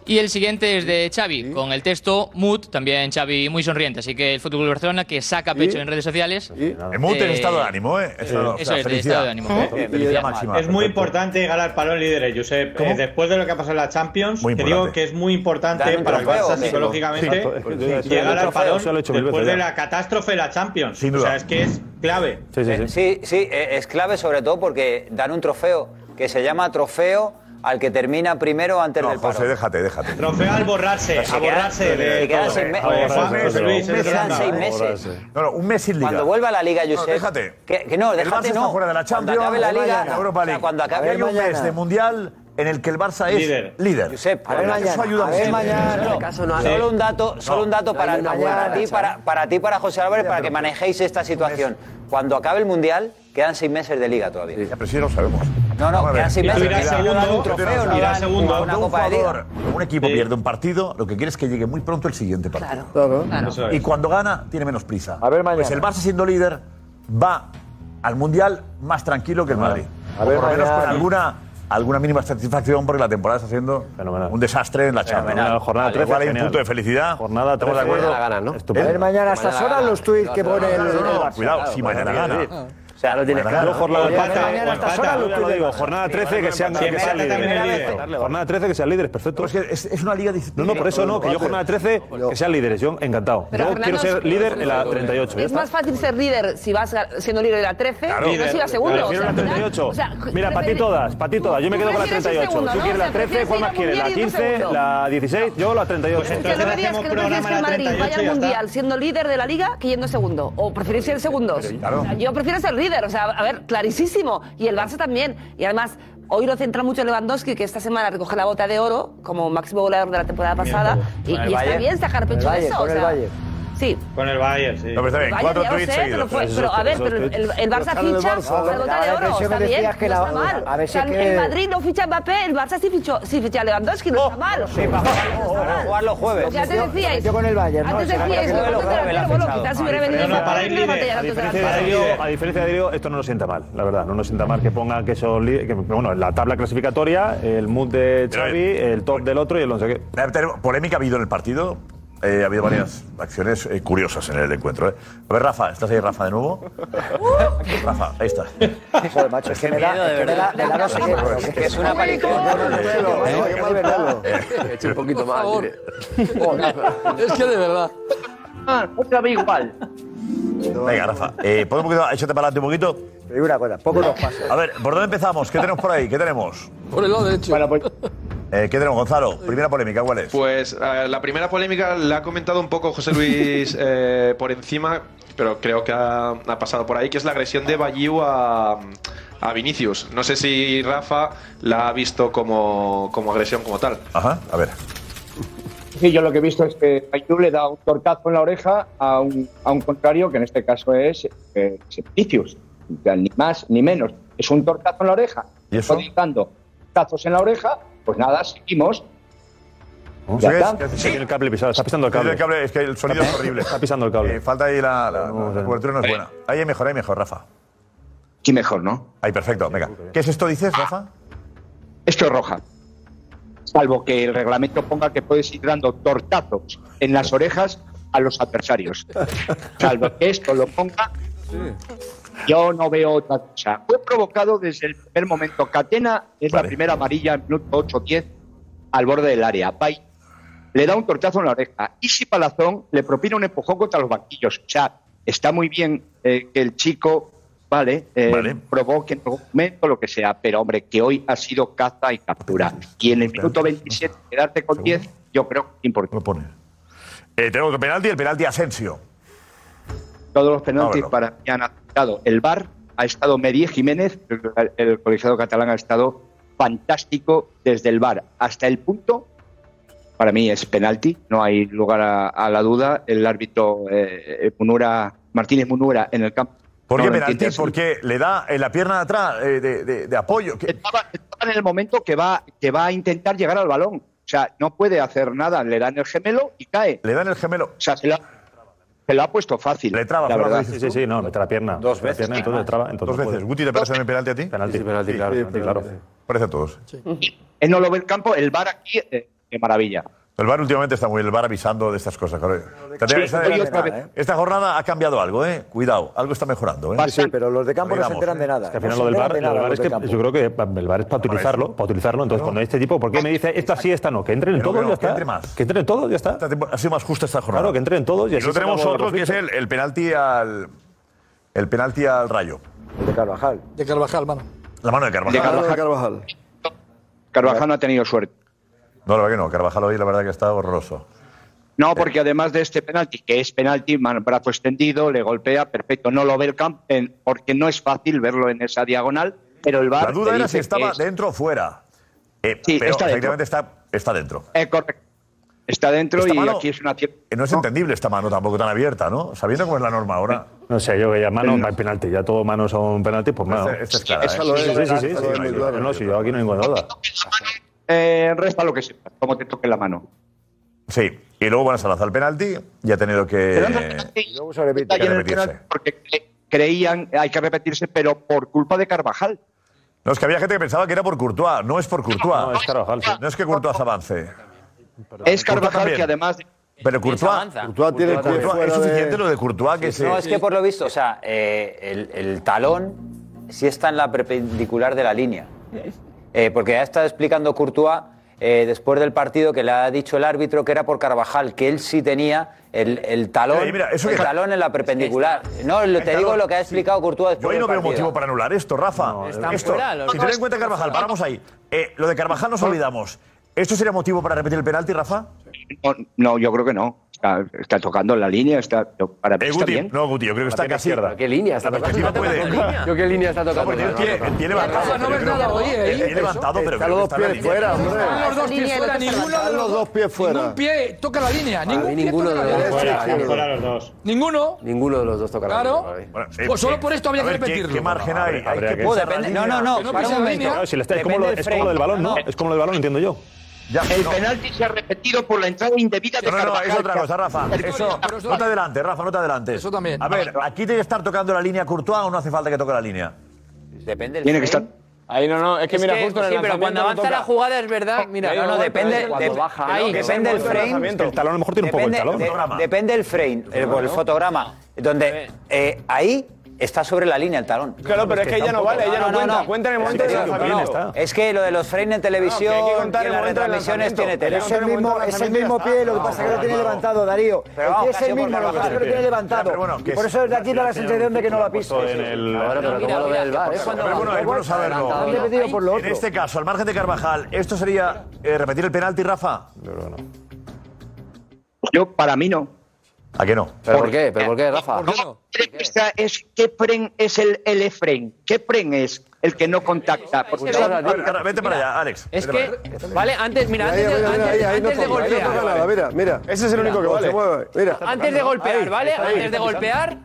[SPEAKER 9] Y el siguiente es de Xavi, con el texto Mood, también Xavi muy sonriente. Así que el Fútbol Club Barcelona que saca pecho en redes sociales.
[SPEAKER 3] El Mut en estado de ánimo, ¿eh? Estado-
[SPEAKER 9] eso
[SPEAKER 3] o sea,
[SPEAKER 9] es, de
[SPEAKER 3] felicidad.
[SPEAKER 9] estado de ánimo.
[SPEAKER 3] Bien, bien, felicidad máxima.
[SPEAKER 26] Es muy
[SPEAKER 3] perfecto.
[SPEAKER 26] importante llegar al palón líder, Josep. Eh, después de lo que ha pasado en la Champions,
[SPEAKER 3] Muy
[SPEAKER 26] te
[SPEAKER 3] importante.
[SPEAKER 26] digo que es muy importante
[SPEAKER 3] Dar un
[SPEAKER 26] para el
[SPEAKER 3] trofeo,
[SPEAKER 26] Barça
[SPEAKER 3] sí.
[SPEAKER 26] psicológicamente
[SPEAKER 3] Exacto, es que yo ya sé,
[SPEAKER 26] llegar
[SPEAKER 3] el
[SPEAKER 26] al
[SPEAKER 3] trofeo
[SPEAKER 26] palón
[SPEAKER 3] se lo he hecho mil
[SPEAKER 26] después
[SPEAKER 3] veces ¿eh?
[SPEAKER 26] de
[SPEAKER 3] ya.
[SPEAKER 26] la catástrofe de la Champions.
[SPEAKER 3] Sin
[SPEAKER 26] O
[SPEAKER 3] duda.
[SPEAKER 26] sea, es que es clave.
[SPEAKER 18] Eh, Sí, sí, eh, es clave sobre todo porque dan un trofeo que se llama trofeo al que termina primero antes
[SPEAKER 3] No,
[SPEAKER 18] del paro.
[SPEAKER 3] José, déjate, déjate.
[SPEAKER 26] Trofeo al borrarse,
[SPEAKER 18] Se
[SPEAKER 26] a
[SPEAKER 18] quedan-
[SPEAKER 26] borrarse de
[SPEAKER 18] se quedan
[SPEAKER 26] todo.
[SPEAKER 18] seis me-
[SPEAKER 26] A borrarse,
[SPEAKER 18] José Luis,
[SPEAKER 3] Un mes
[SPEAKER 18] se quedan
[SPEAKER 3] sin
[SPEAKER 18] seis
[SPEAKER 3] liga.
[SPEAKER 18] meses.
[SPEAKER 3] No, no, un mes sin liga.
[SPEAKER 18] Cuando vuelva la Liga,
[SPEAKER 3] No,
[SPEAKER 18] Josep.
[SPEAKER 3] déjate.
[SPEAKER 18] Que, que no,
[SPEAKER 3] el Barça
[SPEAKER 18] déjate,
[SPEAKER 3] está
[SPEAKER 18] no.
[SPEAKER 3] fuera de la
[SPEAKER 18] Cuando
[SPEAKER 3] Champions,
[SPEAKER 18] acabe la
[SPEAKER 3] de
[SPEAKER 18] Liga,
[SPEAKER 3] mañana, Europa
[SPEAKER 18] o sea,
[SPEAKER 3] League.
[SPEAKER 18] cuando acabe
[SPEAKER 3] Y hay un mes
[SPEAKER 18] mañana.
[SPEAKER 3] de Mundial en el que el Barça es
[SPEAKER 18] Líder.
[SPEAKER 3] líder.
[SPEAKER 18] Josep,
[SPEAKER 3] Eso ayuda mucho. este
[SPEAKER 18] Solo un dato, solo un dato para,
[SPEAKER 3] una
[SPEAKER 18] para
[SPEAKER 3] buena ¿eh?
[SPEAKER 18] ti,
[SPEAKER 3] racha,
[SPEAKER 18] para, para ti, para José Álvarez, para que manejéis esta situación. Cuando acabe el mundial, quedan seis meses de liga todavía.
[SPEAKER 3] Pero sí lo sabemos.
[SPEAKER 18] No, no, que así
[SPEAKER 3] Tú irás segundo,
[SPEAKER 18] un trofeo, no
[SPEAKER 3] irás
[SPEAKER 18] dan
[SPEAKER 3] segundo.
[SPEAKER 18] una
[SPEAKER 3] Cuando un
[SPEAKER 18] copa de liga.
[SPEAKER 3] jugador, un equipo pierde un partido, lo que quiere es que llegue muy pronto el siguiente partido.
[SPEAKER 18] claro. Eso
[SPEAKER 3] Y
[SPEAKER 18] es.
[SPEAKER 3] cuando gana, tiene menos prisa. Pues el Barça siendo líder va al Mundial más tranquilo que el Madrid. A ver o por lo menos con mañana. alguna, alguna mínima satisfacción porque la temporada está siendo un desastre en la Champions.
[SPEAKER 7] Fenomenal. Jornada
[SPEAKER 3] Al
[SPEAKER 7] 13,
[SPEAKER 3] igual hay un
[SPEAKER 7] genial.
[SPEAKER 3] punto de felicidad.
[SPEAKER 7] Jornada
[SPEAKER 3] ¿Estamos de
[SPEAKER 7] 13,
[SPEAKER 3] acuerdo?
[SPEAKER 7] mañana ganan, ¿no?
[SPEAKER 3] ¿Eh?
[SPEAKER 19] A ver, mañana a estas horas los tuits que pone el.
[SPEAKER 3] No, no,
[SPEAKER 19] el Barça.
[SPEAKER 3] cuidado, si mañana gana.
[SPEAKER 8] Ah.
[SPEAKER 19] O sea, lo tienes claro.
[SPEAKER 7] jornada
[SPEAKER 19] Mañana,
[SPEAKER 7] 13,
[SPEAKER 19] mañana a estas
[SPEAKER 7] ya
[SPEAKER 19] horas los
[SPEAKER 7] lo
[SPEAKER 19] tuits del
[SPEAKER 7] digo,
[SPEAKER 19] Barça.
[SPEAKER 7] jornada 13 que sean, que sean líderes. Jornada 13 que sean líderes, perfecto.
[SPEAKER 3] Pues es, una liga
[SPEAKER 7] No, no, por eso no, que yo jornada 13 que sean líderes, yo encantado.
[SPEAKER 23] Pero
[SPEAKER 7] yo quiero
[SPEAKER 23] Fernando,
[SPEAKER 7] ser
[SPEAKER 23] es-
[SPEAKER 7] líder en la 38. ya
[SPEAKER 23] Es
[SPEAKER 7] está.
[SPEAKER 23] más fácil ser líder si vas ga- siendo líder de la 13
[SPEAKER 7] Claro.
[SPEAKER 23] que no si vas
[SPEAKER 7] Prefiero
[SPEAKER 23] segundo. o sea,
[SPEAKER 7] la
[SPEAKER 23] al final-
[SPEAKER 7] 38.
[SPEAKER 23] o sea,
[SPEAKER 7] Mira, para ti
[SPEAKER 23] prefieres-
[SPEAKER 7] todas, para ti todas. Yo me
[SPEAKER 23] tú
[SPEAKER 7] quedo con la
[SPEAKER 23] prefieres ir
[SPEAKER 7] 38.
[SPEAKER 23] segundo,
[SPEAKER 7] Tú
[SPEAKER 23] ¿no?
[SPEAKER 7] quieres
[SPEAKER 23] O
[SPEAKER 7] la
[SPEAKER 23] sea,
[SPEAKER 7] 13, ¿cuál
[SPEAKER 23] prefieres
[SPEAKER 7] más
[SPEAKER 23] ir
[SPEAKER 7] quieres? La
[SPEAKER 23] mundial y irte
[SPEAKER 7] 15,
[SPEAKER 23] segundo.
[SPEAKER 7] la 16, yo la 38.
[SPEAKER 23] Que no me digas que no prefieres que el Madrid vaya al Mundial siendo líder de la Liga que yendo segundo. O preferís ser segundos.
[SPEAKER 7] claro.
[SPEAKER 23] O sea, yo prefiero ser líder. O sea, a ver, clarísimo. Y el Barça también. Y además, hoy lo centra mucho Lewandowski, que esta semana recoge la bota de oro como máximo goleador de la temporada pasada. Y,
[SPEAKER 26] Con el
[SPEAKER 23] y está
[SPEAKER 26] Bayern.
[SPEAKER 23] bien sacar pecho de eso. o sea, Sí.
[SPEAKER 26] Con el Bayern, sí. No,
[SPEAKER 3] pero está
[SPEAKER 23] bien, Bayern, cuatro ya lo tweets sé, seguidos. pero fue- pero, a ver, pero el- el Barça ficha por la gota de oro, está bien, no está mal.
[SPEAKER 19] a veces
[SPEAKER 23] O sea,
[SPEAKER 19] que-
[SPEAKER 23] El Madrid no ficha a Mbappé, el Barça sí fichó, sí ficha a Lewandowski, no está mal.
[SPEAKER 19] Jugar los jueves.
[SPEAKER 23] O sea, antes decíais-
[SPEAKER 19] Yo con el Bayern.
[SPEAKER 23] antes decíais,
[SPEAKER 19] no,
[SPEAKER 23] no, no, no, no, bueno, quizás si hubiera venido Mbappé, no hubiera batallado
[SPEAKER 7] A
[SPEAKER 23] tanto
[SPEAKER 7] diferencia de
[SPEAKER 23] la
[SPEAKER 7] Adrigo-
[SPEAKER 23] Champions.
[SPEAKER 7] a diferencia de Adrigo, esto no nos sienta mal, la verdad. No nos sienta mal que ponga que son líderes. que, Bueno, la tabla clasificatoria, el mood de Xavi, el top del otro y el no sé qué.
[SPEAKER 3] Polémica ha habido en el partido. Eh, ha habido varias acciones eh, curiosas en el encuentro. ¿eh? A ver, Rafa, ¿estás ahí, Rafa, de nuevo? Rafa, ahí está.
[SPEAKER 19] Joder, macho, es que me da, es que me da, me da no sé qué. pero Es que es una aparición.
[SPEAKER 16] Eche un poquito más. mire.
[SPEAKER 8] Es que de verdad.
[SPEAKER 16] Otra vez igual.
[SPEAKER 3] Venga, Rafa, eh, pon un poquito, échate para adelante un poquito.
[SPEAKER 19] una cosa, poco nos
[SPEAKER 3] pasa. A ver, ¿por dónde empezamos? ¿Qué tenemos por ahí? ¿Qué tenemos?
[SPEAKER 8] Por el lado derecho.
[SPEAKER 3] Bueno, pues... eh, ¿Qué tenemos, Gonzalo? Primera polémica, ¿cuál es?
[SPEAKER 10] Pues eh, la primera polémica la ha comentado un poco José Luis eh, por encima, pero creo que ha, ha pasado por ahí, que es la agresión de Bayiu a, a Vinicius. No sé si Rafa la ha visto como, como agresión como tal.
[SPEAKER 3] Ajá, a ver.
[SPEAKER 15] Sí, yo lo que he visto es que Aitú le da un torcazo en la oreja a un, a un contrario, que en este caso es eh, Vinicius. O sea, ni más ni menos. Es un torcazo en la oreja.
[SPEAKER 3] ¿Y eso?
[SPEAKER 15] dando tazos en la oreja, pues nada, seguimos.
[SPEAKER 7] ¿No?
[SPEAKER 15] Ya
[SPEAKER 7] ¿Qué
[SPEAKER 15] está.
[SPEAKER 7] es? Que tiene el cable pisado, está pisando el cable.
[SPEAKER 3] El cable, es que el sonido es horrible.
[SPEAKER 7] Está pisando el cable.
[SPEAKER 3] Eh, falta ahí la, la- la cobertura, no es buena. Ahí hay mejor, ahí hay mejor, Rafa.
[SPEAKER 15] Sí, mejor, ¿no?
[SPEAKER 3] Ahí, perfecto, venga. ¿Qué es esto, dices, Rafa?
[SPEAKER 15] Esto es roja. Salvo que el reglamento ponga que puedes ir dando tortazos en las orejas a los adversarios. Salvo que esto lo ponga, yo no veo otra cosa. Fue provocado desde el primer momento. Catena es la primera amarilla en minuto 8-10 al borde del área. Pay le da un tortazo en la oreja. Y si Palazón le propina un empujón contra los banquillos. O sea, está muy bien eh, que el chico, vale, eh, provoque en algún momento lo que sea, pero hombre, que hoy ha sido caza y captura. Y en el minuto 27 quedarte con 10, yo creo que es importante.
[SPEAKER 3] Eh, tenemos otro penalti, el penalti Asensio.
[SPEAKER 15] Todos los penaltis
[SPEAKER 3] Ábrelo.
[SPEAKER 15] para mí han aceptado. El VAR ha estado Merié Jiménez, el, el colegiado catalán ha estado fantástico desde el VAR hasta el punto. Para mí es penalti, no hay lugar a, a la duda. El árbitro eh, eh, Munura, Martínez Munura en el campo.
[SPEAKER 3] ¿Por
[SPEAKER 15] no
[SPEAKER 3] qué
[SPEAKER 15] lo
[SPEAKER 3] penalti?
[SPEAKER 15] entiende así.
[SPEAKER 3] Porque le da en la pierna de atrás eh, de, de- de apoyo. ¿Qué-
[SPEAKER 15] en el momento que va, que va a intentar llegar al balón. O sea, no puede hacer nada. Le dan el gemelo y cae.
[SPEAKER 3] Le dan el gemelo.
[SPEAKER 15] O sea, se lo, se lo ha puesto fácil. Le
[SPEAKER 3] traba,
[SPEAKER 15] la
[SPEAKER 3] Fernando,
[SPEAKER 15] verdad.
[SPEAKER 7] Sí, sí, sí, no, mete la pierna.
[SPEAKER 15] Dos
[SPEAKER 7] La pierna,
[SPEAKER 15] veces.
[SPEAKER 7] entonces traba, entonces no
[SPEAKER 15] Dos veces.
[SPEAKER 7] puede.
[SPEAKER 3] Guti, ¿te parece también penalti a ti?
[SPEAKER 7] Penalti, penalti, claro. penalti, claro.
[SPEAKER 3] Parece a todos.
[SPEAKER 15] Él no lo ve el campo, el bar aquí, eh, qué maravilla.
[SPEAKER 3] El bar últimamente está muy bien, el bar avisando de estas cosas. claro. Esta-
[SPEAKER 15] Sí,
[SPEAKER 3] esta,
[SPEAKER 15] hoy
[SPEAKER 3] esta-
[SPEAKER 15] otra vez.
[SPEAKER 3] esta jornada ha cambiado algo, ¿eh? Cuidado, algo está mejorando. ¿eh?
[SPEAKER 19] Sí, sí, pero los de campo no se enteran de nada.
[SPEAKER 7] Es que al final
[SPEAKER 19] No
[SPEAKER 7] lo
[SPEAKER 19] se
[SPEAKER 7] del bar,
[SPEAKER 19] enteran de
[SPEAKER 7] lo del
[SPEAKER 19] nada
[SPEAKER 7] VAR es
[SPEAKER 19] los de
[SPEAKER 7] que
[SPEAKER 19] campo.
[SPEAKER 7] yo creo que pa- el bar es para utilizarlo, para utilizarlo. Entonces, cuando este tipo, ¿por qué me dice esta sí, esta no? Que entren en
[SPEAKER 3] Que no,
[SPEAKER 7] todo
[SPEAKER 3] que
[SPEAKER 7] y
[SPEAKER 3] no,
[SPEAKER 7] ya
[SPEAKER 3] que
[SPEAKER 7] está.
[SPEAKER 3] entre más.
[SPEAKER 7] Que entren en todo y ya está.
[SPEAKER 3] Ha sido más justa esta jornada.
[SPEAKER 7] Claro, que entren todos y
[SPEAKER 3] Y
[SPEAKER 7] así
[SPEAKER 3] luego
[SPEAKER 7] se
[SPEAKER 3] tenemos
[SPEAKER 7] acabó el
[SPEAKER 3] otro, que es
[SPEAKER 7] conflicto.
[SPEAKER 3] el, el penalti al. El penalti al rayo.
[SPEAKER 19] De Carvajal.
[SPEAKER 8] De Carvajal, mano.
[SPEAKER 3] La mano de Carvajal.
[SPEAKER 15] De Carvajal. Carvajal no ha tenido suerte.
[SPEAKER 3] No, la verdad que no. Carvajal hoy, la verdad que está horroroso.
[SPEAKER 15] No, porque además de este penalti, que es penalti, man- brazo extendido, le golpea, perfecto. No lo ve el campo en- porque no es fácil verlo en esa diagonal, pero el bar.
[SPEAKER 3] La duda era si estaba dentro o fuera. Eh,
[SPEAKER 15] Sí,
[SPEAKER 3] pero
[SPEAKER 15] está dentro. Eh,
[SPEAKER 3] efectivamente está, está dentro.
[SPEAKER 15] correcto. está dentro
[SPEAKER 3] Esta
[SPEAKER 15] y
[SPEAKER 3] mano-
[SPEAKER 15] aquí es una cierta.
[SPEAKER 3] Eh, No es entendible esta mano tampoco tan abierta, ¿no? Sabiendo cómo es la norma ahora.
[SPEAKER 7] No sé, yo que ya mano va en penalti, ya todo mano son penalti, pues mano.
[SPEAKER 3] Esta- esta es clara,
[SPEAKER 7] Sí,
[SPEAKER 3] ¿eh?
[SPEAKER 7] sí, sí, sí, sí,
[SPEAKER 3] Esta
[SPEAKER 7] sí,
[SPEAKER 3] es muy
[SPEAKER 7] sí,
[SPEAKER 3] clara.
[SPEAKER 7] No, si yo aquí no hay ninguna duda.
[SPEAKER 15] Eh, resta lo que sepas, como te toque la mano.
[SPEAKER 3] Sí. Y luego van a lanzar el penalti y ha tenido que.
[SPEAKER 15] Y
[SPEAKER 19] luego se repite.
[SPEAKER 15] Ayer en el
[SPEAKER 3] repetirse.
[SPEAKER 15] penalti porque cre- creían, hay que repetirse, pero por culpa de Carvajal.
[SPEAKER 3] No, es que había gente que pensaba que era por Courtois. No es por Courtois. No, es No es que Courtois avance. Courtois
[SPEAKER 15] Es Carvajal
[SPEAKER 3] también.
[SPEAKER 15] que además.
[SPEAKER 3] Pero Courtois.
[SPEAKER 15] Courtois tiene el pie
[SPEAKER 3] Courtois-
[SPEAKER 15] fuera
[SPEAKER 3] ¿Es
[SPEAKER 15] de-
[SPEAKER 3] suficiente lo de Courtois que se.
[SPEAKER 18] No, es que por lo visto, o sea, eh, el, el talón sí está en la perpendicular de la línea. Eh, porque ya está explicando Courtois eh, después del partido que le ha dicho el árbitro que era por Carvajal, que él sí tenía el, el talón,
[SPEAKER 3] Oye, mira, eso
[SPEAKER 18] el
[SPEAKER 3] que-
[SPEAKER 18] talón en la perpendicular. No, lo- te digo lo que ha explicado
[SPEAKER 3] Yo
[SPEAKER 18] Courtois después
[SPEAKER 3] ahí no
[SPEAKER 18] del
[SPEAKER 3] veo
[SPEAKER 18] partido.
[SPEAKER 3] motivo para anular esto, Rafa.
[SPEAKER 18] Están
[SPEAKER 3] esto,
[SPEAKER 18] fuera los
[SPEAKER 3] si ten
[SPEAKER 18] dos.
[SPEAKER 3] en cuenta Carvajal, paramos ahí. Eh, lo de Carvajal nos olvidamos. ¿Esto sería motivo para repetir el penalti, Rafa?
[SPEAKER 15] No, no, yo creo que no. Está, está tocando la línea, está. Para mí
[SPEAKER 3] Eh,
[SPEAKER 15] está
[SPEAKER 3] Guti,
[SPEAKER 15] bien.
[SPEAKER 3] no, Guti, yo creo que está casi. ¿Qué
[SPEAKER 12] línea está Yo qué línea está tocando.
[SPEAKER 3] porque el pie, el pie levantado.
[SPEAKER 12] Rafa, no
[SPEAKER 3] yo
[SPEAKER 12] ves
[SPEAKER 3] creo que
[SPEAKER 12] nada,
[SPEAKER 3] no.
[SPEAKER 12] oye,
[SPEAKER 3] El
[SPEAKER 12] ahí,
[SPEAKER 3] pie
[SPEAKER 12] eso.
[SPEAKER 3] levantado, pero
[SPEAKER 13] Están
[SPEAKER 3] creo que
[SPEAKER 13] los dos
[SPEAKER 3] está en la
[SPEAKER 13] pies
[SPEAKER 3] línea.
[SPEAKER 13] fuera, hombre.
[SPEAKER 8] Los dos pies fuera, ninguno de los dos
[SPEAKER 13] pies fuera.
[SPEAKER 8] Ningún pie Ah, toca la línea, ningún pie
[SPEAKER 12] ninguno
[SPEAKER 8] toca
[SPEAKER 12] de
[SPEAKER 8] la
[SPEAKER 12] los
[SPEAKER 8] línea.
[SPEAKER 12] dos.
[SPEAKER 26] Fuera los dos.
[SPEAKER 8] Ninguno.
[SPEAKER 12] Ninguno de los dos toca la
[SPEAKER 8] Claro.
[SPEAKER 12] línea, Javi.
[SPEAKER 8] eh, Pues solo por esto habría
[SPEAKER 3] a
[SPEAKER 8] que
[SPEAKER 3] ver, ¿qué-
[SPEAKER 8] repetirlo.
[SPEAKER 3] ¿Qué margen hay? Hay
[SPEAKER 7] Habría
[SPEAKER 3] que
[SPEAKER 7] que-
[SPEAKER 3] pensar la
[SPEAKER 7] Depende-
[SPEAKER 3] línea.
[SPEAKER 7] para un momento. Claro, si le está- es, como lo, es como lo del balón, ¿no? Es como lo del balón, entiendo yo.
[SPEAKER 15] el penalti se ha repetido por la entrada indebida de
[SPEAKER 3] No, no, no,
[SPEAKER 15] Carvajal.
[SPEAKER 3] es otra cosa, Rafa. Eso, no te adelantes, Rafa, no te adelantes.
[SPEAKER 15] Eso también.
[SPEAKER 3] A ver, ¿aquí tiene que estar tocando la línea Courtois o no hace falta que toque la línea?
[SPEAKER 18] Depende
[SPEAKER 3] Tiene que estar.
[SPEAKER 6] Ahí no, no, es que mira, justo en el
[SPEAKER 5] sí, pero cuando
[SPEAKER 6] lanzamiento no
[SPEAKER 5] avanza
[SPEAKER 6] toca.
[SPEAKER 5] la jugada es verdad. Mira,
[SPEAKER 18] No, no, depende, de- ahí, depende del frame.
[SPEAKER 7] El talón a lo mejor tiene un poco el
[SPEAKER 18] Depende,
[SPEAKER 7] talón.
[SPEAKER 18] de- depende del frame, el, el fotograma, donde eh, ahí está sobre la línea el talón.
[SPEAKER 6] Claro, pero es que ella no vale, ella no cuenta, cuenta en el momento
[SPEAKER 18] Es que
[SPEAKER 6] del
[SPEAKER 18] sí,
[SPEAKER 6] lanzamiento.
[SPEAKER 18] no, Es que lo de los frames en televisión
[SPEAKER 6] que hay que contar
[SPEAKER 18] y
[SPEAKER 6] el
[SPEAKER 18] en las
[SPEAKER 6] momento del
[SPEAKER 18] retransmisiones
[SPEAKER 6] lanzamiento.
[SPEAKER 18] tiene
[SPEAKER 6] Hay que
[SPEAKER 18] tele.
[SPEAKER 6] contar el momento del
[SPEAKER 19] Es el mismo pie, lo que pasa es que lo tiene levantado, Darío.
[SPEAKER 18] Pero
[SPEAKER 19] el
[SPEAKER 18] vamos,
[SPEAKER 19] pie es
[SPEAKER 18] casi
[SPEAKER 19] el mismo,
[SPEAKER 18] por
[SPEAKER 19] lo que pasa es que lo tiene levantado. y por eso desde aquí da la sensación de que no lo ha visto.
[SPEAKER 7] en el.
[SPEAKER 19] Ahora, pero ¿cómo lo ve el VAR? Es cuando-
[SPEAKER 3] Pero bueno, es bueno saberlo.
[SPEAKER 19] Lo han repetido por lo
[SPEAKER 3] En
[SPEAKER 19] otro.
[SPEAKER 3] este caso, al margen de Carvajal, ¿esto sería eh, repetir el penalti, Rafa? Yo creo que no.
[SPEAKER 15] Yo, para mí no.
[SPEAKER 3] ¿A qué no?
[SPEAKER 15] ¿Pero por qué?
[SPEAKER 3] ¿Pero por qué, Rafa?
[SPEAKER 15] Esta es qué pren es el, el Efren. ¿Qué pren es el que no contacta? Porque
[SPEAKER 5] Es que-
[SPEAKER 15] ahora-
[SPEAKER 3] Vete para allá, Alex.
[SPEAKER 5] Es
[SPEAKER 3] Vete
[SPEAKER 5] que, vale, antes, mira,
[SPEAKER 13] Ahí, mira, mira, ahí,
[SPEAKER 5] antes de, antes,
[SPEAKER 13] ahí no
[SPEAKER 5] antes de
[SPEAKER 13] toca, ahí no toca nada,
[SPEAKER 5] golpear,
[SPEAKER 13] mira, mira.
[SPEAKER 6] Ese es el único que
[SPEAKER 13] No se
[SPEAKER 6] vale.
[SPEAKER 13] mueve, mira.
[SPEAKER 5] antes de golpear,
[SPEAKER 13] Ahí,
[SPEAKER 5] ¿vale?
[SPEAKER 13] ahí.
[SPEAKER 5] Antes de golpear,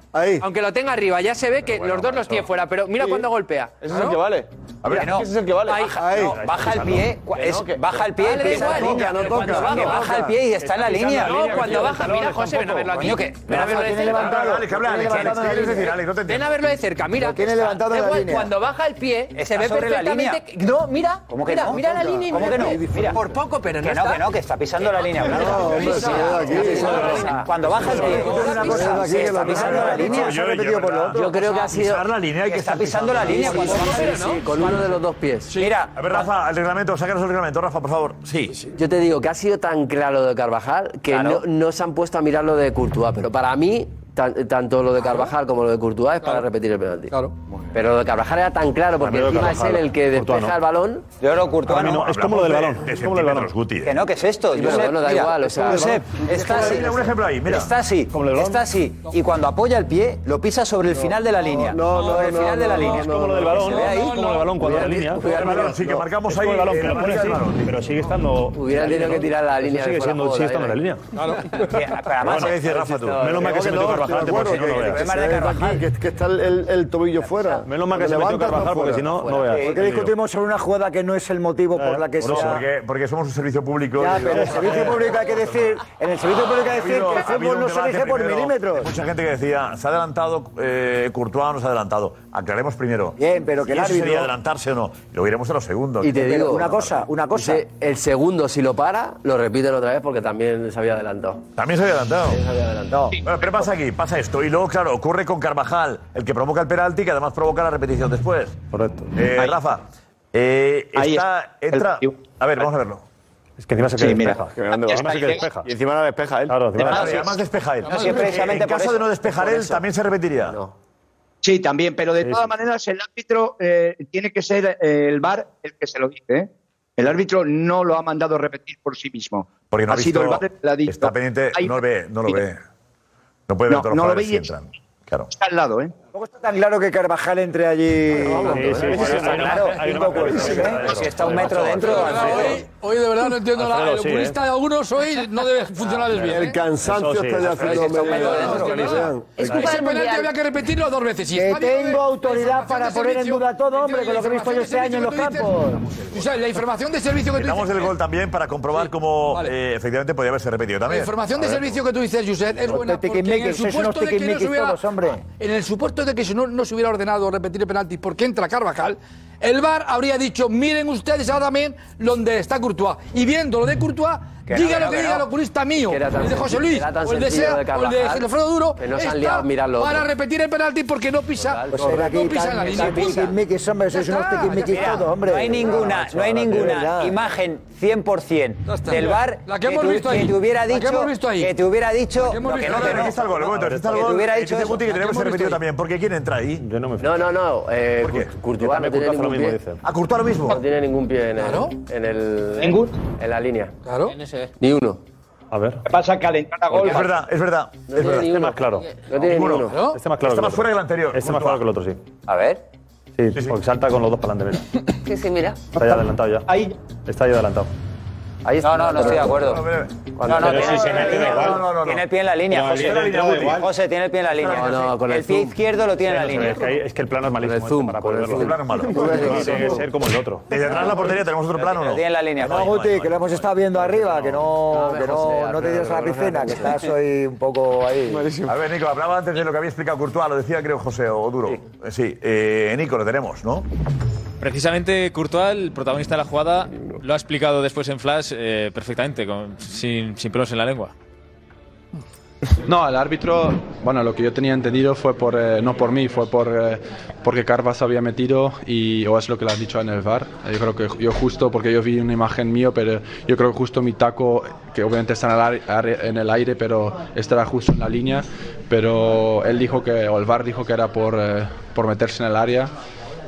[SPEAKER 5] aunque lo tenga arriba, ya se ve que los dos los tiene fuera, pero mira cuando golpea.
[SPEAKER 6] Ese es el que vale.
[SPEAKER 3] A ver,
[SPEAKER 5] Que no.
[SPEAKER 6] ese es el que vale.
[SPEAKER 5] Ahí.
[SPEAKER 6] Ahí.
[SPEAKER 18] No, baja el pie, cua-
[SPEAKER 6] Que no,
[SPEAKER 18] es-
[SPEAKER 6] que-
[SPEAKER 18] baja el pie,
[SPEAKER 5] Vale,
[SPEAKER 18] que
[SPEAKER 5] da
[SPEAKER 18] está
[SPEAKER 5] igual.
[SPEAKER 18] en la línea.
[SPEAKER 5] No toca,
[SPEAKER 18] Cuando baja,
[SPEAKER 5] no toca.
[SPEAKER 18] baja el pie y está en la
[SPEAKER 5] Está
[SPEAKER 18] línea.
[SPEAKER 5] pisando la línea, No, cuando tío, baja, el mira, talón José, está un ven a verlo poco- aquí.
[SPEAKER 18] Coño, que-
[SPEAKER 5] Ven a verlo de cerca.
[SPEAKER 3] Alex, habla, Alex, Alex, ¿qué quieres decir, Alex? No
[SPEAKER 5] Ven
[SPEAKER 3] te entiendo.
[SPEAKER 5] a verlo de cerca, mira.
[SPEAKER 3] Lo tiene
[SPEAKER 5] Está-
[SPEAKER 3] levantado
[SPEAKER 5] da
[SPEAKER 3] en la
[SPEAKER 5] igual,
[SPEAKER 3] línea.
[SPEAKER 5] Cuando baja el pie, se
[SPEAKER 18] Está
[SPEAKER 5] ve
[SPEAKER 18] sobre la
[SPEAKER 5] perfectamente. que- No, mira.
[SPEAKER 18] ¿Cómo que
[SPEAKER 5] mira,
[SPEAKER 18] no?
[SPEAKER 5] mira la línea. y
[SPEAKER 18] ¿Cómo
[SPEAKER 5] mira
[SPEAKER 18] que no?
[SPEAKER 5] el pie.
[SPEAKER 18] Mira.
[SPEAKER 5] Por poco, pero no
[SPEAKER 18] Que no,
[SPEAKER 5] está.
[SPEAKER 18] que no, que está pisando la línea. blanca.
[SPEAKER 13] hombre, se queda aquí.
[SPEAKER 18] Está pisando la
[SPEAKER 13] Claro.
[SPEAKER 18] línea. Cuando baja el
[SPEAKER 13] cosa es
[SPEAKER 18] pie, se
[SPEAKER 13] aquí que
[SPEAKER 18] está
[SPEAKER 13] lo
[SPEAKER 18] pisando la línea.
[SPEAKER 13] Yo- yo, yo, ¿verdad?
[SPEAKER 18] Yo creo que ha sido.
[SPEAKER 3] Pisar la línea hay que
[SPEAKER 18] Está
[SPEAKER 3] estar
[SPEAKER 18] pisando la línea. cuando baja el pie.
[SPEAKER 3] con uno de los dos
[SPEAKER 18] pies. Mira,
[SPEAKER 3] A ver, Rafa, el reglamento, sácanos el reglamento, Rafa, por favor. Sí.
[SPEAKER 12] Yo te digo que ha sido tan claro lo de Carvajal que
[SPEAKER 3] Claro.
[SPEAKER 12] no, no se han puesto a mirar lo de Courtois, pero para mí, tan- tanto lo de Carvajal como lo de Courtois es para repetir el penalti. Claro. Pero lo de Carvajal era tan claro porque
[SPEAKER 18] Para mí lo de
[SPEAKER 12] encima es él
[SPEAKER 18] Carvajal,
[SPEAKER 12] el que
[SPEAKER 18] Courtois
[SPEAKER 12] despeja
[SPEAKER 18] no.
[SPEAKER 12] el balón.
[SPEAKER 18] Yo lo Courtois
[SPEAKER 12] Para mí no,
[SPEAKER 18] no.
[SPEAKER 12] es como lo del balón,
[SPEAKER 18] Es
[SPEAKER 12] como lo del balón.
[SPEAKER 18] Que no, que es esto.
[SPEAKER 12] Sí, pero
[SPEAKER 18] Josep,
[SPEAKER 12] bueno, da
[SPEAKER 18] mira,
[SPEAKER 12] igual, o sea,
[SPEAKER 18] Josep,
[SPEAKER 12] el balón.
[SPEAKER 18] está
[SPEAKER 12] Es que
[SPEAKER 18] así.
[SPEAKER 12] mira, un ejemplo ahí, mira.
[SPEAKER 18] Está así. Está así. Y cuando apoya el pie, lo pisa sobre el final de la línea.
[SPEAKER 13] No, no,
[SPEAKER 18] Sobre el
[SPEAKER 13] no,
[SPEAKER 18] final de la
[SPEAKER 13] no,
[SPEAKER 18] línea.
[SPEAKER 13] es como lo del balón,
[SPEAKER 18] Se ve ahí.
[SPEAKER 7] como el balón cuando la línea.
[SPEAKER 3] el balón, sí, que marcamos
[SPEAKER 7] Es como
[SPEAKER 3] ahí,
[SPEAKER 7] el balón,
[SPEAKER 3] eh,
[SPEAKER 7] que lo
[SPEAKER 3] la
[SPEAKER 7] pone
[SPEAKER 3] marca
[SPEAKER 7] así,
[SPEAKER 3] del balón.
[SPEAKER 7] pero sigue estando.
[SPEAKER 3] Hubiera
[SPEAKER 7] ahí,
[SPEAKER 3] tenido
[SPEAKER 7] ¿no?
[SPEAKER 3] que tirar la
[SPEAKER 7] Eso
[SPEAKER 3] línea
[SPEAKER 7] Sigue
[SPEAKER 3] de fuera
[SPEAKER 7] siendo,
[SPEAKER 3] de
[SPEAKER 7] sigue
[SPEAKER 3] juego,
[SPEAKER 7] estando en la línea.
[SPEAKER 3] Bueno, ¿qué dices, Rafa, tú?
[SPEAKER 7] Menos mal que se metió Carvajal, porque si no, no veas.
[SPEAKER 13] Que, que está el, el- el tobillo fuera.
[SPEAKER 7] Menos mal que se metió Carvajal, porque si no, no veas.
[SPEAKER 19] ¿Por qué Eh, discutimos sobre una jugada que no es el motivo por la que se
[SPEAKER 3] Bueno,
[SPEAKER 19] ha-
[SPEAKER 3] porque, porque somos un servicio público.
[SPEAKER 19] Ya,
[SPEAKER 3] y-
[SPEAKER 19] pero en el servicio público hay que decir, en el servicio público hay que decir
[SPEAKER 3] Ha habido-
[SPEAKER 19] que
[SPEAKER 3] ha
[SPEAKER 19] el
[SPEAKER 3] habido
[SPEAKER 19] fútbol
[SPEAKER 3] un
[SPEAKER 19] no se
[SPEAKER 3] debate
[SPEAKER 19] rige por
[SPEAKER 3] primero.
[SPEAKER 19] milímetros.
[SPEAKER 3] Hay mucha gente que decía, ¿se ha adelantado eh, Courtois o no se ha adelantado? Aclaremos primero.
[SPEAKER 19] Bien, pero que
[SPEAKER 3] ¿Y
[SPEAKER 19] el
[SPEAKER 3] eso
[SPEAKER 19] árbitro-
[SPEAKER 3] sería adelantarse o no? Lo iremos a los segundos.
[SPEAKER 12] Y te digo
[SPEAKER 19] una
[SPEAKER 12] cosa. El segundo, si lo para, lo repiten otra vez porque también se había adelantado.
[SPEAKER 3] También se había adelantado.
[SPEAKER 12] También se había adelantado.
[SPEAKER 3] Bueno, pero pasa aquí, pasa esto. Y luego, claro, ocurre con Carvajal, el que provoca el penalti, que además provoca la repetición después. Correcto.
[SPEAKER 7] Ahí.
[SPEAKER 3] Rafa, eh,
[SPEAKER 7] Ahí
[SPEAKER 3] está,
[SPEAKER 7] es.
[SPEAKER 3] entra...
[SPEAKER 7] El-
[SPEAKER 3] A ver, vamos a verlo.
[SPEAKER 7] Es que encima se que
[SPEAKER 3] Sí, mira.
[SPEAKER 7] despeja.
[SPEAKER 3] Que grande va.
[SPEAKER 7] Además se que despeja.
[SPEAKER 6] Y encima la despeja él.
[SPEAKER 7] Claro, encima
[SPEAKER 3] Además,
[SPEAKER 7] la despeja.
[SPEAKER 3] además despeja él.
[SPEAKER 15] No, sí, precisamente
[SPEAKER 3] en
[SPEAKER 15] por
[SPEAKER 3] caso de
[SPEAKER 15] eso.
[SPEAKER 3] no despejar
[SPEAKER 15] Por
[SPEAKER 3] él,
[SPEAKER 15] eso.
[SPEAKER 3] también se repetiría.
[SPEAKER 15] Sí, también, pero de
[SPEAKER 3] Sí,
[SPEAKER 15] todas
[SPEAKER 3] sí.
[SPEAKER 15] maneras el árbitro eh, tiene que ser eh, el VAR el que se lo dice. ¿eh? El árbitro no lo ha mandado repetir por sí mismo.
[SPEAKER 3] Porque no ha,
[SPEAKER 15] ha sido el
[SPEAKER 3] visto-
[SPEAKER 15] VAR el que le ha dicho.
[SPEAKER 3] Está pendiente,
[SPEAKER 15] Ahí
[SPEAKER 3] Eh, no lo ve, no lo ve. No puede ver
[SPEAKER 15] No,
[SPEAKER 3] todos los
[SPEAKER 15] no lo
[SPEAKER 3] jugadores
[SPEAKER 15] ve y
[SPEAKER 3] si
[SPEAKER 15] es-
[SPEAKER 3] entran. Claro.
[SPEAKER 15] está al lado, ¿eh?
[SPEAKER 19] Luego está tan claro que Carvajal entre allí.
[SPEAKER 8] Sí, sí, sí,
[SPEAKER 19] está
[SPEAKER 8] sí,
[SPEAKER 19] claro.
[SPEAKER 8] sí, hay una
[SPEAKER 19] Cinco
[SPEAKER 8] marca de
[SPEAKER 19] cuerpos,
[SPEAKER 8] diferencia,
[SPEAKER 19] ¿eh?
[SPEAKER 8] claro.
[SPEAKER 19] Si está un metro
[SPEAKER 8] Alfredo,
[SPEAKER 19] dentro.
[SPEAKER 8] Alfredo,
[SPEAKER 19] Alfredo.
[SPEAKER 8] hoy, hoy de verdad no entiendo la,
[SPEAKER 19] Alfredo,
[SPEAKER 8] el
[SPEAKER 19] sí,
[SPEAKER 8] purista
[SPEAKER 19] ¿eh?
[SPEAKER 8] de algunos hoy no debe funcionar bien.
[SPEAKER 13] El
[SPEAKER 8] ¿eh?
[SPEAKER 13] cansancio
[SPEAKER 8] Eso sí,
[SPEAKER 13] está ya
[SPEAKER 8] Alfredo,
[SPEAKER 13] haciendo
[SPEAKER 8] sí, está
[SPEAKER 13] medio-
[SPEAKER 8] medio-
[SPEAKER 13] Alfredo, Alfredo.
[SPEAKER 8] Ese
[SPEAKER 13] Culpa del
[SPEAKER 8] penalti
[SPEAKER 13] mundial.
[SPEAKER 8] había que repetirlo dos veces. Si
[SPEAKER 19] Que
[SPEAKER 8] está bien,
[SPEAKER 19] tengo autoridad para poner en duda todo, hombre,
[SPEAKER 8] con lo que he visto yo este año en los
[SPEAKER 19] campos.
[SPEAKER 8] Tú sabes, la información de servicio que tú
[SPEAKER 3] Damos
[SPEAKER 8] dices.
[SPEAKER 3] el gol también para comprobar cómo eh, efectivamente podía haberse repetido
[SPEAKER 8] La
[SPEAKER 3] también.
[SPEAKER 8] información de
[SPEAKER 3] A ver.
[SPEAKER 8] servicio que tú dices, Josep, es buena
[SPEAKER 3] Los
[SPEAKER 8] porque en el
[SPEAKER 3] tiquismiquis, esos son los
[SPEAKER 8] supuesto de que no se
[SPEAKER 3] tiquismiquis
[SPEAKER 8] hubiera,
[SPEAKER 3] todos, hombre.
[SPEAKER 8] en el supuesto de que si no, no se hubiera ordenado repetir el penalti porque entra Carvajal, el VAR habría dicho, miren ustedes ahora también donde está Courtois. Y viendo lo de Courtois,
[SPEAKER 12] Que no,
[SPEAKER 8] diga
[SPEAKER 12] que
[SPEAKER 8] lo
[SPEAKER 12] no,
[SPEAKER 8] que
[SPEAKER 12] que
[SPEAKER 8] diga
[SPEAKER 12] no.
[SPEAKER 8] el oculista mío,
[SPEAKER 12] Que era tan
[SPEAKER 8] el de José
[SPEAKER 12] sencillo,
[SPEAKER 8] Luis,
[SPEAKER 12] era tan
[SPEAKER 8] o el de,
[SPEAKER 12] sencillo
[SPEAKER 8] Sea,
[SPEAKER 12] de
[SPEAKER 8] o el de
[SPEAKER 12] Carvajal,
[SPEAKER 8] Gilfredo Duro,
[SPEAKER 12] que no se han
[SPEAKER 8] está
[SPEAKER 12] liado a mirar lo
[SPEAKER 8] para
[SPEAKER 12] otro.
[SPEAKER 8] repetir el penalti porque no pisa,
[SPEAKER 19] Pues era
[SPEAKER 8] no
[SPEAKER 19] aquí,
[SPEAKER 8] pisa en la
[SPEAKER 19] tan,
[SPEAKER 8] línea.
[SPEAKER 19] tan tiquismiquis, hombre, sois unos tiquismiquis todos, hombre.
[SPEAKER 18] No hay ninguna, no hay ninguna imagen 100% del bar
[SPEAKER 19] La que
[SPEAKER 18] te-
[SPEAKER 19] hemos visto ahí.
[SPEAKER 18] te hubiera
[SPEAKER 19] La que
[SPEAKER 18] dicho
[SPEAKER 19] hemos visto ahí.
[SPEAKER 18] que te hubiera dicho
[SPEAKER 3] Que no,
[SPEAKER 18] que
[SPEAKER 3] que no,
[SPEAKER 18] no, que no.
[SPEAKER 3] aquí está el gol, Guti, aquí está el
[SPEAKER 18] eh, Que te
[SPEAKER 3] gol.
[SPEAKER 18] hubiera
[SPEAKER 3] Aquí
[SPEAKER 18] dicho
[SPEAKER 3] dice
[SPEAKER 18] eso.
[SPEAKER 3] Guti que tenemos que repetir también. Porque ¿quién entra ahí?
[SPEAKER 7] Yo no me
[SPEAKER 12] No, no, no. Eh, Cour- Courtois no
[SPEAKER 3] también Courtois
[SPEAKER 12] tiene
[SPEAKER 3] lo
[SPEAKER 12] ningún
[SPEAKER 3] mismo
[SPEAKER 12] pie.
[SPEAKER 3] dice.
[SPEAKER 12] ¿A Courtois lo mismo? No tiene ningún pie en el. En, el en la línea.
[SPEAKER 8] Claro.
[SPEAKER 12] Ni uno.
[SPEAKER 7] A ver.
[SPEAKER 12] Pasa calentar a
[SPEAKER 3] Es verdad, es verdad.
[SPEAKER 12] No
[SPEAKER 3] es
[SPEAKER 12] tiene
[SPEAKER 3] verdad.
[SPEAKER 12] ni
[SPEAKER 3] Este
[SPEAKER 12] uno.
[SPEAKER 3] más claro.
[SPEAKER 12] No tiene
[SPEAKER 3] Ninguno.
[SPEAKER 12] ni uno.
[SPEAKER 3] Está más fuera que el anterior.
[SPEAKER 7] Este más claro que el otro, sí.
[SPEAKER 18] A ver.
[SPEAKER 7] Sí, porque salta con los dos para adelante, mira.
[SPEAKER 23] Sí, sí, mira.
[SPEAKER 7] Está ya adelantado ya. Ahí. Está ya adelantado.
[SPEAKER 18] No, no, no estoy de acuerdo.
[SPEAKER 3] No,
[SPEAKER 18] No, no,
[SPEAKER 7] Pero si
[SPEAKER 18] tiene-
[SPEAKER 7] se mete, da igual.
[SPEAKER 18] no, no, no, Tiene el pie en la línea,
[SPEAKER 7] No,
[SPEAKER 18] José.
[SPEAKER 7] el pie en la línea, igual.
[SPEAKER 18] José tiene el pie en la línea.
[SPEAKER 7] No, no, con el
[SPEAKER 18] el pie
[SPEAKER 7] zoom.
[SPEAKER 18] izquierdo lo tiene en la
[SPEAKER 7] Sí, no se
[SPEAKER 18] línea.
[SPEAKER 7] ve, Es que, ahí- es que el plano es malísimo. este, para poder verlo.
[SPEAKER 18] zoom. El plano es malo.
[SPEAKER 7] Tiene que ser como el otro.
[SPEAKER 3] Desde atrás la portería tenemos otro plano,
[SPEAKER 18] Lo
[SPEAKER 3] ¿no?
[SPEAKER 18] tiene en la línea.
[SPEAKER 19] No, Guti, que lo hemos estado viendo arriba, que no, que no, no te tiras a la piscina, que estás hoy un poco ahí.
[SPEAKER 3] A ver, Nico, hablaba antes de lo que había explicado Courtois, lo decía creo José o Duro. Eh, Sí, Eh, Nico, lo tenemos, ¿no?
[SPEAKER 20] Precisamente Courtois, el protagonista de la jugada, lo ha explicado después en Flash eh, perfectamente, con- sin, sin pelos en la lengua.
[SPEAKER 10] No, el árbitro, bueno, lo que yo tenía entendido fue por, eh, no por mí, fue por, eh, porque Carvas se había metido y, o es lo que le han dicho en el VAR. Eh, Yo creo que yo justo, porque yo vi una imagen mío, pero yo creo que justo mi taco, que obviamente está en el, ar- ar- en el aire, pero estará justo en la línea, pero él dijo que, o el VAR dijo que era por, eh, por meterse en el área.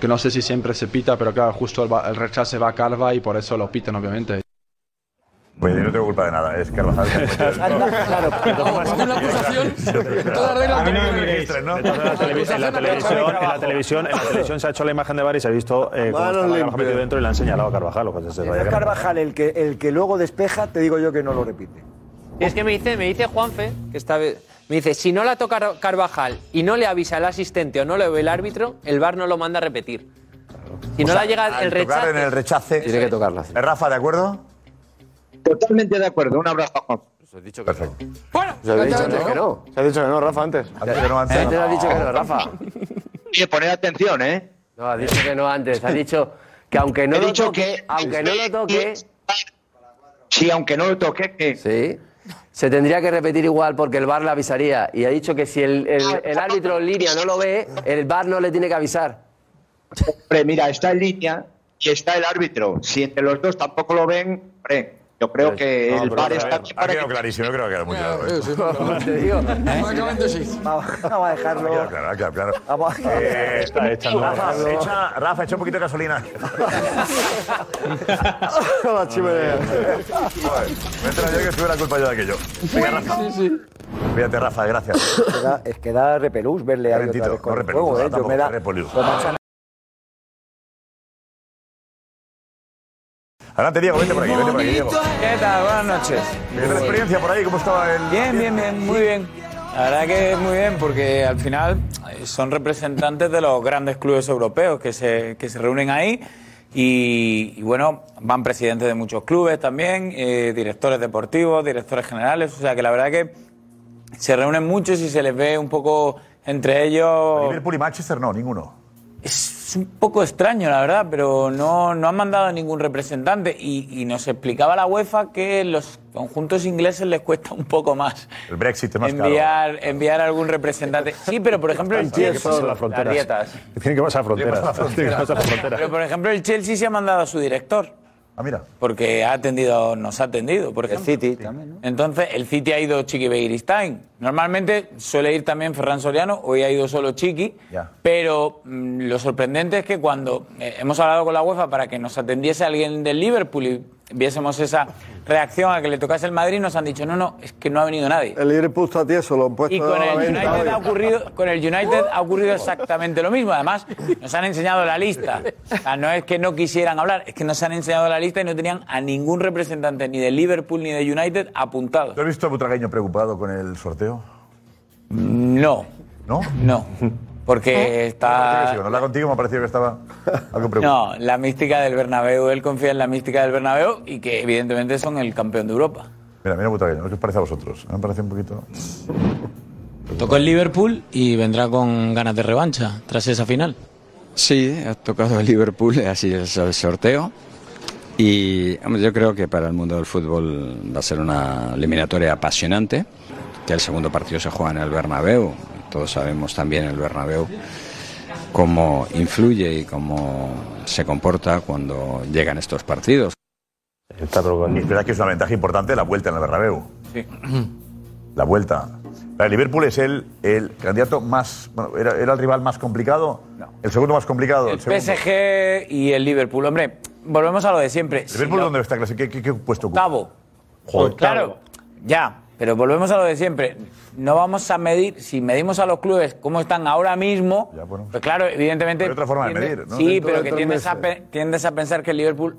[SPEAKER 10] Que no sé si siempre se pita, pero claro, justo el, va- el rechace va a Carva y por eso lo pitan, obviamente.
[SPEAKER 3] Pues yo no tengo culpa de nada, es Carvajal.
[SPEAKER 7] A mí no me miréis. Entonces, en la televisión- en la televisión- en la televisión- en la televisión se ha hecho la imagen de Bar y se ha visto eh, cómo está
[SPEAKER 19] Manos
[SPEAKER 7] Carvajal
[SPEAKER 19] limpias.
[SPEAKER 7] metido dentro y le han señalado a Carvajal. o sea, se vaya
[SPEAKER 19] Es
[SPEAKER 7] que-
[SPEAKER 19] Carvajal el que, el que luego despeja, te digo yo que no lo repite.
[SPEAKER 5] Y es que me dice, me dice Juanfe, que esta vez, me dice, si no la toca Car- Carvajal y no le avisa el asistente o no le ve el árbitro, el VAR no lo manda a repetir. Si
[SPEAKER 3] O
[SPEAKER 5] no
[SPEAKER 3] sea,
[SPEAKER 5] la llega
[SPEAKER 3] al
[SPEAKER 5] el
[SPEAKER 3] tocar
[SPEAKER 5] rechazo.
[SPEAKER 3] en el rechace. Tiene que tocarla. Eh, Rafa, ¿de acuerdo?
[SPEAKER 15] Totalmente de acuerdo. Un abrazo, Juan.
[SPEAKER 3] Os he dicho que Perfecto.
[SPEAKER 15] Se ha dicho que no.
[SPEAKER 3] Se ha dicho que no, Rafa, antes. que no antes.
[SPEAKER 15] ¿Eh?
[SPEAKER 12] Antes has dicho que no, Rafa.
[SPEAKER 15] Oye, poned atención, ¿eh?
[SPEAKER 12] No, ha dicho que no antes. Ha dicho que aunque no
[SPEAKER 15] He
[SPEAKER 12] lo
[SPEAKER 15] dicho
[SPEAKER 12] toque,
[SPEAKER 15] que-
[SPEAKER 12] aunque no lo toque,
[SPEAKER 15] Sí, aunque no lo toque, ¿qué?
[SPEAKER 12] Sí. se tendría que repetir igual porque el VAR le avisaría. Y ha dicho que si el, el- el árbitro en línea no lo ve, el VAR no le tiene que avisar.
[SPEAKER 15] Hombre, mira, está en línea y está el árbitro. Si entre los dos tampoco lo ven, hombre,
[SPEAKER 3] Pues,
[SPEAKER 15] yo creo que el VAR está aquí
[SPEAKER 3] Ha
[SPEAKER 15] para
[SPEAKER 3] quedado clarísimo, yo creo que era muy claro.
[SPEAKER 19] pues,
[SPEAKER 3] ¿eh?
[SPEAKER 19] Te digo. Vamos vamos a
[SPEAKER 3] Ha
[SPEAKER 19] dejarlo.
[SPEAKER 3] quedado claro, ha quedado claro.
[SPEAKER 19] Vamos a-
[SPEAKER 3] Eh,
[SPEAKER 19] Está echando-
[SPEAKER 3] Rafa, echa, Rafa, echa un poquito de gasolina.
[SPEAKER 13] La chimenea.
[SPEAKER 3] Joder, me entra yo que tuve la culpa yo de aquello. Venga, Rafa. Fíjate, Rafa, gracias.
[SPEAKER 19] Es que da- Es que da repelús verle ahí otra
[SPEAKER 3] Calentito,
[SPEAKER 19] vez
[SPEAKER 3] no
[SPEAKER 19] con el
[SPEAKER 3] repelús,
[SPEAKER 19] juego, ¿eh? Yo
[SPEAKER 3] tampoco,
[SPEAKER 19] me da...
[SPEAKER 3] repelús.
[SPEAKER 19] lo mancha-
[SPEAKER 3] Adelante, Diego, vente por aquí, vente por aquí, Diego.
[SPEAKER 17] ¿Qué tal? Buenas noches.
[SPEAKER 3] ¿Qué tal la experiencia por ahí? ¿Cómo estaba el...?
[SPEAKER 17] Bien, bien, bien, muy bien. La verdad que muy bien, porque al final eh, son representantes de los grandes clubes europeos que se, que se reúnen ahí. Y, y bueno, van presidentes de muchos clubes también, eh, directores deportivos, directores generales. O sea que la verdad que se reúnen muchos y se les ve un poco entre ellos.
[SPEAKER 3] Liverpool y Manchester no, ninguno.
[SPEAKER 17] Es un poco extraño, la verdad, pero no, no han mandado a ningún representante. Y, y nos explicaba la UEFA que los conjuntos ingleses les cuesta un poco más
[SPEAKER 3] El Brexit es más caro.
[SPEAKER 17] enviar, enviar a algún representante. Sí, pero por ejemplo el
[SPEAKER 7] Tiene que
[SPEAKER 17] Chelsea.
[SPEAKER 7] pasar las fronteras.
[SPEAKER 17] Las dietas.
[SPEAKER 7] Tiene que pasar las
[SPEAKER 17] Tiene que pasar las
[SPEAKER 7] fronteras. Tiene que pasar las fronteras.
[SPEAKER 17] Pero por ejemplo el Chelsea se ha mandado a su director.
[SPEAKER 3] Ah, mira.
[SPEAKER 17] Porque ha atendido, nos ha atendido. Por ejemplo. El City
[SPEAKER 15] también.
[SPEAKER 17] Entonces el City ha ido Chiqui Beiristain. Normalmente suele ir también Ferran Soriano, hoy ha ido solo Chiqui.
[SPEAKER 3] Ya.
[SPEAKER 17] Pero mm, lo sorprendente es que cuando eh, hemos hablado con la UEFA para que nos atendiese alguien del Liverpool y viésemos esa reacción a que le tocase el Madrid, nos han dicho, no, no, es que no ha venido nadie.
[SPEAKER 13] El Liverpool está tieso, lo han puesto
[SPEAKER 17] Y
[SPEAKER 3] Ah,
[SPEAKER 17] con
[SPEAKER 13] a la
[SPEAKER 17] el
[SPEAKER 13] venta
[SPEAKER 17] United
[SPEAKER 13] hoy.
[SPEAKER 17] ha ocurrido, con el United ha ocurrido exactamente lo mismo. Además, nos han enseñado la lista. O sea, no es que no quisieran hablar, es que nos han enseñado la lista y no tenían a ningún representante ni de Liverpool ni de United apuntado.
[SPEAKER 3] ¿Tú has visto a Butragueño preocupado con el sorteo?
[SPEAKER 17] No.
[SPEAKER 3] ¿No?
[SPEAKER 17] No. Porque
[SPEAKER 3] Me
[SPEAKER 17] está.
[SPEAKER 3] parece que sí, cuando hablaba contigo me pareció que estaba algo preocupado.
[SPEAKER 17] No, la mística del Bernabéu, él confía en la mística del Bernabéu y que evidentemente son el campeón de Europa.
[SPEAKER 3] Mira, mira Butragueño, ¿qué os parece a vosotros? A mí me parece un poquito...
[SPEAKER 21] Tocó el Liverpool y vendrá con ganas de revancha tras esa final.
[SPEAKER 22] Sí, ha tocado el Liverpool, así es el sorteo. Y hombre, yo creo que para el mundo del fútbol va a ser una eliminatoria apasionante. Ya el segundo partido se juega en el Bernabéu. Todos sabemos también el Bernabéu cómo influye y cómo se comporta cuando llegan estos partidos.
[SPEAKER 3] Es verdad que es una ventaja importante la vuelta en el Bernabéu. La vuelta. El Liverpool es el, el candidato más... Bueno, era, era el rival más complicado? ¿El segundo más complicado? El, segundo.
[SPEAKER 17] PSG y el Liverpool. Hombre, volvemos a lo de siempre. Si
[SPEAKER 3] ¿Liverpool
[SPEAKER 17] lo-
[SPEAKER 3] dónde está clase? ¿Qué, qué, qué puesto ocupa?
[SPEAKER 17] Octavo. Pues
[SPEAKER 3] Joder.
[SPEAKER 17] Claro, ya. Pero volvemos a lo de siempre. No vamos a medir, si medimos a los clubes cómo están ahora mismo, pues claro, evidentemente...
[SPEAKER 3] Hay otra forma de
[SPEAKER 17] tiende-
[SPEAKER 3] medir, ¿no?
[SPEAKER 17] Sí,
[SPEAKER 3] Dentro
[SPEAKER 17] pero
[SPEAKER 3] de
[SPEAKER 17] que
[SPEAKER 3] tres
[SPEAKER 17] tiendes a,
[SPEAKER 3] meses.
[SPEAKER 17] pe- tiendes a pensar que el Liverpool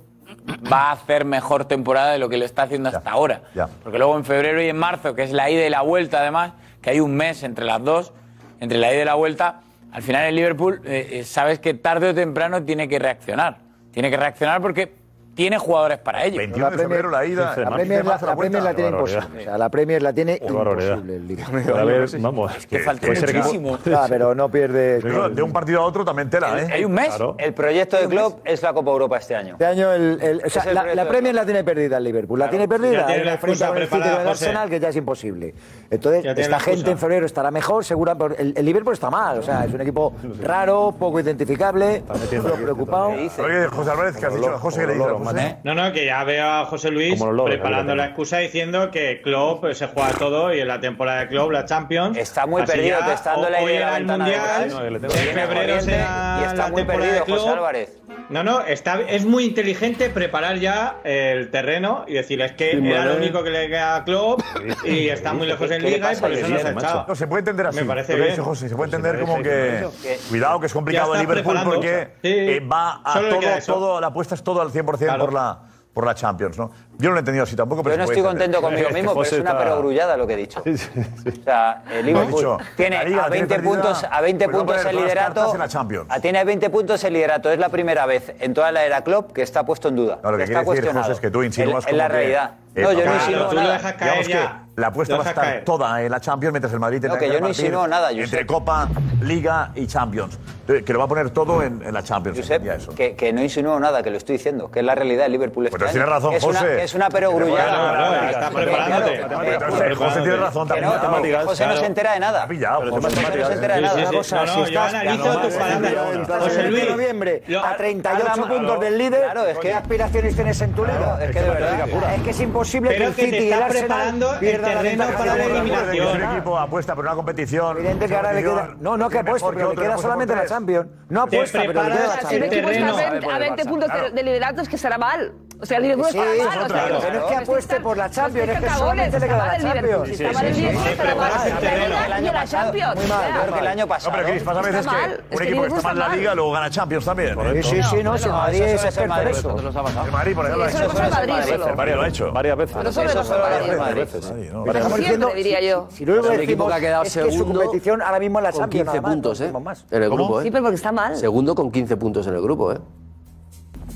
[SPEAKER 17] va a hacer mejor temporada de lo que lo está haciendo hasta ahora.
[SPEAKER 3] Ya.
[SPEAKER 17] Porque luego en febrero y en marzo, que es la ida y la vuelta además, que hay un mes entre las dos, entre la ida y la vuelta, al final el Liverpool eh, eh, sabes que tarde o temprano tiene que reaccionar. Tiene que reaccionar porque tiene jugadores para ello.
[SPEAKER 3] 21 de febrero la ida,
[SPEAKER 19] La Premier la, la Premier la tiene imposible. O sea, la Premier la tiene
[SPEAKER 7] barbaridad.
[SPEAKER 19] imposible el Liverpool.
[SPEAKER 7] Pero a ver, vamos,
[SPEAKER 17] que falta
[SPEAKER 7] puede ser que-
[SPEAKER 17] muchísimo.
[SPEAKER 19] Ah, pero no pierde.
[SPEAKER 3] De un partido a otro también tela, ¿eh?
[SPEAKER 17] Hay un mes.
[SPEAKER 18] El proyecto de Klopp es la Copa Europa este año.
[SPEAKER 19] Este año el, el- o sea,
[SPEAKER 18] Es el
[SPEAKER 19] la,
[SPEAKER 18] proyecto
[SPEAKER 19] la
[SPEAKER 18] de
[SPEAKER 19] Premier la tiene perdida el Liverpool, la tiene perdida.
[SPEAKER 18] ya tiene
[SPEAKER 19] Hay
[SPEAKER 18] la
[SPEAKER 19] una
[SPEAKER 18] excusa
[SPEAKER 19] enfrenta con el City
[SPEAKER 18] preparada,
[SPEAKER 19] del
[SPEAKER 18] José.
[SPEAKER 19] Arsenal que ya es imposible. Entonces,
[SPEAKER 18] Ya tiene la
[SPEAKER 19] esta gente
[SPEAKER 18] excusa.
[SPEAKER 19] en febrero estará mejor, segura, pero el, el Liverpool está mal, o sea, es un equipo raro, poco identificable, poco
[SPEAKER 3] este
[SPEAKER 19] preocupado.
[SPEAKER 3] Oye, José Álvarez, ¿qué has dicho? José, ¿qué le dices? José?
[SPEAKER 26] No, no, que ya veo a José Luis
[SPEAKER 3] Como los lobos,
[SPEAKER 26] preparando
[SPEAKER 3] ahí lo
[SPEAKER 26] la excusa diciendo que Klopp eh, se juega todo y en la temporada de Klopp, la Champions. Está
[SPEAKER 18] muy perdido, te está dando la idea de la ventana de
[SPEAKER 26] mundial,
[SPEAKER 18] verano, que le
[SPEAKER 26] en
[SPEAKER 18] tengo que ir a
[SPEAKER 26] febrero
[SPEAKER 18] Corrientes,
[SPEAKER 26] será
[SPEAKER 18] y está
[SPEAKER 26] la
[SPEAKER 18] muy
[SPEAKER 26] temporada
[SPEAKER 18] perdido,
[SPEAKER 26] de Klopp.
[SPEAKER 18] José Álvarez.
[SPEAKER 26] No, no, está, es muy inteligente preparar ya el terreno y decir, es que
[SPEAKER 3] Sí,
[SPEAKER 26] era lo
[SPEAKER 3] vale.
[SPEAKER 26] único que le queda a Klopp y está muy lejos en liga y por eso no se ha echado.
[SPEAKER 3] No, se puede entender así.
[SPEAKER 26] Me parece
[SPEAKER 3] lo que
[SPEAKER 26] bien.
[SPEAKER 3] dice José, se puede entender
[SPEAKER 26] parece
[SPEAKER 3] como que.
[SPEAKER 26] bien, que-
[SPEAKER 3] Cuidado, que es complicado
[SPEAKER 26] Ya
[SPEAKER 3] el
[SPEAKER 26] está
[SPEAKER 3] Liverpool
[SPEAKER 26] preparando,
[SPEAKER 3] porque
[SPEAKER 26] sí.
[SPEAKER 3] eh, va a
[SPEAKER 26] Solo le
[SPEAKER 3] todo,
[SPEAKER 26] queda eso.
[SPEAKER 3] todo, la apuesta es todo al 100%
[SPEAKER 18] Claro.
[SPEAKER 3] por, la, por la Champions, ¿no? Yo no lo he entendido así tampoco, pero
[SPEAKER 18] Yo no estoy contento conmigo mismo, pero es una perogrullada lo que he dicho. O sea, el
[SPEAKER 3] Lo has
[SPEAKER 18] Liverpool
[SPEAKER 3] dicho.
[SPEAKER 18] tiene
[SPEAKER 3] La Liga
[SPEAKER 18] a 20
[SPEAKER 3] tiene perdida,
[SPEAKER 18] puntos, a 20
[SPEAKER 3] pues va a poner
[SPEAKER 18] puntos el
[SPEAKER 3] todas las
[SPEAKER 18] liderato.
[SPEAKER 3] cartas en la Champions.
[SPEAKER 18] a- tiene a 20 puntos el liderato. Es la primera vez en toda la era Klopp que está puesto en duda.
[SPEAKER 3] No, lo que
[SPEAKER 18] está
[SPEAKER 3] quiere decir,
[SPEAKER 18] cuestionado.
[SPEAKER 3] José, es que tú insinúas
[SPEAKER 18] En- en la
[SPEAKER 3] como que,
[SPEAKER 18] realidad.
[SPEAKER 3] eh,
[SPEAKER 18] no, yo no
[SPEAKER 3] claro,
[SPEAKER 18] insinúo
[SPEAKER 3] tú lo
[SPEAKER 18] nada.
[SPEAKER 3] dejas caer Digamos ya. que la apuesta
[SPEAKER 18] Lo
[SPEAKER 3] va a
[SPEAKER 18] dejas
[SPEAKER 3] estar
[SPEAKER 18] caer.
[SPEAKER 3] toda en la Champions mientras el Madrid tendrá
[SPEAKER 18] No, que yo no
[SPEAKER 3] repartir
[SPEAKER 18] insinúo nada, Josep.
[SPEAKER 3] entre Copa, Liga y Champions. Eh, Que lo va a poner todo en, en la Champions.
[SPEAKER 18] Josep,
[SPEAKER 3] ya eso.
[SPEAKER 18] que, que no insinúo nada, que lo estoy diciendo, que es la realidad del Liverpool. Este
[SPEAKER 3] Pero
[SPEAKER 18] año.
[SPEAKER 3] tienes razón,
[SPEAKER 18] es Una,
[SPEAKER 3] José.
[SPEAKER 18] es una perogrullada.
[SPEAKER 3] Bueno, bueno, bueno, está
[SPEAKER 18] Que,
[SPEAKER 3] preparándote.
[SPEAKER 18] claro,
[SPEAKER 3] Matemáticas.
[SPEAKER 18] eh,
[SPEAKER 3] José, José tiene razón
[SPEAKER 18] que no,
[SPEAKER 3] también.
[SPEAKER 18] que
[SPEAKER 3] Matemáticas,
[SPEAKER 18] José no
[SPEAKER 3] claro.
[SPEAKER 18] se entera de nada.
[SPEAKER 3] Ha pillado, José,
[SPEAKER 18] José no
[SPEAKER 3] Sí,
[SPEAKER 18] se entera de
[SPEAKER 3] sí,
[SPEAKER 18] nada.
[SPEAKER 3] sí.
[SPEAKER 18] Una cosa,
[SPEAKER 3] No, no,
[SPEAKER 18] si
[SPEAKER 3] yo
[SPEAKER 18] estás-
[SPEAKER 3] analizo
[SPEAKER 18] Claro,
[SPEAKER 3] tus
[SPEAKER 18] no,
[SPEAKER 3] palabras.
[SPEAKER 18] no, no, no,
[SPEAKER 3] José
[SPEAKER 18] no, no,
[SPEAKER 3] Luis.
[SPEAKER 18] no, no,
[SPEAKER 19] noviembre a 38
[SPEAKER 18] Habla-
[SPEAKER 19] puntos del líder.
[SPEAKER 18] Claro, es que-
[SPEAKER 19] ¿Qué aspiraciones tienes en tu liga? Es que de verdad. Es que es imposible
[SPEAKER 18] Pero
[SPEAKER 19] que
[SPEAKER 18] que
[SPEAKER 19] el
[SPEAKER 18] te
[SPEAKER 19] City y el
[SPEAKER 18] está
[SPEAKER 19] Arsenal
[SPEAKER 18] preparando el
[SPEAKER 19] pierdan la
[SPEAKER 18] terreno
[SPEAKER 19] ventaja
[SPEAKER 18] para
[SPEAKER 19] que
[SPEAKER 18] la
[SPEAKER 19] tienen.
[SPEAKER 3] Es un equipo apuesta por una competición.
[SPEAKER 19] Evidente que ahora le queda. No, no que apueste,
[SPEAKER 3] mejor que
[SPEAKER 19] pero le
[SPEAKER 3] otro,
[SPEAKER 19] queda
[SPEAKER 3] apuesta
[SPEAKER 19] solamente
[SPEAKER 3] por
[SPEAKER 19] la
[SPEAKER 3] tres.
[SPEAKER 19] Champions. No
[SPEAKER 3] Te
[SPEAKER 19] apuesta, pero le queda la
[SPEAKER 3] preparas el
[SPEAKER 19] Champions.
[SPEAKER 3] equipo está
[SPEAKER 23] a 20, a 20 puntos de, de lideratos que será mal. O sea, el Liverpool
[SPEAKER 19] Sí,
[SPEAKER 23] estará
[SPEAKER 19] es
[SPEAKER 23] mal.
[SPEAKER 19] otra
[SPEAKER 23] o
[SPEAKER 19] cosa.
[SPEAKER 23] sea,
[SPEAKER 19] Pero es que apueste por la Champions, es que solamente le
[SPEAKER 23] está
[SPEAKER 19] queda
[SPEAKER 23] mal
[SPEAKER 19] la
[SPEAKER 23] el Liverpool.
[SPEAKER 19] Champions.
[SPEAKER 23] Si está mal el Liverpool, estará mal la Premier y la Champions.
[SPEAKER 19] Muy mal,
[SPEAKER 23] O sea,
[SPEAKER 19] muy mal.
[SPEAKER 18] el año pasado.
[SPEAKER 3] No, pero Cris, pasa a veces
[SPEAKER 23] Está mal,
[SPEAKER 3] que
[SPEAKER 23] es
[SPEAKER 3] un
[SPEAKER 23] que
[SPEAKER 3] equipo que
[SPEAKER 23] Liverpool
[SPEAKER 3] está mal en
[SPEAKER 23] está
[SPEAKER 3] la
[SPEAKER 23] mal.
[SPEAKER 3] liga luego gana Champions también. ¿eh?
[SPEAKER 19] Sí, sí, sí, no, si el Madrid es experto en eso.
[SPEAKER 3] El Madrid, por ejemplo, lo
[SPEAKER 19] Eso lo
[SPEAKER 3] ha
[SPEAKER 19] hace el Madrid
[SPEAKER 3] hecho.
[SPEAKER 19] solo.
[SPEAKER 3] El Madrid lo ha hecho. Varias veces.
[SPEAKER 23] Pero solo lo hace el Madrid.
[SPEAKER 3] ¿no?
[SPEAKER 19] Pero estamos
[SPEAKER 23] Siempre,
[SPEAKER 19] diciendo-
[SPEAKER 23] diría yo.
[SPEAKER 19] Si luego
[SPEAKER 16] Es el
[SPEAKER 19] decimos,
[SPEAKER 16] equipo que ha quedado
[SPEAKER 19] es que su
[SPEAKER 16] segundo
[SPEAKER 19] competición ahora mismo es la
[SPEAKER 16] Con
[SPEAKER 19] Champions.
[SPEAKER 16] 15
[SPEAKER 19] nada más,
[SPEAKER 16] puntos,
[SPEAKER 19] no
[SPEAKER 16] ¿eh?
[SPEAKER 19] tenemos más.
[SPEAKER 16] En el
[SPEAKER 19] ¿Cómo?
[SPEAKER 16] grupo, ¿eh?
[SPEAKER 23] Sí, pero porque está mal.
[SPEAKER 16] Segundo con 15 puntos en el grupo, ¿eh?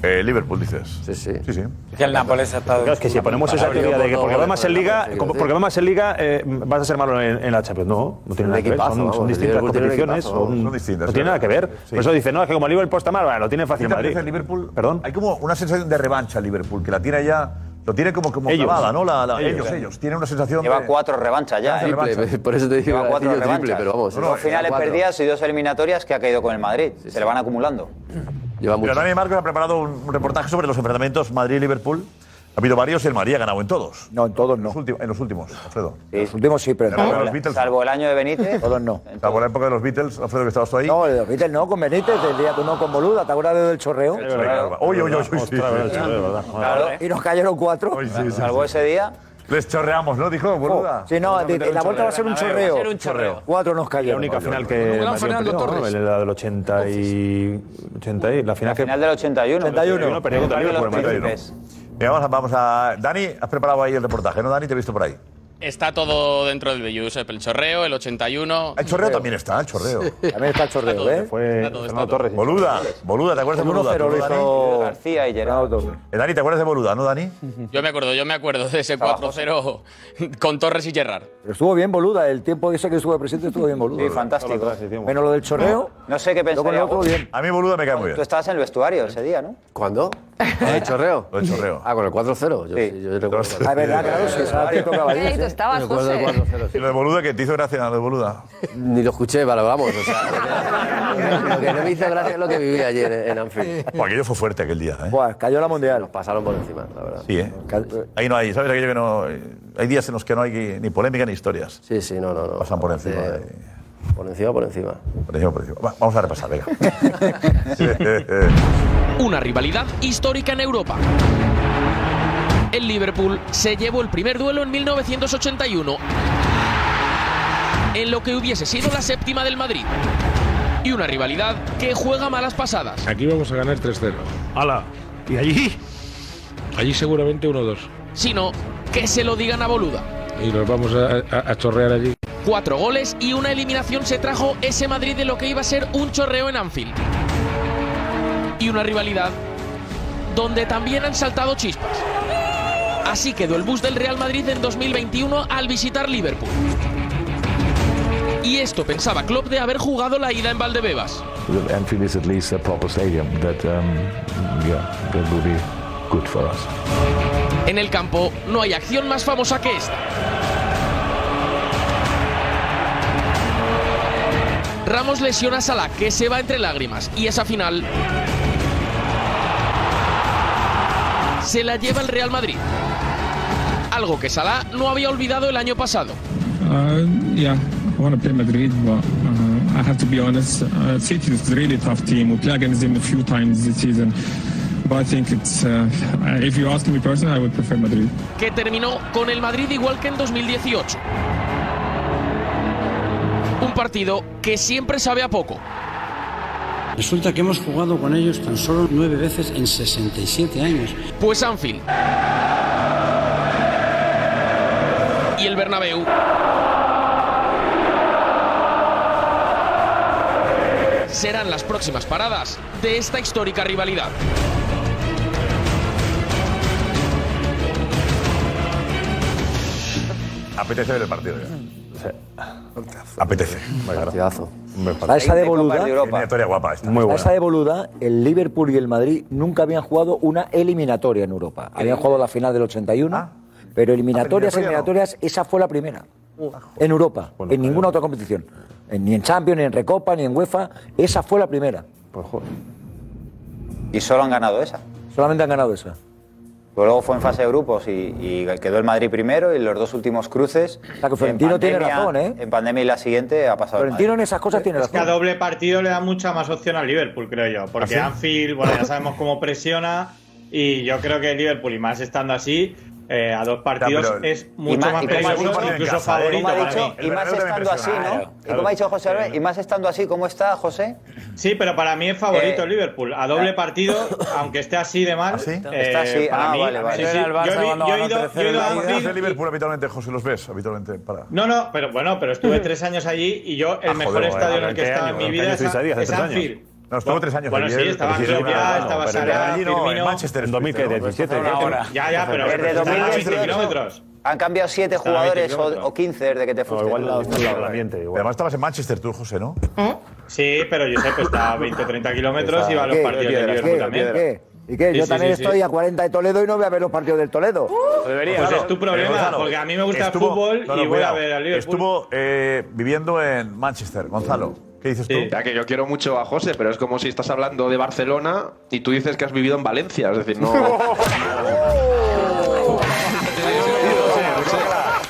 [SPEAKER 3] Eh, Liverpool, dices.
[SPEAKER 16] Sí, sí.
[SPEAKER 3] Sí, sí.
[SPEAKER 17] Que el Nápoles ha estado.
[SPEAKER 7] Claro, es que si ponemos esa teoría de que porque va más en liga, como- porque va más en liga eh, vas a ser malo en, en la Champions. No, no tiene
[SPEAKER 16] Un
[SPEAKER 7] nada que ver.
[SPEAKER 16] equipazo,
[SPEAKER 7] Son,
[SPEAKER 16] vamos,
[SPEAKER 7] son
[SPEAKER 16] el
[SPEAKER 7] distintas
[SPEAKER 16] Liverpool tiene un
[SPEAKER 7] competiciones.
[SPEAKER 16] equipazo,
[SPEAKER 7] son-
[SPEAKER 16] son distintas,
[SPEAKER 7] no tiene nada que ver.
[SPEAKER 3] sí.
[SPEAKER 7] Por eso dice, no, es que como el Liverpool está mal, bueno, lo tiene fácil
[SPEAKER 3] ¿Qué te
[SPEAKER 7] Madrid.
[SPEAKER 3] parece el Liverpool?
[SPEAKER 7] Perdón.
[SPEAKER 3] Hay como una sensación de revancha el Liverpool, que la tiene ya. Lo tiene como, como
[SPEAKER 7] Ellos.
[SPEAKER 3] clavada, ¿no? La- la-
[SPEAKER 7] Ellos.
[SPEAKER 3] ellos, ellos. Tienen una sensación
[SPEAKER 18] Lleva
[SPEAKER 3] de.
[SPEAKER 18] cuatro revanchas ya.
[SPEAKER 3] Triple,
[SPEAKER 18] ¿eh?
[SPEAKER 3] revanchas. por eso te digo,
[SPEAKER 18] Lleva cuatro
[SPEAKER 3] decir yo
[SPEAKER 18] revanchas.
[SPEAKER 3] triple, pero vamos,
[SPEAKER 18] Dos
[SPEAKER 3] no,
[SPEAKER 18] finales
[SPEAKER 3] cuatro.
[SPEAKER 18] perdidas y dos eliminatorias que ha caído con el Madrid. Se le van acumulando.
[SPEAKER 3] Pero también Marcos ha preparado un un reportaje sobre los enfrentamientos Madrid-Liverpool Ha habido varios y el Madrid ha ganado en todos.
[SPEAKER 19] No, en todos no.
[SPEAKER 3] En los últimos, Alfredo.
[SPEAKER 19] En los últimos sí, pero en
[SPEAKER 3] Salvo,
[SPEAKER 19] todos.
[SPEAKER 3] los Beatles.
[SPEAKER 18] Salvo el año de Benítez.
[SPEAKER 19] Todos no.
[SPEAKER 3] Salvo la época de los Beatles, Alfredo, que estabas tú ahí.
[SPEAKER 19] No, de los Beatles no, con Benítez, el día que no con Boluda, ¿te acuerdas del chorreo?
[SPEAKER 3] Oye, oye, oye, sí, sí,
[SPEAKER 19] Ostras,
[SPEAKER 3] sí.
[SPEAKER 19] verdad,
[SPEAKER 3] verdad.
[SPEAKER 19] Claro. Y nos cayeron cuatro.
[SPEAKER 3] Salvo
[SPEAKER 18] ese día.
[SPEAKER 3] Les chorreamos, ¿no? Dijo, boluda.
[SPEAKER 19] Oh, Sí, no, de- de- la vuelta va a ser un chorreo.
[SPEAKER 3] Va a ser un chorreo.
[SPEAKER 19] Cuatro nos cayeron.
[SPEAKER 7] La única final que.
[SPEAKER 19] Gran
[SPEAKER 7] Madrid
[SPEAKER 19] Fernando
[SPEAKER 7] perdió, ¿no?
[SPEAKER 19] Torres.
[SPEAKER 7] La del 80 y. 80 y- La final que.
[SPEAKER 18] Final del 81.
[SPEAKER 7] 81, perdió contra Liverpool, el Madrid.
[SPEAKER 3] Venga, vamos a, vamos a. Dani, has preparado ahí el reportaje, ¿no, Dani? Te he visto por ahí.
[SPEAKER 29] Está todo dentro del de Josep, el chorreo, el 81.
[SPEAKER 3] El chorreo también está, el chorreo.
[SPEAKER 19] También está el chorreo, ¿eh?
[SPEAKER 3] Fue Fernando Torres. Boluda, Boluda, ¿te acuerdas de
[SPEAKER 19] El
[SPEAKER 3] Boluda?
[SPEAKER 19] 1-0
[SPEAKER 3] ¿Tú,
[SPEAKER 19] lo
[SPEAKER 3] Dani?
[SPEAKER 19] hizo
[SPEAKER 18] García y Gerardo.
[SPEAKER 3] Eh, Dani, ¿te acuerdas de Boluda, no, Dani?
[SPEAKER 29] Yo me acuerdo, yo me acuerdo de ese 4-0 con Torres y Gerrard.
[SPEAKER 19] Pero estuvo bien boluda, el tiempo ese que estuvo presente estuvo bien boluda.
[SPEAKER 18] Sí, fantástico.
[SPEAKER 19] Menos lo del chorreo.
[SPEAKER 18] No sé qué pensaría.
[SPEAKER 19] conozco
[SPEAKER 18] vos.
[SPEAKER 19] bien.
[SPEAKER 3] A mí Boluda me cae muy bien.
[SPEAKER 18] Tú estabas en el vestuario ese día, ¿no?
[SPEAKER 16] ¿Cuándo? ¿El chorreo?
[SPEAKER 3] El chorreo.
[SPEAKER 16] Ah, con el 4-0. Yo, sí. yo recuerdo.
[SPEAKER 19] Ah, es verdad, claro, sí, sabes que tocaba
[SPEAKER 23] Ahí tú estabas,
[SPEAKER 16] Recuerdo el
[SPEAKER 23] José.
[SPEAKER 16] 4-0,
[SPEAKER 3] sí. ¿Y lo de Boluda que te hizo gracia, lo de Boluda?
[SPEAKER 16] Ni lo escuché, pero vamos. O sea, lo que no me hizo gracia es lo que viví ayer en Anfield.
[SPEAKER 3] Pues aquello fue fuerte aquel día, ¿eh?
[SPEAKER 19] Buah, cayó la mundial.
[SPEAKER 16] Nos pasaron por encima, la verdad.
[SPEAKER 3] Sí, ¿eh? Ahí no hay, ¿sabes aquello que no...? Hay días en los que no hay que- ni polémica ni historias.
[SPEAKER 16] Sí, sí, no, no. no.
[SPEAKER 3] Pasan por encima.
[SPEAKER 16] Eh,
[SPEAKER 3] eh.
[SPEAKER 16] Por encima, por encima.
[SPEAKER 3] Por encima, por encima. Va, vamos a repasar, venga.
[SPEAKER 29] Una rivalidad histórica en Europa. El Liverpool se llevó el primer duelo en 1981, en lo que hubiese sido la séptima del Madrid. Y una rivalidad que juega malas pasadas.
[SPEAKER 22] Aquí vamos a ganar 3-0. ¡Hala! ¿Y allí? Allí seguramente 1-2.
[SPEAKER 29] Sino que se lo digan a Boluda.
[SPEAKER 22] Y nos vamos a, a- a chorrear allí.
[SPEAKER 29] Cuatro goles y una eliminación se trajo ese Madrid de lo que iba a ser un chorreo en Anfield. Y una rivalidad donde también han saltado chispas. Así quedó el bus del Real Madrid en 2021 al visitar Liverpool. Y esto pensaba Klopp de haber jugado la ida en Valdebebas.
[SPEAKER 24] Anfield is at least a proper stadium. That, um, yeah, that will be good for us.
[SPEAKER 29] En el campo no hay acción más famosa que esta. Ramos lesiona a Salah, que se va entre lágrimas, y esa final se la lleva el Real Madrid. Algo que Salah no había olvidado el año pasado.
[SPEAKER 24] Uh, yeah, I want to play Madrid, but uh, I have to be honest. Uh, City is a really tough team. We play against them a few times this season, but I think it's. Uh, if you ask me personally, I would prefer Madrid.
[SPEAKER 29] que terminó con el Madrid igual que en 2018. Un partido que siempre sabe a poco.
[SPEAKER 11] Resulta que hemos jugado con ellos tan solo nueve veces en 67 años.
[SPEAKER 29] Pues Anfield. Y el Bernabéu. Serán las próximas paradas de esta histórica rivalidad.
[SPEAKER 3] Apetece ver el partido ya. Apetece.
[SPEAKER 16] Partidazo.
[SPEAKER 19] La esa de Boluda.
[SPEAKER 3] Eliminatoria guapa esta.
[SPEAKER 19] La esa de Boluda, el Liverpool y el Madrid nunca habían jugado una eliminatoria en Europa. Habían jugado la final del 81, pero eliminatorias,
[SPEAKER 3] Ah, eliminatoria
[SPEAKER 19] eliminatorias, esa fue la primera. En Europa, en ninguna otra competición. En- ni en Champions, ni en Recopa, ni en UEFA. Esa fue la primera.
[SPEAKER 3] Pues
[SPEAKER 18] Y solo han ganado esa.
[SPEAKER 19] Solamente han ganado esa.
[SPEAKER 18] Pero luego fue en fase de grupos y, y quedó el Madrid primero y los dos últimos cruces.
[SPEAKER 19] que Florentino
[SPEAKER 18] En
[SPEAKER 19] tiene
[SPEAKER 18] pandemia-
[SPEAKER 19] razón, ¿eh?
[SPEAKER 18] En pandemia y la siguiente ha pasado. el
[SPEAKER 19] Florentino en esas cosas tiene
[SPEAKER 26] Es que a
[SPEAKER 19] razón.
[SPEAKER 26] doble partido le da mucha más opción al Liverpool, creo yo. Porque
[SPEAKER 19] ¿Ah,
[SPEAKER 26] Anfield, bueno, ya sabemos cómo presiona. Y yo creo que el Liverpool, y más estando así, eh, a dos partidos
[SPEAKER 18] pero-
[SPEAKER 26] es
[SPEAKER 18] y
[SPEAKER 26] mucho
[SPEAKER 18] más-
[SPEAKER 26] más
[SPEAKER 18] y como ha
[SPEAKER 26] peligroso,
[SPEAKER 18] dicho-
[SPEAKER 26] incluso
[SPEAKER 18] como ha
[SPEAKER 26] favorito
[SPEAKER 18] dicho,
[SPEAKER 26] para mí.
[SPEAKER 18] Y más estando así, ¿no? Y como ha dicho José Albert, y más estando así, ¿cómo está José?
[SPEAKER 26] Sí, pero para mí es favorito
[SPEAKER 18] Eh,
[SPEAKER 26] el Liverpool. A doble partido, aunque esté así de mal. eh,
[SPEAKER 18] Está así.
[SPEAKER 26] para
[SPEAKER 18] Ah,
[SPEAKER 26] mí-
[SPEAKER 18] vale, vale.
[SPEAKER 26] sí, sí.
[SPEAKER 18] Era el Barça
[SPEAKER 26] Yo he vi-
[SPEAKER 18] cuando
[SPEAKER 26] yo he
[SPEAKER 18] ganó
[SPEAKER 26] ido- yo he ido a
[SPEAKER 3] ¿Qué hace
[SPEAKER 26] Anfield
[SPEAKER 3] el Liverpool habitualmente, José? ¿Los ves habitualmente? Para.
[SPEAKER 26] No, no, pero bueno, pero estuve tres años allí y yo el
[SPEAKER 3] Ah,
[SPEAKER 26] mejor
[SPEAKER 3] joder,
[SPEAKER 26] estadio en
[SPEAKER 3] ¿en
[SPEAKER 26] el que he
[SPEAKER 3] qué
[SPEAKER 26] estado en
[SPEAKER 3] año?
[SPEAKER 26] mi
[SPEAKER 3] ¿En qué
[SPEAKER 26] vida
[SPEAKER 3] año
[SPEAKER 26] es,
[SPEAKER 3] estuviste ahí? ¿Hace
[SPEAKER 26] es
[SPEAKER 3] tres años?
[SPEAKER 26] Anfield.
[SPEAKER 3] No, estuvo tres años
[SPEAKER 26] Bueno,
[SPEAKER 3] allí,
[SPEAKER 26] sí,
[SPEAKER 3] el
[SPEAKER 26] estaba
[SPEAKER 3] presidente,
[SPEAKER 26] Klopp,
[SPEAKER 3] bueno,
[SPEAKER 26] estaba
[SPEAKER 3] pero
[SPEAKER 26] Salah,
[SPEAKER 3] allí no, en
[SPEAKER 26] Firmino.
[SPEAKER 3] Manchester estuvo. En 2017, Pues esto hace una hora.
[SPEAKER 26] Ya, ya, pero...
[SPEAKER 3] Desde
[SPEAKER 26] pero estaba a 20
[SPEAKER 18] 2018.
[SPEAKER 26] kilómetros.
[SPEAKER 18] Han cambiado siete
[SPEAKER 3] Estaba a
[SPEAKER 18] jugadores
[SPEAKER 3] 20
[SPEAKER 18] o, o 15 desde que te fuiste.
[SPEAKER 3] Además estabas en Manchester tú, José, ¿no?
[SPEAKER 18] ¿Eh?
[SPEAKER 26] Sí, pero Josep está a 20 o 30 kilómetros
[SPEAKER 3] Está-
[SPEAKER 26] y va a los
[SPEAKER 3] ¿Qué?
[SPEAKER 26] partidos de
[SPEAKER 3] Piedra,
[SPEAKER 26] Liverpool
[SPEAKER 3] piedra,
[SPEAKER 26] también.
[SPEAKER 3] piedra.
[SPEAKER 19] ¿Y qué?
[SPEAKER 26] Sí,
[SPEAKER 19] Yo
[SPEAKER 26] sí,
[SPEAKER 19] también
[SPEAKER 26] sí, sí.
[SPEAKER 19] estoy a 40 de Toledo y no voy a ver los partidos del Toledo.
[SPEAKER 26] Pues es tu problema, porque a mí me gusta el fútbol y voy a ver al Liverpool.
[SPEAKER 3] Estuvo eh, viviendo en Manchester, Gonzalo. ¿Qué dices tú?
[SPEAKER 30] Ya que yo quiero mucho a José, pero es como si estás hablando de Barcelona y tú dices que has vivido en Valencia. Es decir, no.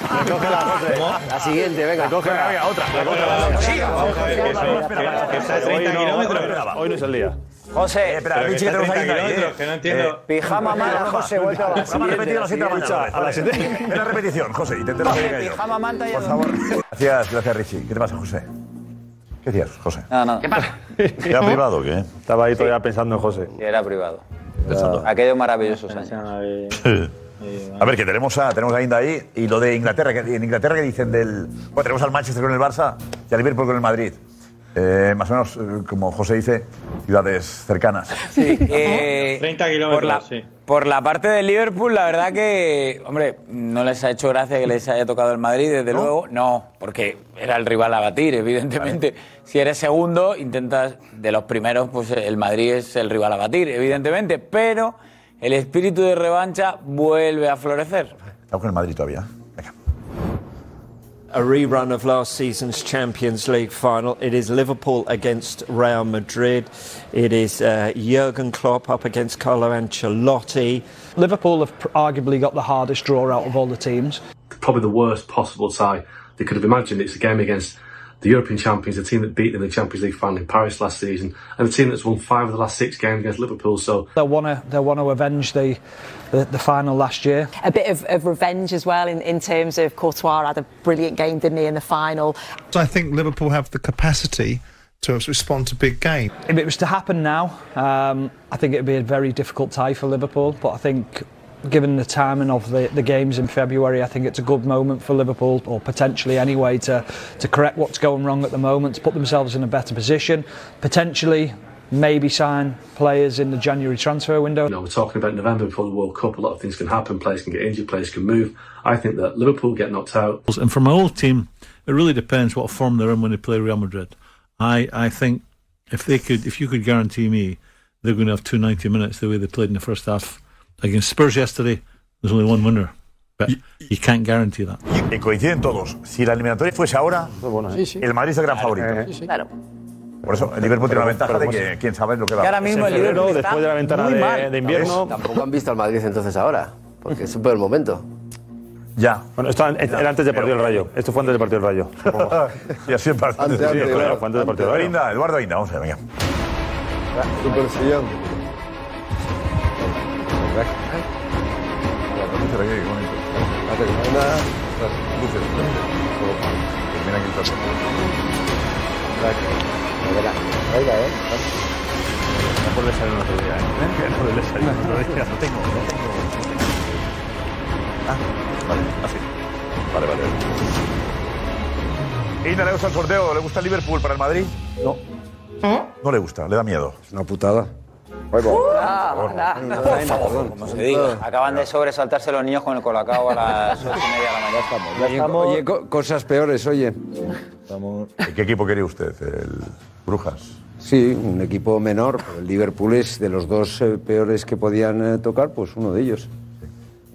[SPEAKER 16] La siguiente, venga.
[SPEAKER 3] Recoge, venga, venga, otra. Recoge, venga, venga. Vamos a ver, que eso- que está a 30 kilómetros. Eh,
[SPEAKER 7] Hoy no es el día.
[SPEAKER 19] José,
[SPEAKER 3] espera, Richie, que tenemos ahí Eh,
[SPEAKER 19] que no entiendo. Pijama mala, José, vuelta a la
[SPEAKER 3] Vamos a repetir a las 7 de la
[SPEAKER 19] siguiente.
[SPEAKER 3] mañana. A las 7. Ve la repetición, José, y te enteras de lo que cayó.
[SPEAKER 19] Pijama manta y a
[SPEAKER 3] Gracias, gracias, Richie. ¿Qué te pasa, José? ¿Qué hacías, José?
[SPEAKER 18] No, no. ¿Qué pasa?
[SPEAKER 3] ¿Era privado o qué?
[SPEAKER 7] Estaba ahí todavía pensando en José.
[SPEAKER 18] Era privado. Aquellos maravillosos años.
[SPEAKER 3] A ver, que tenemos a, tenemos a Inda ahí y lo de Inglaterra. Que, ¿En Inglaterra que dicen del...? Bueno, tenemos al Manchester con el Barça y al Liverpool con el Madrid. Eh, más o menos, eh, como José dice, ciudades cercanas.
[SPEAKER 17] Sí, eh, por la, Por la parte del Liverpool, la verdad que, hombre, no les ha hecho gracia que les haya tocado el Madrid, desde luego. No, porque era el rival a batir, evidentemente. Si eres segundo, intentas, de los primeros, pues el Madrid es el rival a batir, evidentemente. Pero el espíritu de revancha vuelve a florecer.
[SPEAKER 3] Estamos con el Madrid todavía.
[SPEAKER 4] a rerun of last season's Champions League final. It is Liverpool against Real Madrid. It is uh, Jurgen Klopp up against Carlo Ancelotti.
[SPEAKER 6] Liverpool have pr- arguably got the hardest draw out of all the teams.
[SPEAKER 8] probably the worst possible side they could have imagined. It's a game against the European champions, the team that beat them in the Champions League final in Paris last season, and the team that's won five of the last six games against Liverpool. So
[SPEAKER 6] They want to they want to avenge the, the the final last year.
[SPEAKER 9] a bit of, of revenge as well in, in terms of Courtois had a brilliant game, didn't he, in the final?
[SPEAKER 31] So I think Liverpool have the capacity to respond to big game.
[SPEAKER 6] If it was to happen now, um, I think it would be a very difficult tie for Liverpool. But I think, given the timing of the, the games in February, I think it's a good moment for Liverpool, or potentially anyway, to, to correct what's going wrong at the moment, to put themselves in a better position, potentially maybe sign players in the January transfer window.
[SPEAKER 8] you know, we're talking about November before the World Cup. A lot of things can happen. Players can get injured. Players can move. I think that Liverpool get knocked out.
[SPEAKER 32] And for my whole team, it really depends what form they're in when they play Real Madrid. I, I think if they could, if you could guarantee me, they're going to have two ninety minutes the way they played in the first half against Spurs yesterday. There's only one winner, but you can't guarantee that.
[SPEAKER 3] Y coinciden todos. Si la eliminatoria fuese ahora,
[SPEAKER 7] ¿eh?
[SPEAKER 3] el Madrid es el gran favorito.
[SPEAKER 9] Claro.
[SPEAKER 3] Por eso, el Liverpool tiene la
[SPEAKER 7] Pero-
[SPEAKER 3] ventaja
[SPEAKER 7] pero
[SPEAKER 3] de
[SPEAKER 7] ¿cómo
[SPEAKER 3] que
[SPEAKER 7] se-
[SPEAKER 3] quién sabe lo que va
[SPEAKER 7] Que ahora mismo el Liverpool
[SPEAKER 3] febrero,
[SPEAKER 7] está muy mal.
[SPEAKER 16] Tampoco- Tampoco han visto al Madrid entonces ahora, porque es un buen momento.
[SPEAKER 3] Ya.
[SPEAKER 7] Bueno, esto an- era antes del partido del Rayo. Esto fue antes del partido del Rayo.
[SPEAKER 3] y así el partido.
[SPEAKER 7] Sí,
[SPEAKER 3] Antes,
[SPEAKER 7] claro, fue antes del partido del Rayo.
[SPEAKER 3] Inda, Eduardo Inda, vamos a ver, venga.
[SPEAKER 13] Super sillón.
[SPEAKER 3] Oiga, eh. Por el desayuno otro día, eh. Por el desayuno otro día. No tengo, no tengo. Ah, vale, así. Vale, vale. vale. Inda, ¿le gusta el sorteo? ¿Le gusta el Liverpool para el Madrid? No. No le gusta, le da miedo. Es una putada.
[SPEAKER 18] Por favor. Como se diga. Acaban de sobresaltarse los niños con el colacao a las 8 y media de la mañana.
[SPEAKER 11] Oye, oye, co- cosas peores, oye.
[SPEAKER 3] ¿Qué equipo quería usted? ¿El Brujas?
[SPEAKER 11] Sí, un equipo menor. pero El Liverpool es de los dos eh, peores que podían eh, tocar, pues uno de ellos.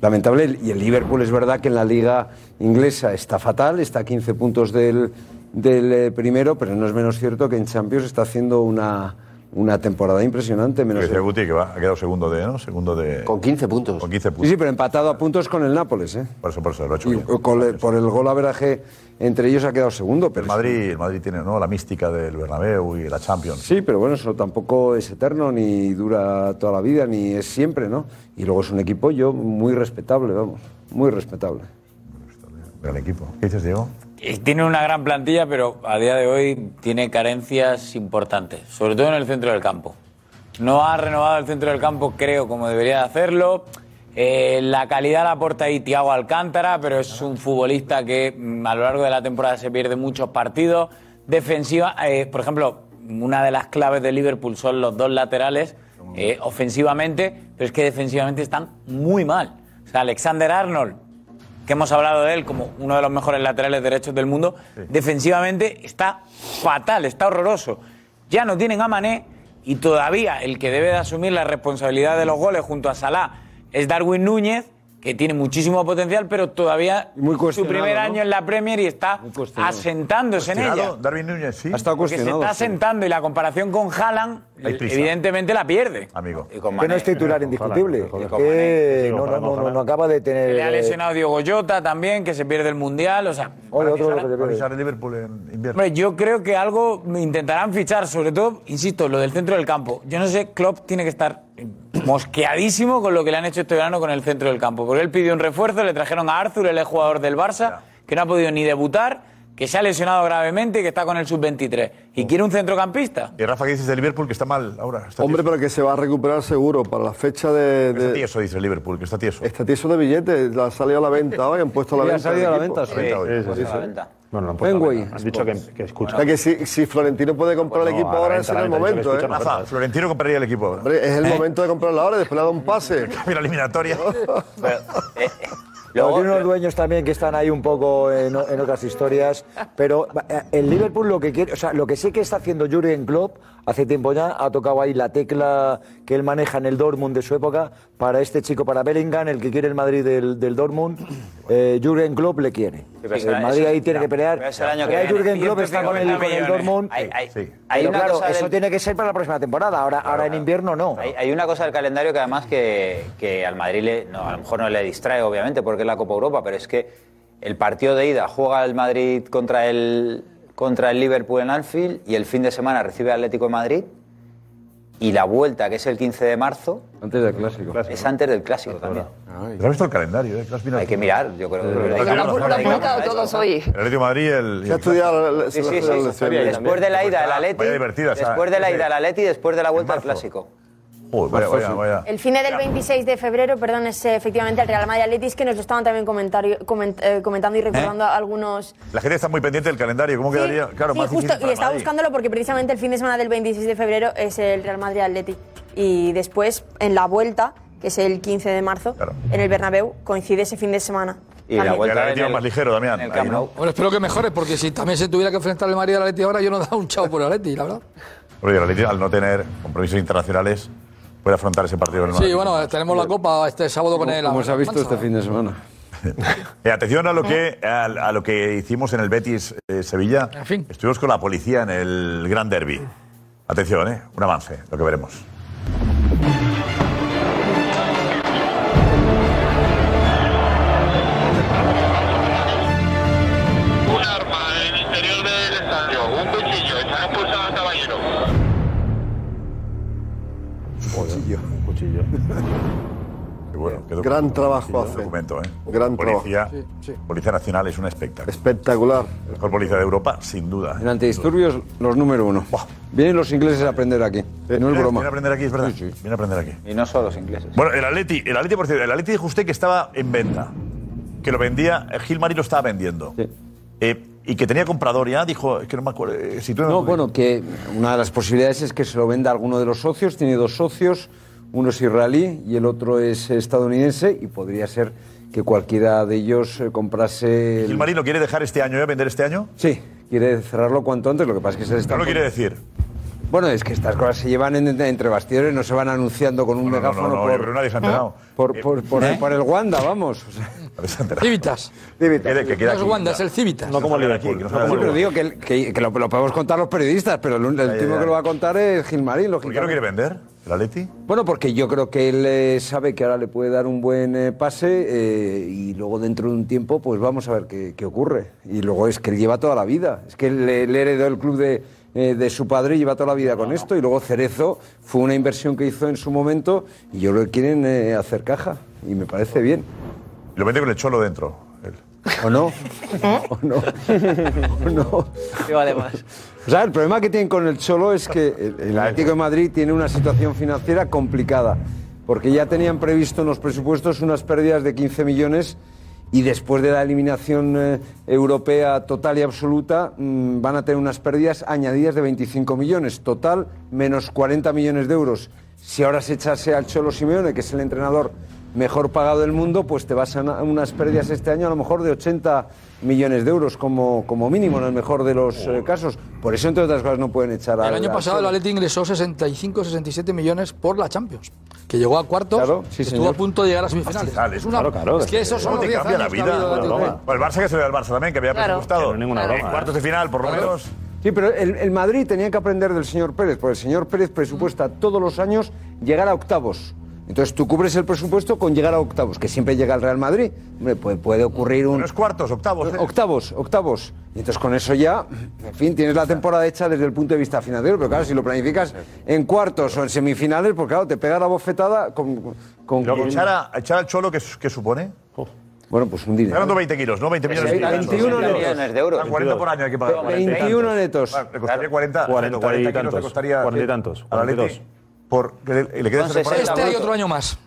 [SPEAKER 11] Lamentable. Y el Liverpool es verdad que en la liga inglesa está fatal, está a 15 puntos del, del eh, primero, pero no es menos cierto que en Champions está haciendo una, una temporada impresionante. Menos
[SPEAKER 3] Dice Guti que va, ha quedado segundo de, ¿no? Segundo de... Con
[SPEAKER 16] 15 puntos.
[SPEAKER 3] Con
[SPEAKER 11] Sí,
[SPEAKER 3] 15 puntos.
[SPEAKER 11] sí, pero empatado a puntos con el Nápoles, ¿eh?
[SPEAKER 3] Por eso, por eso, lo ha
[SPEAKER 11] Y
[SPEAKER 3] hecho bien.
[SPEAKER 11] con el- por el gol averaje entre ellos ha quedado segundo. Pero
[SPEAKER 3] El Madrid, el Madrid tiene ¿no? la mística del Bernabéu y la Champions.
[SPEAKER 11] Sí, pero bueno, eso tampoco es eterno, ni dura toda la vida, ni es siempre, ¿no? Y luego es un equipo yo muy respetable, vamos, muy respetable.
[SPEAKER 3] Gran equipo. ¿Qué dices, Diego?
[SPEAKER 17] Y Eh, Tiene una gran plantilla, pero a día de hoy tiene carencias importantes, sobre todo en el centro del campo. No ha renovado el centro del campo, creo, como debería de hacerlo. Eh, la calidad la aporta ahí Tiago Alcántara, pero es un futbolista que mm, a lo largo de la temporada se pierde muchos partidos. Defensiva, eh, por ejemplo, una de las claves de Liverpool son los dos laterales eh, ofensivamente, pero es que defensivamente están muy mal. O sea, Alexander Arnold, que hemos hablado de él como uno de los mejores laterales derechos del mundo, defensivamente está fatal, está horroroso. Ya no tienen a Mané y todavía el que debe de asumir la responsabilidad de los goles junto a Salah es Darwin Núñez, que tiene muchísimo potencial, pero todavía su
[SPEAKER 3] cuestionado,
[SPEAKER 17] primer
[SPEAKER 3] ¿no?
[SPEAKER 17] año en la Premier y está
[SPEAKER 3] cuestionado.
[SPEAKER 17] asentándose en ella.
[SPEAKER 3] Cuestionado, Darwin Núñez, sí.
[SPEAKER 17] Porque se está sentando y la comparación con Haaland,
[SPEAKER 3] Hay prisa.
[SPEAKER 17] evidentemente la pierde.
[SPEAKER 3] Amigo.
[SPEAKER 17] Mané.
[SPEAKER 19] Que no es titular indiscutible.
[SPEAKER 17] Ojalá, ojalá.
[SPEAKER 19] Que
[SPEAKER 17] Sí,
[SPEAKER 19] no,
[SPEAKER 17] ojalá,
[SPEAKER 19] no, no,
[SPEAKER 17] ojalá.
[SPEAKER 19] no acaba de tener.
[SPEAKER 17] Le ha
[SPEAKER 19] eh,
[SPEAKER 17] lesionado Diego Jota también, que se pierde el Mundial. O sea, para
[SPEAKER 19] otro
[SPEAKER 17] que
[SPEAKER 19] que te pierde.
[SPEAKER 3] Para Liverpool en invierno.
[SPEAKER 17] Hombre, yo creo que algo intentarán fichar, sobre todo, insisto, lo del centro del campo. Yo no sé, Klopp tiene que estar mosqueadísimo con lo que le han hecho este verano con el centro del campo. Porque él pidió un refuerzo, le trajeron a Arthur, el jugador del Barça, que no ha podido ni debutar, que se ha lesionado gravemente y que está con el sub-23. Y quiere un centrocampista.
[SPEAKER 3] Y Rafa, ¿qué dices de Liverpool que está mal ahora? Está
[SPEAKER 13] Hombre, pero que se va a recuperar seguro para la fecha de. de-
[SPEAKER 3] Está tieso, dice el Liverpool, que está tieso.
[SPEAKER 13] Está tieso de billetes, la ha salido a la venta hoy, han puesto a la
[SPEAKER 3] Sí,
[SPEAKER 13] venta.
[SPEAKER 3] ha
[SPEAKER 13] el
[SPEAKER 3] salido a la
[SPEAKER 13] equipo.
[SPEAKER 3] venta, sí. Sí, sí, sí, sí.
[SPEAKER 7] Bueno, no
[SPEAKER 13] Ven,
[SPEAKER 7] han puesto
[SPEAKER 13] güey.
[SPEAKER 7] la venta. Han dicho que, que escucha.
[SPEAKER 13] O sea que si, si Florentino puede comprar el
[SPEAKER 7] Bueno,
[SPEAKER 13] equipo
[SPEAKER 7] a la
[SPEAKER 13] ahora, es
[SPEAKER 7] venta,
[SPEAKER 13] en
[SPEAKER 7] a la
[SPEAKER 13] el
[SPEAKER 7] venta, dicho que
[SPEAKER 13] momento, ¿eh?
[SPEAKER 7] escuchan ofertas.
[SPEAKER 3] Florentino compraría el equipo ahora.
[SPEAKER 13] Hombre, es el
[SPEAKER 3] ¿Eh?
[SPEAKER 13] momento de comprarlo ahora, después le da un pase.
[SPEAKER 3] Mira, eliminatoria.
[SPEAKER 19] Luego, tiene
[SPEAKER 18] eh,
[SPEAKER 19] unos dueños también que están ahí un poco en, o- en otras historias, pero eh, el Liverpool lo que quiere, o sea, lo que sí que está haciendo Jurgen Klopp hace tiempo ya ha tocado ahí la tecla que él maneja en el Dortmund de su época para este chico, para Bellingham, el que quiere el Madrid del, del Dortmund, eh, Jurgen Klopp le quiere.
[SPEAKER 18] pero será-
[SPEAKER 19] el Madrid ahí
[SPEAKER 18] eso-
[SPEAKER 19] tiene que pelear.
[SPEAKER 18] pero es el año que
[SPEAKER 19] Ya
[SPEAKER 18] viene.
[SPEAKER 19] Jürgen Klopp
[SPEAKER 18] Yo
[SPEAKER 19] está
[SPEAKER 18] creo
[SPEAKER 19] con
[SPEAKER 18] que
[SPEAKER 19] el,
[SPEAKER 18] noventa
[SPEAKER 19] con el
[SPEAKER 18] millones.
[SPEAKER 19] Dortmund.
[SPEAKER 18] Hay- hay- Sí.
[SPEAKER 19] Pero
[SPEAKER 18] ¿eh? hay una
[SPEAKER 19] claro,
[SPEAKER 18] cosa
[SPEAKER 19] eso
[SPEAKER 18] del-
[SPEAKER 19] tiene que ser para la próxima temporada. Ahora, ahora en invierno no.
[SPEAKER 18] Hay, hay una cosa del calendario que además que, que al Madrid le- no, a lo mejor no le distrae, obviamente, porque es la Copa Europa, pero es que el partido de ida juega el Madrid contra el, contra el Liverpool en Anfield y el fin de semana recibe al Atlético de Madrid y la vuelta, que es el 15 de marzo,
[SPEAKER 11] Antes del clásico.
[SPEAKER 18] es antes del Clásico también.
[SPEAKER 3] Pero has visto el calendario, ¿eh? Hay
[SPEAKER 18] que mirar, yo
[SPEAKER 13] Eh,
[SPEAKER 18] creo.
[SPEAKER 3] que
[SPEAKER 18] hay que-
[SPEAKER 3] El
[SPEAKER 18] hay que-
[SPEAKER 20] apuntado todos hoy.
[SPEAKER 3] Atlético de Madrid, el.
[SPEAKER 13] Se ha estudiado la- la-
[SPEAKER 18] Sí, sí,
[SPEAKER 13] la-
[SPEAKER 18] sí,
[SPEAKER 13] la- la-
[SPEAKER 18] sí,
[SPEAKER 13] la- la-
[SPEAKER 18] Después de la ida del Atleti,
[SPEAKER 3] Vaya divertida esa-
[SPEAKER 18] después de la
[SPEAKER 3] ese-
[SPEAKER 18] ida del Atleti y después de la vuelta al Clásico.
[SPEAKER 3] Uy, vaya, vaya, vaya.
[SPEAKER 20] El fin del 26 de febrero, perdón, es eh, efectivamente el Real Madrid Atletis, que nos lo estaban también comentario- coment- eh, comentando y recordando a algunos.
[SPEAKER 3] La gente está muy pendiente del calendario. ¿Cómo quedaría? Claro,
[SPEAKER 20] Sí,
[SPEAKER 3] más
[SPEAKER 20] justo,
[SPEAKER 3] difícil
[SPEAKER 20] y
[SPEAKER 3] para
[SPEAKER 20] estaba
[SPEAKER 3] Madrid.
[SPEAKER 20] buscándolo porque precisamente el fin de semana del 26 de febrero es el Real Madrid Atleti. Y después, en la vuelta, que es el 15 de marzo, en el Bernabéu coincide ese fin de semana.
[SPEAKER 3] Y la vuelta. El Atlético más ligero, Damián. ahí, ¿no?
[SPEAKER 15] Bueno, espero que mejore, porque si también se tuviera que enfrentar el Madrid al Atleti ahora, yo no daba un chao por el Atleti, la verdad.
[SPEAKER 3] Pero el Atlético, al no tener compromisos internacionales, puede afrontar ese partido. en el
[SPEAKER 15] Sí,
[SPEAKER 3] Madrid.
[SPEAKER 15] bueno, tenemos la Copa este sábado con el...
[SPEAKER 3] como se ha visto
[SPEAKER 15] Mancha.
[SPEAKER 3] este fin de semana. Eh, atención a lo que a, a lo que hicimos en el Betis eh, Sevilla. Estuvimos con la policía en el Gran Derby. Atención, eh, un avance, lo que veremos.
[SPEAKER 13] Cuchillo.
[SPEAKER 3] Cuchillo. Qué bueno, qué
[SPEAKER 13] Gran
[SPEAKER 3] docu-
[SPEAKER 13] trabajo
[SPEAKER 3] qué
[SPEAKER 13] hace.
[SPEAKER 3] Documento, eh.
[SPEAKER 13] Gran
[SPEAKER 3] policía,
[SPEAKER 13] trabajo.
[SPEAKER 3] Policía Nacional es un espectáculo.
[SPEAKER 13] Espectacular.
[SPEAKER 3] La mejor policía de Europa, sin duda. eh.
[SPEAKER 11] En antidisturbios, los número uno. Vienen los ingleses a aprender aquí. No es
[SPEAKER 3] Viene-
[SPEAKER 11] broma.
[SPEAKER 3] viene a aprender aquí, es verdad. Viene a aprender aquí.
[SPEAKER 18] Y no solo los ingleses.
[SPEAKER 3] Bueno, el Atleti, el Atleti, por cierto, el Atleti dijo usted que estaba en venta, que lo vendía, Gilmari lo estaba vendiendo. Eh, y que tenía comprador ya, dijo, es que no me acuerdo, eh, si tú
[SPEAKER 11] No, bueno, que una de las posibilidades es que se lo venda a alguno de los socios. Tiene dos socios, uno es israelí y el otro es estadounidense y podría ser que cualquiera de ellos eh, comprase... el-
[SPEAKER 3] Gilmari lo quiere dejar este año, ¿eh? ¿Vender este año?
[SPEAKER 11] Sí, quiere cerrarlo cuanto antes, lo que pasa es que se está...
[SPEAKER 3] No lo quiere decir.
[SPEAKER 11] Bueno, es que estas cosas se llevan en- entre bastidores, no se van anunciando con un megáfono
[SPEAKER 3] no, no, yo
[SPEAKER 11] por, Ah,
[SPEAKER 3] creo que nadie se ha enterado.
[SPEAKER 11] por, por- por-
[SPEAKER 3] ¿Eh?
[SPEAKER 11] por el Wanda, vamos.
[SPEAKER 15] Civitas.
[SPEAKER 11] Civitas.
[SPEAKER 3] Que
[SPEAKER 15] No es Wanda, es el Civitas.
[SPEAKER 11] No como Liverpool.
[SPEAKER 3] no
[SPEAKER 11] Sí, pero digo que, que- que lo, lo podemos contar los periodistas, pero el, el último
[SPEAKER 3] ya.
[SPEAKER 11] que lo va a contar es Gilmarín,
[SPEAKER 3] ¿Por qué no
[SPEAKER 11] lógicamente.
[SPEAKER 3] quiere vender el Atleti?
[SPEAKER 11] Bueno, porque yo creo que él eh, sabe que ahora le puede dar un buen eh, pase eh, y luego dentro de un tiempo, pues vamos a ver qué, qué ocurre. Y luego es que él lleva toda la vida. Es que él, eh, le heredó el club de, eh, de su padre y lleva toda la vida con esto. Y luego Cerezo fue una inversión que hizo en su momento y yo lo quieren eh, hacer caja. Y me parece bien.
[SPEAKER 3] Y lo vende con el cholo dentro.
[SPEAKER 11] ¿O no? ¿O no? ¿O no? O sea, el problema que tienen con el Cholo es que el- el Atlético de Madrid tiene una situación financiera complicada, porque ya tenían previsto en los presupuestos unas pérdidas de 15 millones y después de la eliminación eh, europea total y absoluta mm, van a tener unas pérdidas añadidas de 25 millones, total menos 40 millones de euros. Si ahora se echase al Cholo Simeone, que es el entrenador mejor pagado del mundo, pues te vas a una- unas pérdidas este año a lo mejor de 80 millones de euros como, como mínimo, en el mejor de los eh, casos. Por eso, entre otras cosas, no pueden echar a
[SPEAKER 8] El año pasado el Atleti ingresó 65, 67 millones por la Champions, que llegó a cuartos, que estuvo
[SPEAKER 3] señor.
[SPEAKER 8] a punto de llegar a semifinales. Es una- es que esos son
[SPEAKER 3] ¿Cómo
[SPEAKER 8] los
[SPEAKER 3] te
[SPEAKER 8] 10
[SPEAKER 3] cambia la
[SPEAKER 8] años que ha
[SPEAKER 3] vida?
[SPEAKER 8] habido de Atleti.
[SPEAKER 3] O el Barça que se ve al Barça también, que había
[SPEAKER 8] Claro.
[SPEAKER 3] presupuestado.
[SPEAKER 11] Que no es ninguna broma,
[SPEAKER 3] En
[SPEAKER 11] ¿eh?
[SPEAKER 3] cuartos de final, por lo
[SPEAKER 11] Claro.
[SPEAKER 3] menos.
[SPEAKER 11] Sí, pero el, el Madrid tenía que aprender del señor Pérez, porque el señor Pérez presupuesta
[SPEAKER 3] Mm.
[SPEAKER 11] todos los años llegar a octavos. Entonces tú cubres el presupuesto con llegar a octavos, que siempre llega el Real Madrid. Hombre, puede, puede ocurrir un. Los
[SPEAKER 3] cuartos, octavos. ¿eh?
[SPEAKER 11] Octavos, octavos. Y entonces con eso ya, en fin, tienes la temporada hecha desde el punto de vista financiero, pero claro, si lo planificas en cuartos o en semifinales, pues claro, te pega la bofetada con. con,
[SPEAKER 3] Pero
[SPEAKER 11] con-
[SPEAKER 3] echar, a, echar al Cholo, ¿qué, su- qué supone?
[SPEAKER 11] Bueno, pues un dinero.
[SPEAKER 3] Está ganando 20 kilos, ¿no? 20 millones de euros.
[SPEAKER 11] 21
[SPEAKER 3] de euros. Ah, 40 por año hay que pagar.
[SPEAKER 11] 21 netos.
[SPEAKER 3] Ah, Le costaría 40.
[SPEAKER 7] 40 y
[SPEAKER 3] 40 kilos
[SPEAKER 7] tantos.
[SPEAKER 3] le costaría.
[SPEAKER 7] 40 y tantos,
[SPEAKER 3] A la
[SPEAKER 7] 42.
[SPEAKER 3] Por, que le, le queda esta temporada.
[SPEAKER 8] Este y otro año más.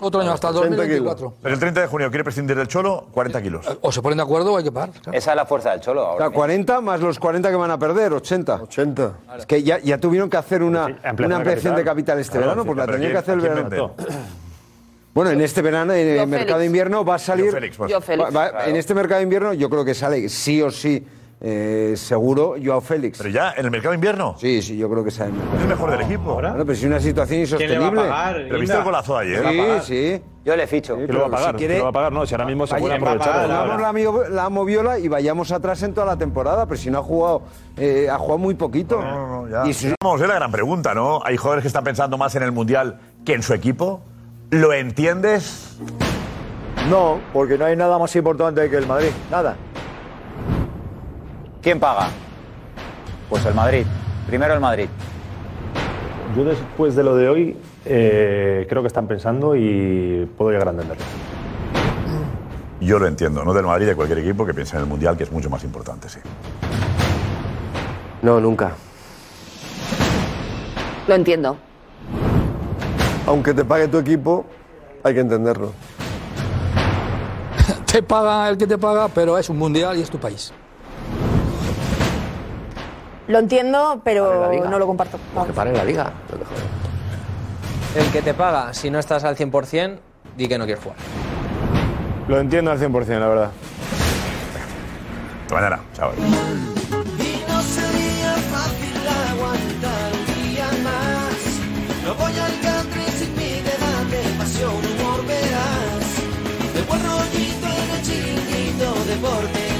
[SPEAKER 8] Otro año hasta 2024.
[SPEAKER 3] Pero el 30 de junio quiere prescindir del Cholo, 40 kilos.
[SPEAKER 8] Eh, O se ponen de acuerdo o hay que pagar. claro.
[SPEAKER 18] Esa es la fuerza del Cholo
[SPEAKER 11] O
[SPEAKER 18] ahora.
[SPEAKER 11] sea, 40 más los 40 que van a perder, 80.
[SPEAKER 13] 80.
[SPEAKER 11] Es que ya, ya tuvieron que hacer una,
[SPEAKER 3] ampliación
[SPEAKER 11] una
[SPEAKER 3] de
[SPEAKER 11] ampliación
[SPEAKER 3] capital.
[SPEAKER 11] de capital este
[SPEAKER 3] Claro,
[SPEAKER 11] verano,
[SPEAKER 3] sí,
[SPEAKER 11] pues la
[SPEAKER 3] pero
[SPEAKER 11] tenían
[SPEAKER 3] ¿quién-
[SPEAKER 11] que hacer el
[SPEAKER 3] a quién
[SPEAKER 11] verano. Bueno, en este verano, en el mercado de
[SPEAKER 3] Félix.
[SPEAKER 11] invierno, va a salir.
[SPEAKER 3] Yo Félix, pues. Yo Félix,
[SPEAKER 11] va- va-
[SPEAKER 3] claro.
[SPEAKER 11] En este mercado de invierno, yo creo que sale sí o sí, eh, seguro, Joao Félix. ¿Pero
[SPEAKER 3] ya en el mercado de invierno?
[SPEAKER 11] Sí, sí, yo creo que sale. Es
[SPEAKER 3] el mejor del equipo.
[SPEAKER 11] Bueno, pero si una situación insostenible.
[SPEAKER 3] ¿Pero viste el golazo de ayer?
[SPEAKER 11] Sí, sí.
[SPEAKER 18] Yo le ficho.
[SPEAKER 11] pero
[SPEAKER 7] lo va a pagar?
[SPEAKER 11] si
[SPEAKER 7] ¿Quién
[SPEAKER 11] quiere-
[SPEAKER 7] lo va a pagar? No, si ahora mismo se puede
[SPEAKER 11] Vaya,
[SPEAKER 7] aprovechar.
[SPEAKER 11] vamos,
[SPEAKER 7] ¿verdad?
[SPEAKER 11] la, mio- la moviola y vayamos atrás en toda la temporada, pero si no ha jugado, eh, ha jugado muy poquito.
[SPEAKER 3] Y si- Vamos, es la gran pregunta, ¿no? Hay jugadores que están pensando más en el Mundial que en su equipo. ¿Lo entiendes?
[SPEAKER 1] No, porque no hay nada más importante que el Madrid. Nada.
[SPEAKER 18] ¿Quién paga? Pues el Madrid. Primero el Madrid.
[SPEAKER 7] Yo después de lo de hoy eh, creo que están pensando y puedo llegar a entenderlo.
[SPEAKER 3] Yo lo entiendo, no del Madrid, de cualquier equipo que piensa en el Mundial, que es mucho más importante, sí.
[SPEAKER 33] No, nunca.
[SPEAKER 23] Lo entiendo.
[SPEAKER 13] Aunque te pague tu equipo, hay que entenderlo.
[SPEAKER 8] Te paga el que te paga, pero es un mundial y es tu país.
[SPEAKER 4] Lo entiendo, pero
[SPEAKER 5] liga.
[SPEAKER 4] no lo comparto.
[SPEAKER 5] Que pare la liga. El que te paga, si no estás al 100%, di que no quieres jugar.
[SPEAKER 1] Lo entiendo al 100%, la verdad.
[SPEAKER 3] Hasta mañana, chao.
[SPEAKER 12] Y no sería fácil aguantar un día más. No voy al country sin mi edad de pasión, humor verás. De buen rollito en el chiringuito, deporte